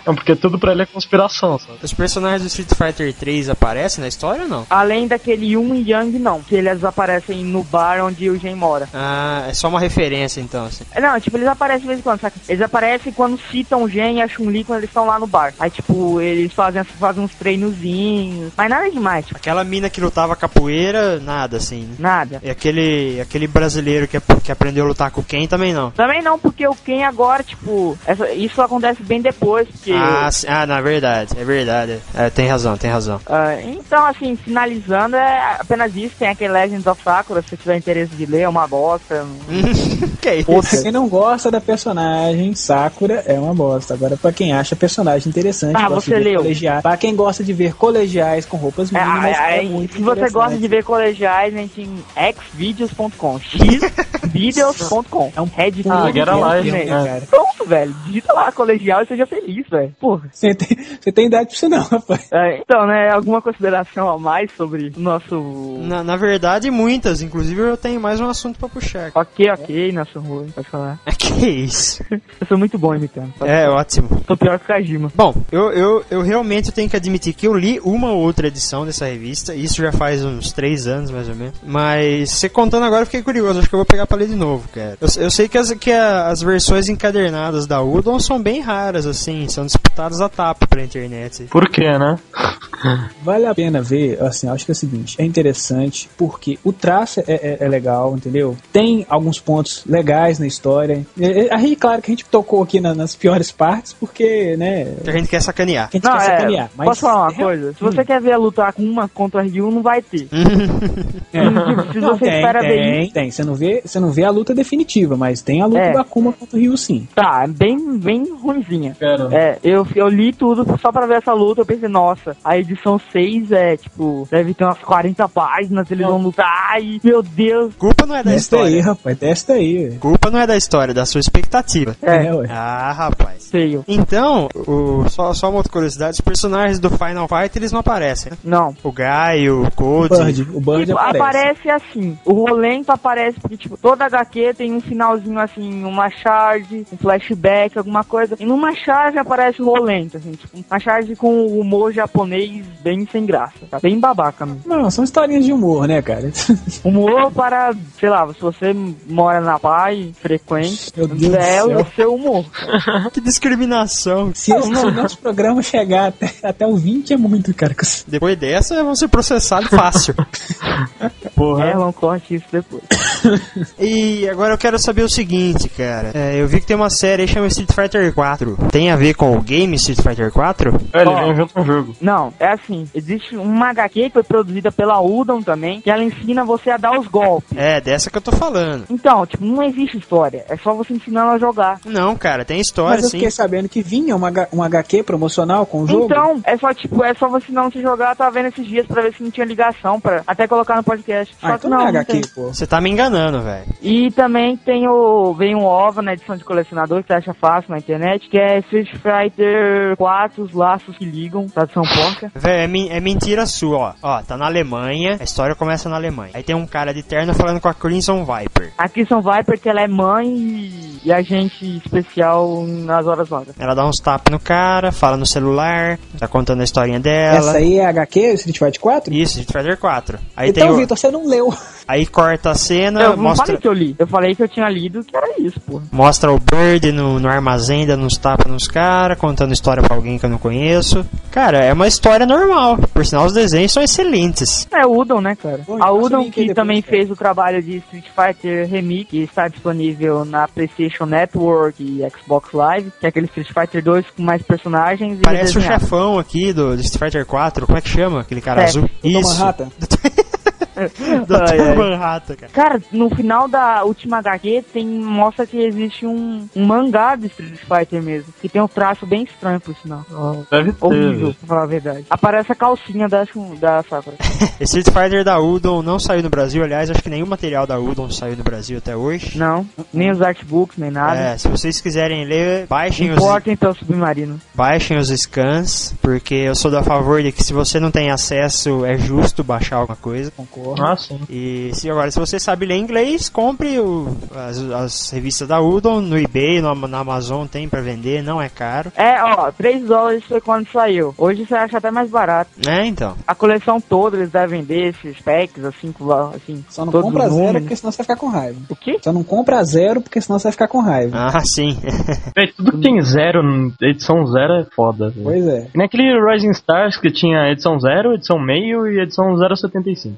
[SPEAKER 2] Não, porque tudo pra ele é conspiração, sabe?
[SPEAKER 1] Os personagens do Street Fighter 3 aparecem na história ou não?
[SPEAKER 7] Além daquele Yun e Yang, não. Que eles aparecem no bar onde o Gen mora.
[SPEAKER 1] Ah, é só uma referência então, assim.
[SPEAKER 7] Não, tipo, eles aparecem de vez em quando, saca? Eles aparecem quando citam o Gen e a Chun-Li quando eles estão lá no bar. Aí, tipo, eles fazem, fazem uns treinozinhos. Mas nada demais, tipo,
[SPEAKER 1] Aquela mina que lutava capoeira, nada assim, né?
[SPEAKER 7] nada.
[SPEAKER 1] E aquele, aquele brasileiro que, que aprendeu a lutar com quem também não.
[SPEAKER 7] Também não, porque o Ken agora, tipo, essa- isso acontece bem depois, porque.
[SPEAKER 1] Ah, sim, ah, na verdade, é verdade. É, tem razão, tem razão.
[SPEAKER 7] Ah, então, assim, finalizando, é apenas isso. Tem aquele Legends of Sakura, se tiver interesse de ler, é uma bosta.
[SPEAKER 1] que é isso?
[SPEAKER 6] Pra quem não gosta da personagem, Sakura é uma bosta. Agora, pra quem acha personagem interessante,
[SPEAKER 7] Ah,
[SPEAKER 6] gosta
[SPEAKER 7] você
[SPEAKER 6] de ver
[SPEAKER 7] leu.
[SPEAKER 6] colegiais. Pra quem gosta de ver colegiais com roupas
[SPEAKER 7] É,
[SPEAKER 6] mínimas, é,
[SPEAKER 7] é, é,
[SPEAKER 6] muito
[SPEAKER 7] se você
[SPEAKER 6] interessante.
[SPEAKER 7] gosta de ver colegiais, a gente tem xvideos.com, xvideos.com.
[SPEAKER 6] É um
[SPEAKER 7] Red
[SPEAKER 6] Ah,
[SPEAKER 7] Bull,
[SPEAKER 2] get a
[SPEAKER 7] né,
[SPEAKER 2] life,
[SPEAKER 7] gente?
[SPEAKER 2] né,
[SPEAKER 6] cara?
[SPEAKER 7] Pronto, velho. Digita lá colegial e seja feliz, velho. Porra.
[SPEAKER 6] Você tem, você tem idade pra isso não, rapaz.
[SPEAKER 7] É, então, né, alguma consideração a mais sobre o nosso...
[SPEAKER 1] Na, na verdade, muitas. Inclusive, eu tenho mais um assunto pra puxar.
[SPEAKER 7] Ok, ok, nosso Rui, pode falar.
[SPEAKER 1] Que é isso?
[SPEAKER 7] Eu sou muito bom imitando.
[SPEAKER 1] É, ótimo.
[SPEAKER 7] Tô pior que o Kajima.
[SPEAKER 1] Bom, eu, eu, eu realmente tenho que admitir que eu li uma ou outra edição dessa revista, isso já faz uns três anos mais ou menos. Mas você contando agora eu fiquei curioso, acho que eu vou pegar pra ler de novo, cara. Eu, eu sei que, as, que a- as versões encadernadas da Udon são bem raras, assim, são disputadas a tapa pela internet.
[SPEAKER 2] Por quê, né?
[SPEAKER 6] Vale a pena ver, assim, acho que é o seguinte, é interessante porque o traço é, é- é legal, entendeu? Tem alguns pontos legais na história. É, é, aí, claro, que a gente tocou aqui na- nas piores partes, porque, né,
[SPEAKER 1] Que a gente quer sacanear.
[SPEAKER 6] que a gente
[SPEAKER 7] Não,
[SPEAKER 6] quer
[SPEAKER 7] é,
[SPEAKER 6] sacanear. Mas Hum,
[SPEAKER 7] posso falar uma coisa? Se você quer ver lutar com uma contra a Ryu, não vai ter.
[SPEAKER 6] É.
[SPEAKER 7] Se você
[SPEAKER 6] tem,
[SPEAKER 7] espera ver
[SPEAKER 6] tem, tem. Você não vê, você não não vê a luta definitiva, mas tem a luta
[SPEAKER 7] É.
[SPEAKER 6] do Akuma contra o Ryu sim.
[SPEAKER 7] Tá, bem, bem ruimzinha. É, eu, eu li tudo só pra ver essa luta, eu pensei, nossa, a edição 6 é, tipo, deve ter umas 40 páginas, eles vão lutar e, meu Deus.
[SPEAKER 1] Culpa não é da
[SPEAKER 6] Testa aí,
[SPEAKER 1] história.
[SPEAKER 6] rapaz, testa aí.
[SPEAKER 1] Culpa não é da história, é da sua expectativa.
[SPEAKER 6] É, ué.
[SPEAKER 1] Ah, rapaz.
[SPEAKER 7] Feio.
[SPEAKER 1] Então, o, só, só uma outra curiosidade, os personagens do Final Fight, eles não aparecem, né?
[SPEAKER 7] Não.
[SPEAKER 1] O Gaio, o Cody...
[SPEAKER 6] Bird, o Bird
[SPEAKER 7] Tipo, aparece.
[SPEAKER 6] aparece.
[SPEAKER 7] assim. O Rolento aparece porque, tipo, toda HQ tem um finalzinho assim, uma charge, um flashback, alguma coisa. E numa charge aparece o Rolento, assim, tipo, uma charge com o humor japonês bem sem graça, tá? Bem babaca mesmo.
[SPEAKER 6] Não, são historinhas de humor, né, cara?
[SPEAKER 7] Humor para, sei lá, se você mora na paz, frequente,
[SPEAKER 6] Meu Deus do
[SPEAKER 7] é
[SPEAKER 6] céu.
[SPEAKER 7] o seu humor.
[SPEAKER 6] Uhum.
[SPEAKER 1] Que discriminação.
[SPEAKER 6] Se esse se o nosso programa chegar até, até o 20 é muito, cara. que os-
[SPEAKER 1] Depois dessa, vão ser processados fácil.
[SPEAKER 7] É, não corte isso depois.
[SPEAKER 1] e agora eu quero saber o seguinte, cara. É, eu vi que tem uma série aí que chama Street Fighter 4. Tem a ver com o game Street Fighter 4?
[SPEAKER 2] É, ele
[SPEAKER 7] Ó.
[SPEAKER 2] vem junto com o jogo.
[SPEAKER 7] Não, é assim, existe uma HQ que foi produzida pela Udon também, que ela ensina você a dar os golpes.
[SPEAKER 1] É, dessa que eu tô falando.
[SPEAKER 7] Então, tipo, não existe história, é só você ensinar ela a jogar.
[SPEAKER 1] Não, cara, tem história
[SPEAKER 6] Mas eu
[SPEAKER 1] sim.
[SPEAKER 6] fiquei sabendo que vinha uma, H- um HQ promocional com o jogo.
[SPEAKER 7] Então, é só tipo, é só você não se jogar, tá vendo esses dias pra ver se não tinha ligação para até colocar no podcast. Só
[SPEAKER 6] ah,
[SPEAKER 7] que
[SPEAKER 6] então
[SPEAKER 7] não,
[SPEAKER 6] não, é
[SPEAKER 7] não
[SPEAKER 6] HQ,
[SPEAKER 7] tem.
[SPEAKER 6] pô.
[SPEAKER 1] Você tá me enganando, velho.
[SPEAKER 7] E também tem o vem um OVA na edição de colecionador que você acha fácil na internet, que é Street Fighter 4, os laços que ligam, tá, tradução porca.
[SPEAKER 1] Véi, é, men- é mentira sua, ó. Ó, tá na Alemanha, a história começa na Alemanha. Aí tem um cara de terno falando com a Crimson Viper.
[SPEAKER 7] Aqui são Viper que ela é mãe e, e agente especial nas horas vagas.
[SPEAKER 1] Ela dá uns tapas no cara, fala no celular, tá contando a historinha dela.
[SPEAKER 6] Essa aí é HQ, Street Fighter 4?
[SPEAKER 1] Isso, Street Fighter 4. Aí tem
[SPEAKER 6] então,
[SPEAKER 1] o-
[SPEAKER 6] Vitor, você não leu.
[SPEAKER 1] Aí corta a cena,
[SPEAKER 7] eu não
[SPEAKER 1] mostra,
[SPEAKER 7] falei que eu li, eu falei que eu tinha lido que era isso, pô.
[SPEAKER 1] mostra o Bird no, no armazém, dando uns tapas nos caras, contando história pra alguém que eu não conheço. Cara, é uma história normal. Por sinal, os desenhos são excelentes.
[SPEAKER 7] É Udon, né, cara?
[SPEAKER 6] Bom,
[SPEAKER 7] a
[SPEAKER 6] passa o
[SPEAKER 7] Udon
[SPEAKER 6] link aí
[SPEAKER 7] que
[SPEAKER 6] depois,
[SPEAKER 7] também
[SPEAKER 6] cara.
[SPEAKER 7] fez o trabalho de Street Fighter Remix, que está disponível na PlayStation Network e Xbox Live, que é aquele Street Fighter 2 com mais personagens e
[SPEAKER 1] Parece o
[SPEAKER 7] desenhado.
[SPEAKER 1] chefão aqui do, do Street Fighter 4, como é que chama? Aquele cara
[SPEAKER 7] É,
[SPEAKER 1] azul.
[SPEAKER 6] Doutor
[SPEAKER 1] Isso.
[SPEAKER 6] Manhattan.
[SPEAKER 1] Doutor
[SPEAKER 7] Ai, ai.
[SPEAKER 1] Manhattan, cara.
[SPEAKER 7] Cara, no final da última HQ tem, mostra que existe um, um mangá de Street Fighter mesmo, que tem um traço bem estranho, por sinal.
[SPEAKER 2] Deve ter.
[SPEAKER 7] Horrível,
[SPEAKER 2] velho.
[SPEAKER 7] pra falar a verdade. Aparece a calcinha da, Shun- da Sakura.
[SPEAKER 1] Street Fighter da Udon não saiu no Brasil, aliás, acho que nenhum material da Udon saiu no Brasil até hoje.
[SPEAKER 7] Não, nem os artbooks, nem nada.
[SPEAKER 1] É, se vocês quiserem ler, baixem os,
[SPEAKER 7] Importem pelo submarino.
[SPEAKER 1] baixem os scans, porque eu sou da favor de que se você não tem acesso, é justo baixar alguma coisa.
[SPEAKER 2] Ah, sim.
[SPEAKER 1] E se, agora, se você sabe ler inglês, compre o- as, as revistas da Udon no eBay, no, Ama- na Amazon tem pra vender, não é caro.
[SPEAKER 7] É, ó, 3 dólares foi quando saiu. Hoje você acha até mais barato.
[SPEAKER 1] Né, então?
[SPEAKER 7] A coleção toda eles devem vender esses packs, assim, com va- assim
[SPEAKER 6] Só não
[SPEAKER 7] todos
[SPEAKER 6] compra
[SPEAKER 7] os
[SPEAKER 1] né?
[SPEAKER 6] zero,
[SPEAKER 7] números.
[SPEAKER 6] porque senão você vai ficar com raiva.
[SPEAKER 7] O quê?
[SPEAKER 6] Só não compra zero, porque senão você vai ficar com raiva.
[SPEAKER 1] Ah, sim.
[SPEAKER 2] Véi, tudo que tem zero, edição zero é foda.
[SPEAKER 1] Ah.
[SPEAKER 2] velho.
[SPEAKER 6] Pois é.
[SPEAKER 2] Que Nem aquele Rising Stars que tinha edição 0, edição meio e edição 0,75.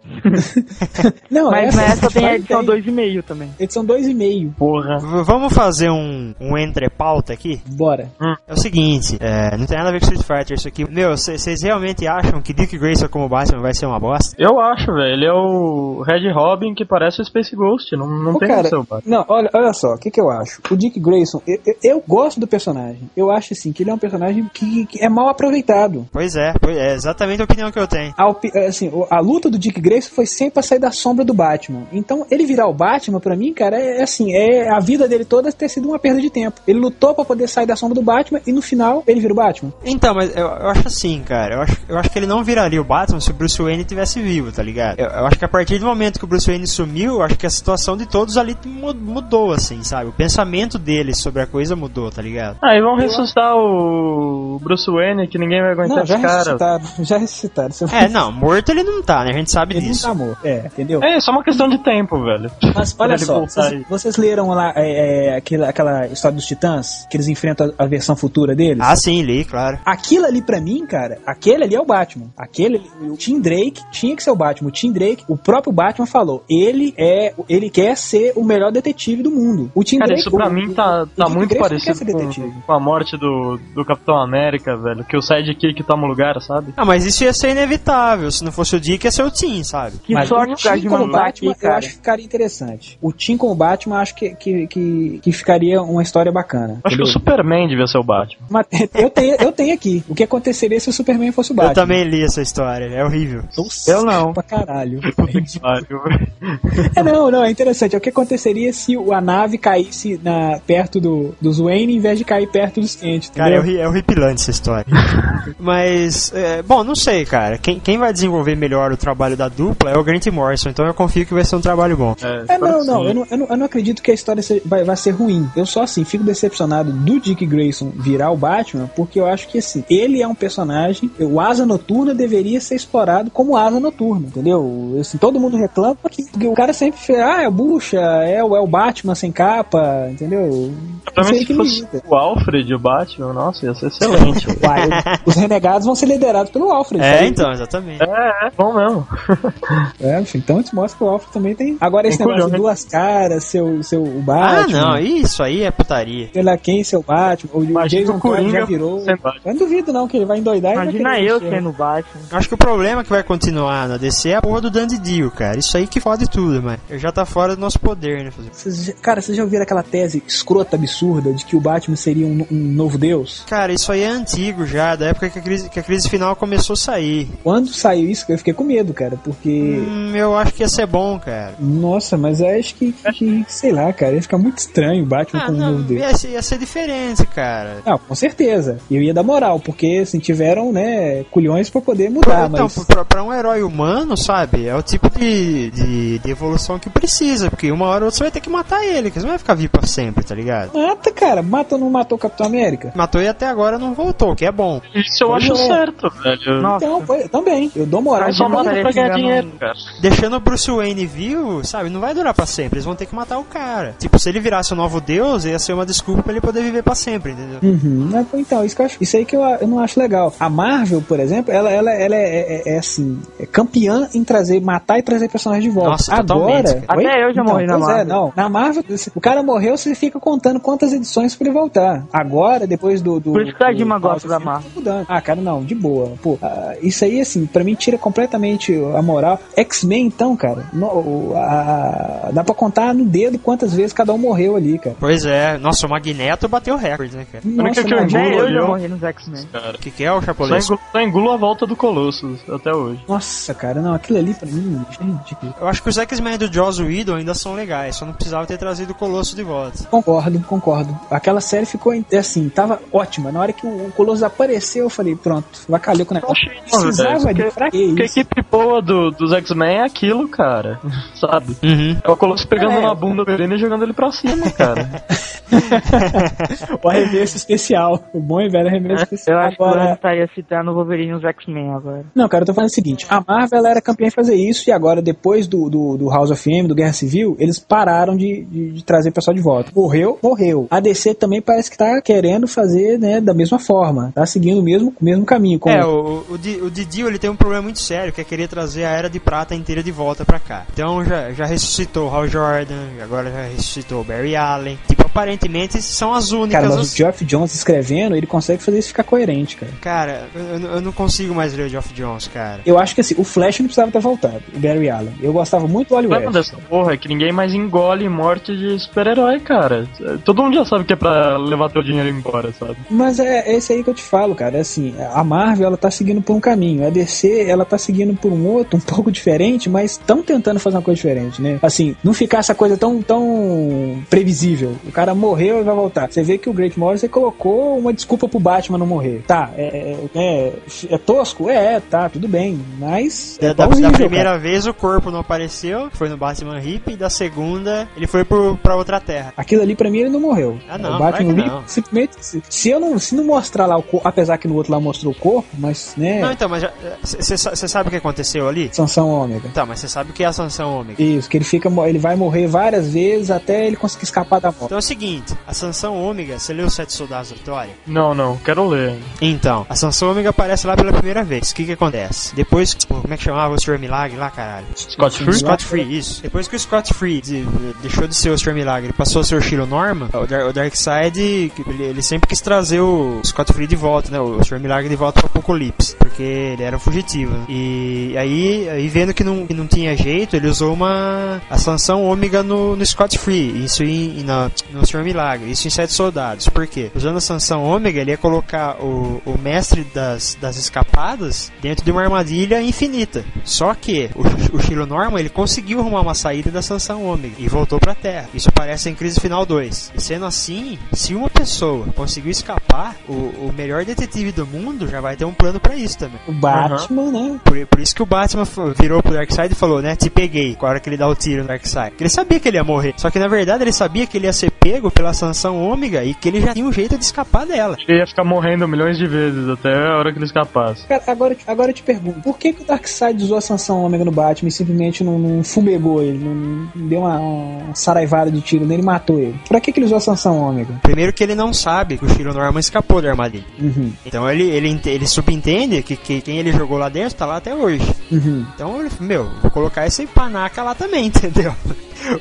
[SPEAKER 6] Não,
[SPEAKER 7] Mas nessa
[SPEAKER 6] Street
[SPEAKER 7] tem a
[SPEAKER 6] Fighter
[SPEAKER 7] edição 2,5 também.
[SPEAKER 6] Edição 2,5.
[SPEAKER 2] Porra.
[SPEAKER 1] V- Vamos fazer um, um entrepauta aqui?
[SPEAKER 6] Bora.
[SPEAKER 1] É o seguinte, é, não tem nada a ver com Street Fighter isso aqui. Meu, vocês realmente acham que Dick Grayson como Batman vai ser uma bosta?
[SPEAKER 2] Eu acho, velho. Ele é o Red Robin que parece o Space Ghost. Não, não
[SPEAKER 6] Ô,
[SPEAKER 2] tem
[SPEAKER 6] cara,
[SPEAKER 2] seu, cara.
[SPEAKER 6] não, olha, olha só, o que, que eu acho? O Dick Grayson, eu, eu- eu gosto do personagem. Eu acho, assim, que ele é um personagem que, que é mal aproveitado.
[SPEAKER 1] Pois é, pois é exatamente a opinião que eu tenho.
[SPEAKER 6] A, opi- assim, o- a luta do Dick Grayson foi sempre pra sair da sombra do Batman. Então, ele virar o Batman, pra mim, cara, é é assim, é a vida dele toda ter sido uma perda de tempo. Ele lutou pra poder sair da sombra do Batman e no final ele vira o Batman.
[SPEAKER 1] Então, mas eu, eu acho assim, cara. Eu acho, eu acho que ele não viraria o Batman se o Bruce Wayne tivesse vivo, tá ligado? Eu, eu acho que a partir do momento que o Bruce Wayne sumiu, eu acho que a situação de todos ali mu- mudou, assim, sabe? O pensamento dele sobre a coisa mudou, tá ligado?
[SPEAKER 2] Aí Ah, vão ressuscitar o Bruce Wayne que ninguém vai aguentar
[SPEAKER 6] Não, já
[SPEAKER 2] esse cara.
[SPEAKER 6] ressuscitaram, já ressuscitaram. Você-
[SPEAKER 1] É, não, morto ele não tá, né? A gente sabe
[SPEAKER 6] Ele não
[SPEAKER 1] disso.
[SPEAKER 6] tá morto. É, entendeu?
[SPEAKER 2] É, só uma questão de tempo, velho.
[SPEAKER 6] Mas
[SPEAKER 2] Pra
[SPEAKER 6] olha
[SPEAKER 2] ele
[SPEAKER 6] só,
[SPEAKER 2] voltar aí.
[SPEAKER 6] vocês, vocês leram lá é, é, aquela, aquela história dos Titãs? Que eles enfrentam a, a versão futura deles?
[SPEAKER 1] Ah, sim, li, claro.
[SPEAKER 6] Aquilo ali pra mim, cara, aquele ali é o Batman. Aquele, ali, o Tim Drake tinha que ser o Batman. O Tim Drake, o próprio Batman falou, ele é, ele quer ser o melhor detetive do mundo. O Tim
[SPEAKER 2] Cara,
[SPEAKER 6] Drake,
[SPEAKER 2] isso pra
[SPEAKER 6] o-
[SPEAKER 2] mim
[SPEAKER 6] o-
[SPEAKER 2] tá,
[SPEAKER 6] o
[SPEAKER 2] tá
[SPEAKER 6] Dick
[SPEAKER 2] muito
[SPEAKER 6] Grayson não quer
[SPEAKER 2] parecido
[SPEAKER 6] ser
[SPEAKER 2] com,
[SPEAKER 6] detetive.
[SPEAKER 2] com a morte do, do Capitão América, velho. Que o sidekick toma o lugar, sabe?
[SPEAKER 1] Ah, mas isso ia ser inevitável. Se não fosse o Dick, ia ser o Tim, sabe?
[SPEAKER 7] Que
[SPEAKER 6] Mas
[SPEAKER 7] sorte
[SPEAKER 6] o
[SPEAKER 7] o Kajima
[SPEAKER 6] Tim com o
[SPEAKER 7] não tá
[SPEAKER 6] Batman,
[SPEAKER 7] aqui, cara.
[SPEAKER 6] eu acho que ficaria interessante. O Tim com o Batman, eu acho que, que, que, que ficaria uma história bacana.
[SPEAKER 2] Acho que o
[SPEAKER 6] entendeu?
[SPEAKER 2] Superman devia ser o Batman.
[SPEAKER 6] Mas eu tenho, eu tenho aqui. O que aconteceria se o Superman fosse o Batman?
[SPEAKER 1] Eu também li essa história, é horrível.
[SPEAKER 6] Eu não. Pra caralho. É, não, não, é interessante. É o que aconteceria se o- a nave caísse na, perto do, dos Wayne em vez de cair perto dos Kent,
[SPEAKER 1] Cara, é,
[SPEAKER 6] entendeu?
[SPEAKER 1] horri- é horripilante essa história. Mas, é, bom, não sei, cara. Quem, quem vai desenvolver melhor o trabalho da dupla é o Grant Morrison, então eu confio que vai ser um trabalho bom.
[SPEAKER 6] É, não, não eu, não, eu não, eu não acredito que a história se- vai, vai ser ruim. Eu só, assim, fico decepcionado do Dick Grayson virar o Batman, porque eu acho que, assim, ele é um personagem, o Asa Noturna deveria ser explorado como Asa Noturna, entendeu? Assim, todo mundo reclama que que o cara sempre, fala, ah, é o Bucha, é, o- é o Batman sem capa, entendeu?
[SPEAKER 2] Pra
[SPEAKER 6] Isso
[SPEAKER 2] mim,
[SPEAKER 6] aí
[SPEAKER 2] se
[SPEAKER 6] que me
[SPEAKER 2] fosse
[SPEAKER 6] irrita.
[SPEAKER 2] o Alfred e o Batman, nossa, ia ser excelente.
[SPEAKER 6] Uai, os renegados vão ser liderados pelo Alfred.
[SPEAKER 2] É,
[SPEAKER 6] sabe?
[SPEAKER 2] então,
[SPEAKER 1] exatamente.
[SPEAKER 2] É, é bom mesmo.
[SPEAKER 6] É, enfim, então isso mostra que o Alfred também tem. Agora esse
[SPEAKER 1] Tem
[SPEAKER 6] negócio de
[SPEAKER 1] culhão,
[SPEAKER 6] duas caras, seu, seu o Batman.
[SPEAKER 1] Ah, não, isso aí é putaria.
[SPEAKER 6] Sei lá quem, seu Batman. O, o Jason Todd já virou. Eu não duvido não que ele vai endoidar e vai querer mexer.
[SPEAKER 7] Batman.
[SPEAKER 1] Acho que o problema que vai continuar na DC é a porra do Dandy Dio, cara. Isso aí que fode tudo, mas já tá fora do nosso poder, né? fazer-
[SPEAKER 6] Vocês já- Cara, vocês já ouviram aquela tese escrota, absurda, de que o Batman seria um, um novo deus?
[SPEAKER 1] Cara, isso aí é antigo já, da época que a crise, que a crise final começou a sair.
[SPEAKER 6] Quando saiu isso, eu fiquei com medo, cara, porque.
[SPEAKER 1] Hum, eu acho que ia ser bom, cara.
[SPEAKER 6] Nossa, mas eu acho que, que- sei lá, cara, ia ficar muito estranho o Batman
[SPEAKER 1] Ah,
[SPEAKER 6] como um
[SPEAKER 1] não,
[SPEAKER 6] novo deus.
[SPEAKER 1] ia ser, ia ser diferente, cara.
[SPEAKER 6] Não, com certeza. E eu ia dar moral, porque assim, tiveram, né, culhões pra poder mudar,
[SPEAKER 1] então,
[SPEAKER 6] Ah, mas.
[SPEAKER 1] pra, pra um herói humano, sabe? É o tipo de, de, de evolução que precisa, porque uma hora ou outra você vai ter que matar ele, que você não vai ficar vivo pra sempre, tá ligado?
[SPEAKER 6] Mata, cara. Mata ou não matou o Capitão América?
[SPEAKER 1] Matou e até agora não voltou, o que é bom.
[SPEAKER 2] Isso eu
[SPEAKER 1] Pois
[SPEAKER 2] acho
[SPEAKER 1] é.
[SPEAKER 2] certo, velho.
[SPEAKER 6] Então, foi- também. Eu dou moral.
[SPEAKER 2] Mas só
[SPEAKER 6] pra-
[SPEAKER 2] mata pra ganhar dinheiro, cara.
[SPEAKER 1] Deixando o Bruce Wayne vivo, sabe? Não vai durar pra sempre, eles vão ter que matar o cara. Tipo, se ele virasse um novo deus, ia ser uma desculpa pra ele poder viver pra sempre, entendeu?
[SPEAKER 6] Uhum. Mas, Então, isso, que eu acho- isso aí que eu, eu não acho legal. A Marvel, por exemplo, ela, ela, ela é, é- é- é assim, é campeã em trazer, matar e trazer personagens de volta.
[SPEAKER 1] Nossa, totalmente,
[SPEAKER 6] Agora,
[SPEAKER 1] cara.
[SPEAKER 6] Oi?
[SPEAKER 1] Até eu já
[SPEAKER 6] Então,
[SPEAKER 1] morri na
[SPEAKER 6] pois É,
[SPEAKER 1] Marvel.
[SPEAKER 6] não. Na Marvel, se o cara morreu, você fica contando quantas edições pra ele voltar. Agora, depois do. do
[SPEAKER 7] Por isso que o Kajima
[SPEAKER 6] do-
[SPEAKER 7] gosta da Marvel.
[SPEAKER 6] tá mudando. Ah, cara, não, de boa. Pô, ah, isso aí, assim, pra mim tira completamente a moral. X-Men, então, cara, no- o- a- a- dá pra contar no dedo quantas vezes cada um morreu ali, cara.
[SPEAKER 1] Pois é, nossa, o Magneto bateu recorde, né, cara?
[SPEAKER 6] Nossa,
[SPEAKER 2] é que eu
[SPEAKER 6] mas-
[SPEAKER 2] engulo,
[SPEAKER 7] É, Eu já
[SPEAKER 2] Eu-
[SPEAKER 7] morri nos X-Men.
[SPEAKER 2] cara.
[SPEAKER 1] Que que é o
[SPEAKER 2] Só
[SPEAKER 1] Chapolês?
[SPEAKER 2] engulo, só um engulo a volta do Colossus até hoje.
[SPEAKER 6] Nossa, cara, não, aquilo ali pra mim é ridículo.
[SPEAKER 1] Eu acho que os X-Men do Joss Whedon ainda são legais, só não precisava ter trazido o Colosso de volta.
[SPEAKER 6] Concordo, concordo. Aquela série ficou em- assim, tava ótima. Na hora que o Colosso apareceu, eu falei, pronto, vacalhou com o negócio.
[SPEAKER 2] Não,
[SPEAKER 7] é
[SPEAKER 6] Precisava
[SPEAKER 2] velho,
[SPEAKER 6] de pra
[SPEAKER 2] porque,
[SPEAKER 6] quê
[SPEAKER 2] porque a
[SPEAKER 6] isso?
[SPEAKER 2] equipe boa do, dos X-Men é aquilo, cara. Sabe? É o Colosso pegando
[SPEAKER 6] É.
[SPEAKER 2] na bunda dele e jogando ele pra cima, cara.
[SPEAKER 6] O arremesso especial. O bom e velho arremesso
[SPEAKER 7] É,
[SPEAKER 6] especial.
[SPEAKER 7] Eu acho que o
[SPEAKER 6] Agora-
[SPEAKER 7] Lando estaria citando o Wolverine nos X-Men agora.
[SPEAKER 6] Não, cara, eu tô falando o seguinte: a Marvel ela era campeã em fazer isso, e agora, depois do, do, do House of M, do Guerra Civil, eles pararam de, de, de trazer o pessoal de volta. Morreu, morreu. A DC também parece que tá querendo fazer, né, da mesma forma. Tá seguindo o mesmo, o mesmo caminho. como-
[SPEAKER 1] É, o, o, Di- o Didio ele tem um problema muito sério, que é querer trazer a Era de Prata inteira de volta pra cá. Então já, já ressuscitou o Hal Jordan, agora já ressuscitou o Barry Allen. Tipo, aparentemente são as únicas.
[SPEAKER 6] Cara, mas
[SPEAKER 1] as-
[SPEAKER 6] o Geoff Jones escrevendo, ele consegue fazer isso ficar coerente, cara.
[SPEAKER 1] Cara, eu, eu- eu não consigo mais ler o Geoff Jones, cara.
[SPEAKER 6] Eu acho que assim, o Flash não precisava ter voltado, o Barry Allen. Eu gostava muito do Wally
[SPEAKER 2] O problema
[SPEAKER 6] West.
[SPEAKER 2] dessa porra é que ninguém mais engole morte de super-herói, cara. Todo mundo já sabe que é pra levar teu dinheiro embora, sabe?
[SPEAKER 6] Mas é, é esse aí que eu te falo, cara. É Assim, a Marvel ela tá seguindo por um caminho, a DC ela tá seguindo por um outro, um pouco diferente, mas estão tentando fazer uma coisa diferente, né? Assim, não ficar essa coisa tão, tão previsível. O cara morreu e vai voltar. Você vê que o Great Morrison colocou uma desculpa pro Batman não morrer. Tá, é, é, é, é tosco? É, tá, tudo bem. Mas.
[SPEAKER 1] Da,
[SPEAKER 6] É
[SPEAKER 1] da- da
[SPEAKER 6] plausível, cara.
[SPEAKER 1] primeira vez o corpo não apareceu, que foi no Batman Hip, e da segunda ele foi pro, pra outra terra.
[SPEAKER 6] Aquilo ali pra mim ele não morreu.
[SPEAKER 1] Ah, não,
[SPEAKER 6] o Batman
[SPEAKER 1] claro que
[SPEAKER 6] ali,
[SPEAKER 1] não.
[SPEAKER 6] simplesmente. Se, se eu não, se não mostrar lá o corpo, apesar que no outro lá mostrou o corpo, mas né.
[SPEAKER 1] Não, então, mas você sabe o que aconteceu ali?
[SPEAKER 6] Sansão ômega.
[SPEAKER 1] Tá, mas você sabe o que é a sanção ômega.
[SPEAKER 6] Isso, que ele fica, mo- ele vai morrer várias vezes até ele conseguir escapar da morte.
[SPEAKER 1] Então, seguinte, a Sansão Ômega, você leu os Sete Soldados da Vitória?
[SPEAKER 2] Não, não, quero ler.
[SPEAKER 1] Então, a Sansão Ômega aparece lá pela primeira vez. O que que acontece? Depois, pô, como é que chamava o Sr. Milagre lá, caralho?
[SPEAKER 2] Scott Free?
[SPEAKER 1] Scott Free, isso. Depois que o Scott Free de- de- deixou de ser o Sr. Milagre e passou a ser o Shiro Norma, o, Dar o Darkseid, que ele, ele sempre quis trazer o Scott Free de volta, né? O Sr. Milagre de volta pro Apocalipse, porque ele era um fugitivo. né? E aí, aí vendo que não, que não tinha jeito, ele usou uma a sanção ômega no, no Scott Free, isso em, em- na- no Sr. Milagre, isso em Sete Soldados. Por quê? Usando a sanção ômega, ele ia colocar o, o mestre das, das escapadas dentro de uma armadilha infinita. Só que o, o Shilo Norman ele conseguiu arrumar uma saída da sanção ômega e voltou pra Terra. Isso aparece em Crise Final 2. E sendo assim, se uma pessoa conseguiu escapar, o, o melhor detetive do mundo já vai ter um plano pra isso também.
[SPEAKER 6] O Batman, né?
[SPEAKER 1] Por, por isso que o Batman f- virou pro Darkseid e falou, né? Te peguei. Com a hora que ele dá o tiro no Darkseid. Porque Ele sabia que ele ia morrer. Só que na verdade ele sabia que ele ia ser pego pela sanção ômega e que ele já tinha um jeito de escapar dela.
[SPEAKER 2] Ele ia ficar morrendo milhões de vezes até a hora que ele escapasse.
[SPEAKER 6] Cara, agora, agora eu te pergunto, por que, que o Darkseid usou a sanção ômega no Batman e simplesmente não, não fumegou ele, não, não deu uma, uma saraivada de tiro nele e matou ele? Pra que, que ele usou a sanção ômega?
[SPEAKER 1] Primeiro que ele não sabe que o Shiro Norman escapou da armadilha. Então ele, ele, ente- ele subentende que, que quem ele jogou lá dentro tá lá até hoje.
[SPEAKER 6] Uhum.
[SPEAKER 1] Então ele, meu, vou colocar esse panaca lá também, entendeu?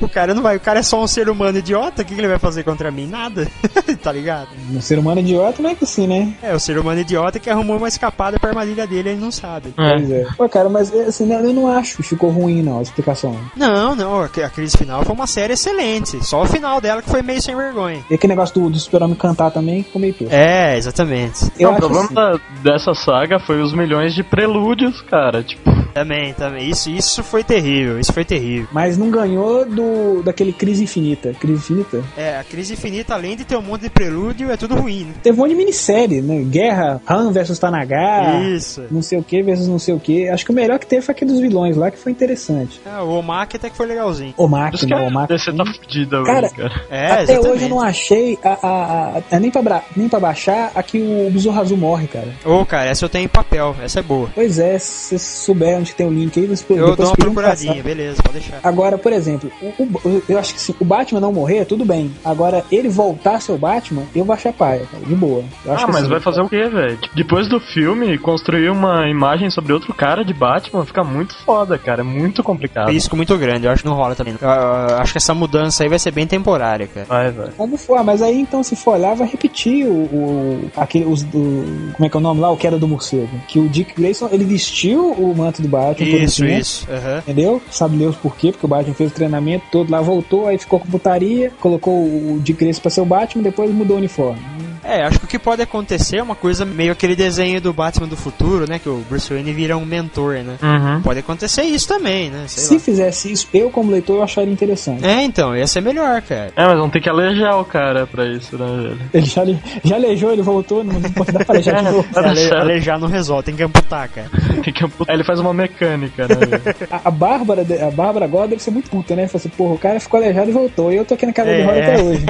[SPEAKER 1] O cara não vai, o cara é só um ser humano idiota, o que, que ele vai fazer contra mim? Nada, tá ligado?
[SPEAKER 6] Um ser humano idiota não é que sim, né?
[SPEAKER 1] É, o ser humano idiota que arrumou uma escapada pra armadilha dele, ele não sabe.
[SPEAKER 6] Pois é. Pô, cara, mas assim, eu não acho que ficou ruim, não, a explicação.
[SPEAKER 1] Não, não, a a crise final foi uma série excelente. Só o final dela que foi meio sem vergonha.
[SPEAKER 6] E aquele negócio do, do super-homem cantar também ficou meio tosco.
[SPEAKER 1] É, exatamente.
[SPEAKER 6] Eu
[SPEAKER 2] o
[SPEAKER 6] acho
[SPEAKER 2] problema
[SPEAKER 6] assim.
[SPEAKER 2] da- dessa saga foi os milhões de prelúdios, cara. Tipo,
[SPEAKER 1] Também, também. Isso, isso foi terrível, isso foi terrível.
[SPEAKER 6] Mas não ganhou do daquele Crise Infinita. Crise Infinita?
[SPEAKER 1] É, a crise infinita, além de ter um monte de prelúdio, é tudo ruim, né?
[SPEAKER 6] Teve um monte de minissérie, né? Guerra, Han versus Tanagar.
[SPEAKER 1] Isso.
[SPEAKER 6] Não sei o que versus não sei o que. Acho que o melhor que teve foi aquele dos vilões lá, que foi interessante.
[SPEAKER 1] Ah, o Omak até que foi legalzinho.
[SPEAKER 6] O
[SPEAKER 2] os
[SPEAKER 6] Máquina, o Máquina.
[SPEAKER 2] caras você tá fudida hoje,
[SPEAKER 6] Cara,
[SPEAKER 2] cara.
[SPEAKER 1] É,
[SPEAKER 6] Até
[SPEAKER 1] exatamente.
[SPEAKER 6] hoje eu não achei a, a- a- a- nem, pra, bra- nem pra baixar a que o Besouro Azul morre, cara.
[SPEAKER 1] Ô, cara, essa eu tenho em papel, essa é boa.
[SPEAKER 6] Pois é, se vocês souberem onde tem o link aí, vocês
[SPEAKER 1] Eu
[SPEAKER 6] depois
[SPEAKER 1] dou uma
[SPEAKER 6] podiam
[SPEAKER 1] procuradinha,
[SPEAKER 6] passar.
[SPEAKER 1] beleza, pode deixar.
[SPEAKER 6] Agora, por exemplo, o- o- eu acho que se o Batman não morrer, tudo bem. Agora, ele voltar a ser o Batman, eu vou achar paia, cara, de boa. Eu acho
[SPEAKER 2] Ah,
[SPEAKER 6] que
[SPEAKER 2] mas
[SPEAKER 6] assim,
[SPEAKER 2] vai fazer o quê, velho? Tipo, Depois do filme, construir uma imagem sobre outro cara de Batman fica muito foda, cara. É muito complicado.
[SPEAKER 1] Risco muito grande, eu acho que não rola também. Eu- eu acho que essa mudança aí vai ser bem temporária, cara.
[SPEAKER 2] Vai, velho.
[SPEAKER 6] Como for, mas aí então, se for olhar, vai repetir o. o- aquele, os, do, como é que é o nome lá? O Queda do Morcego. Que o Dick Grayson, ele vestiu o manto do Batman. por um
[SPEAKER 1] Isso,
[SPEAKER 6] momento,
[SPEAKER 1] isso. Aham.
[SPEAKER 6] Entendeu? Sabe Deus por quê? Porque o Batman fez o treinamento todo lá, voltou, aí ficou com putaria, colocou o Dick Grayson pra ser o Batman, depois mudou o uniforme.
[SPEAKER 1] É, acho que o que pode acontecer é uma coisa meio aquele desenho do Batman do futuro, né? Que o Bruce Wayne vira um mentor, né?
[SPEAKER 2] Uhum.
[SPEAKER 1] Pode acontecer isso também, né? Sei
[SPEAKER 6] Se
[SPEAKER 1] lá.
[SPEAKER 6] fizesse isso, eu como leitor, eu acharia interessante.
[SPEAKER 1] É, então, ia ser melhor, cara.
[SPEAKER 2] É, mas vão ter que alejar o cara pra isso, né, velho?
[SPEAKER 6] Ele já, já aleijou, ele voltou, não pode dar pra aleijar de novo.
[SPEAKER 2] Tá
[SPEAKER 1] Ale-
[SPEAKER 2] certo.
[SPEAKER 1] alejar não resolve, tem que amputar, cara.
[SPEAKER 2] Tem que amputar. Aí ele faz uma mecânica, né? velho?
[SPEAKER 6] A, a Bárbara, de- a Bárbara agora deve ser muito puta, né? Fala assim, porra, o cara ficou aleijado e voltou, e eu tô aqui na casa de
[SPEAKER 1] É.
[SPEAKER 6] roda até hoje.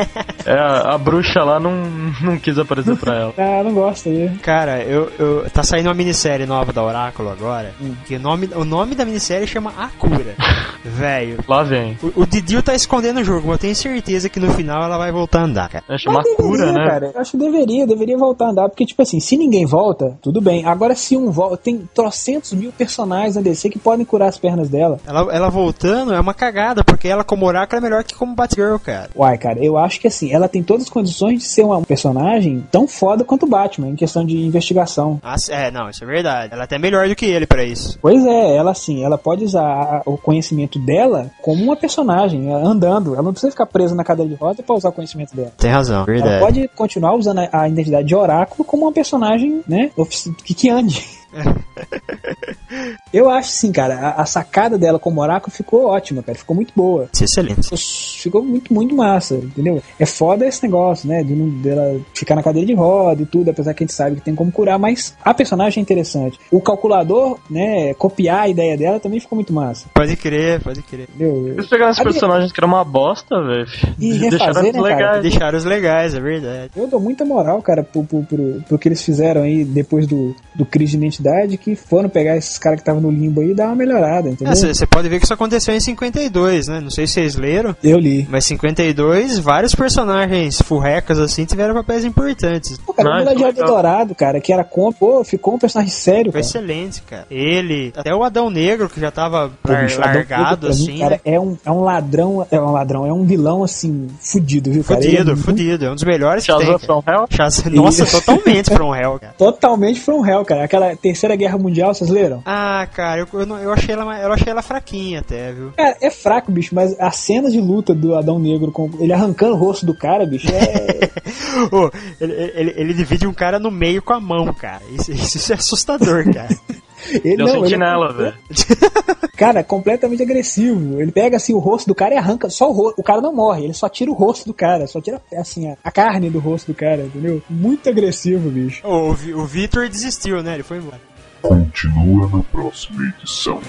[SPEAKER 2] é, a, a bruxa lá não, não quis aparecer pra ela.
[SPEAKER 6] Ah, não gosto dele.
[SPEAKER 1] Cara, eu, eu- tá saindo uma minissérie nova da Oráculo agora, que o nome, o nome da minissérie chama A Cura. Velho,
[SPEAKER 2] Lá vem.
[SPEAKER 1] o, o Didil tá escondendo o jogo, mas eu tenho certeza que no final ela vai voltar a andar, cara.
[SPEAKER 2] É chamar
[SPEAKER 6] Mas
[SPEAKER 2] cura,
[SPEAKER 6] deveria,
[SPEAKER 2] né?
[SPEAKER 6] cara. Eu acho que deveria, deveria voltar a andar, porque, tipo assim, se ninguém volta, tudo bem. Agora, se um volta, tem trocentos mil personagens na DC que podem curar as pernas dela.
[SPEAKER 1] Ela, ela voltando é uma cagada, porque ela como Oráculo é melhor que como Batgirl, cara.
[SPEAKER 6] Uai, cara, eu acho que assim, ela tem todas as condições de ser uma personagem tão foda quanto o Batman, em questão de investigação.
[SPEAKER 1] Ah, c- é, não, isso é verdade. Ela é até melhor do que ele pra isso.
[SPEAKER 6] Pois é, ela sim, ela pode usar a- o conhecimento dela como uma personagem, ela andando. Ela não precisa ficar presa na cadeira de roda pra usar o conhecimento dela.
[SPEAKER 1] Tem razão,
[SPEAKER 6] Ela
[SPEAKER 1] verdade.
[SPEAKER 6] pode continuar usando a, a identidade de oráculo como uma personagem, né? ofici- Que, que ande. Eu acho sim, cara, a, a sacada dela como oráculo ficou ótima, cara. Ficou muito boa.
[SPEAKER 1] Isso é excelente.
[SPEAKER 6] Então, Ficou muito, muito massa, entendeu? É foda esse negócio, né? De não- dela ficar na cadeira de roda e tudo, apesar que a gente sabe que tem como curar, mas a personagem é interessante. O calculador, né? Copiar a ideia dela também ficou muito massa,
[SPEAKER 1] Pode crer, pode crer.
[SPEAKER 6] entendeu?
[SPEAKER 2] Eles pegaram esses
[SPEAKER 6] Ali-
[SPEAKER 2] personagens que eram uma bosta, velho.
[SPEAKER 6] E
[SPEAKER 2] Deixaram
[SPEAKER 6] refazer, né,
[SPEAKER 2] eles
[SPEAKER 6] cara?
[SPEAKER 2] legais.
[SPEAKER 1] Deixaram os legais, é verdade.
[SPEAKER 6] Eu dou muita moral, cara, pro, pro, pro, pro que eles fizeram aí depois do, do Crise de entidade que foram pegar esses caras que estavam no limbo aí e dar uma melhorada, entendeu?
[SPEAKER 1] Você É, pode ver que isso aconteceu em 52, né? Não sei se vocês leram.
[SPEAKER 6] Eu li.
[SPEAKER 1] Mas 52, vários personagens furrecas assim tiveram papéis importantes.
[SPEAKER 6] Pô, cara, o Gladiador Dourado, cara, que era comp, pô, ficou um personagem sério,
[SPEAKER 1] Foi
[SPEAKER 6] cara.
[SPEAKER 1] excelente, cara. Ele, até o Adão Negro, que já tava
[SPEAKER 6] Pô,
[SPEAKER 1] lar-
[SPEAKER 6] bicho, o Adão
[SPEAKER 1] largado,
[SPEAKER 6] Negro, pra mim,
[SPEAKER 1] assim.
[SPEAKER 6] cara,
[SPEAKER 1] né?
[SPEAKER 6] é um, é um ladrão, é um ladrão, é um vilão, assim, fudido, viu, cara? Ele é
[SPEAKER 1] Fudido,
[SPEAKER 6] muito-
[SPEAKER 1] fudido. É um dos melhores
[SPEAKER 6] Shazam
[SPEAKER 1] que tem. From Hell? Nossa,
[SPEAKER 6] Isso.
[SPEAKER 1] totalmente From Hell, cara.
[SPEAKER 6] Totalmente foi um réu, cara. Aquela Terceira Guerra Mundial, vocês leram?
[SPEAKER 1] Ah, cara, eu, eu, não- eu achei ela, eu achei ela fraquinha até, viu?
[SPEAKER 6] Cara, é fraco, bicho, mas a cena de luta do Adão Negro com ele arrancando o rosto do cara, bicho, é.
[SPEAKER 1] Ô, ele, ele- ele divide um cara no meio com a mão, cara. Isso, isso- isso é assustador, cara.
[SPEAKER 6] Ele não, ele- é um Cara, completamente agressivo. Ele pega assim o rosto do cara e arranca. Só o rosto. O cara não morre, ele só tira o rosto do cara. Só tira assim a, a carne do rosto do cara, entendeu? Muito agressivo, bicho.
[SPEAKER 1] O, o Vi- o Vitor desistiu, né? Ele foi embora.
[SPEAKER 4] Continua na próxima edição.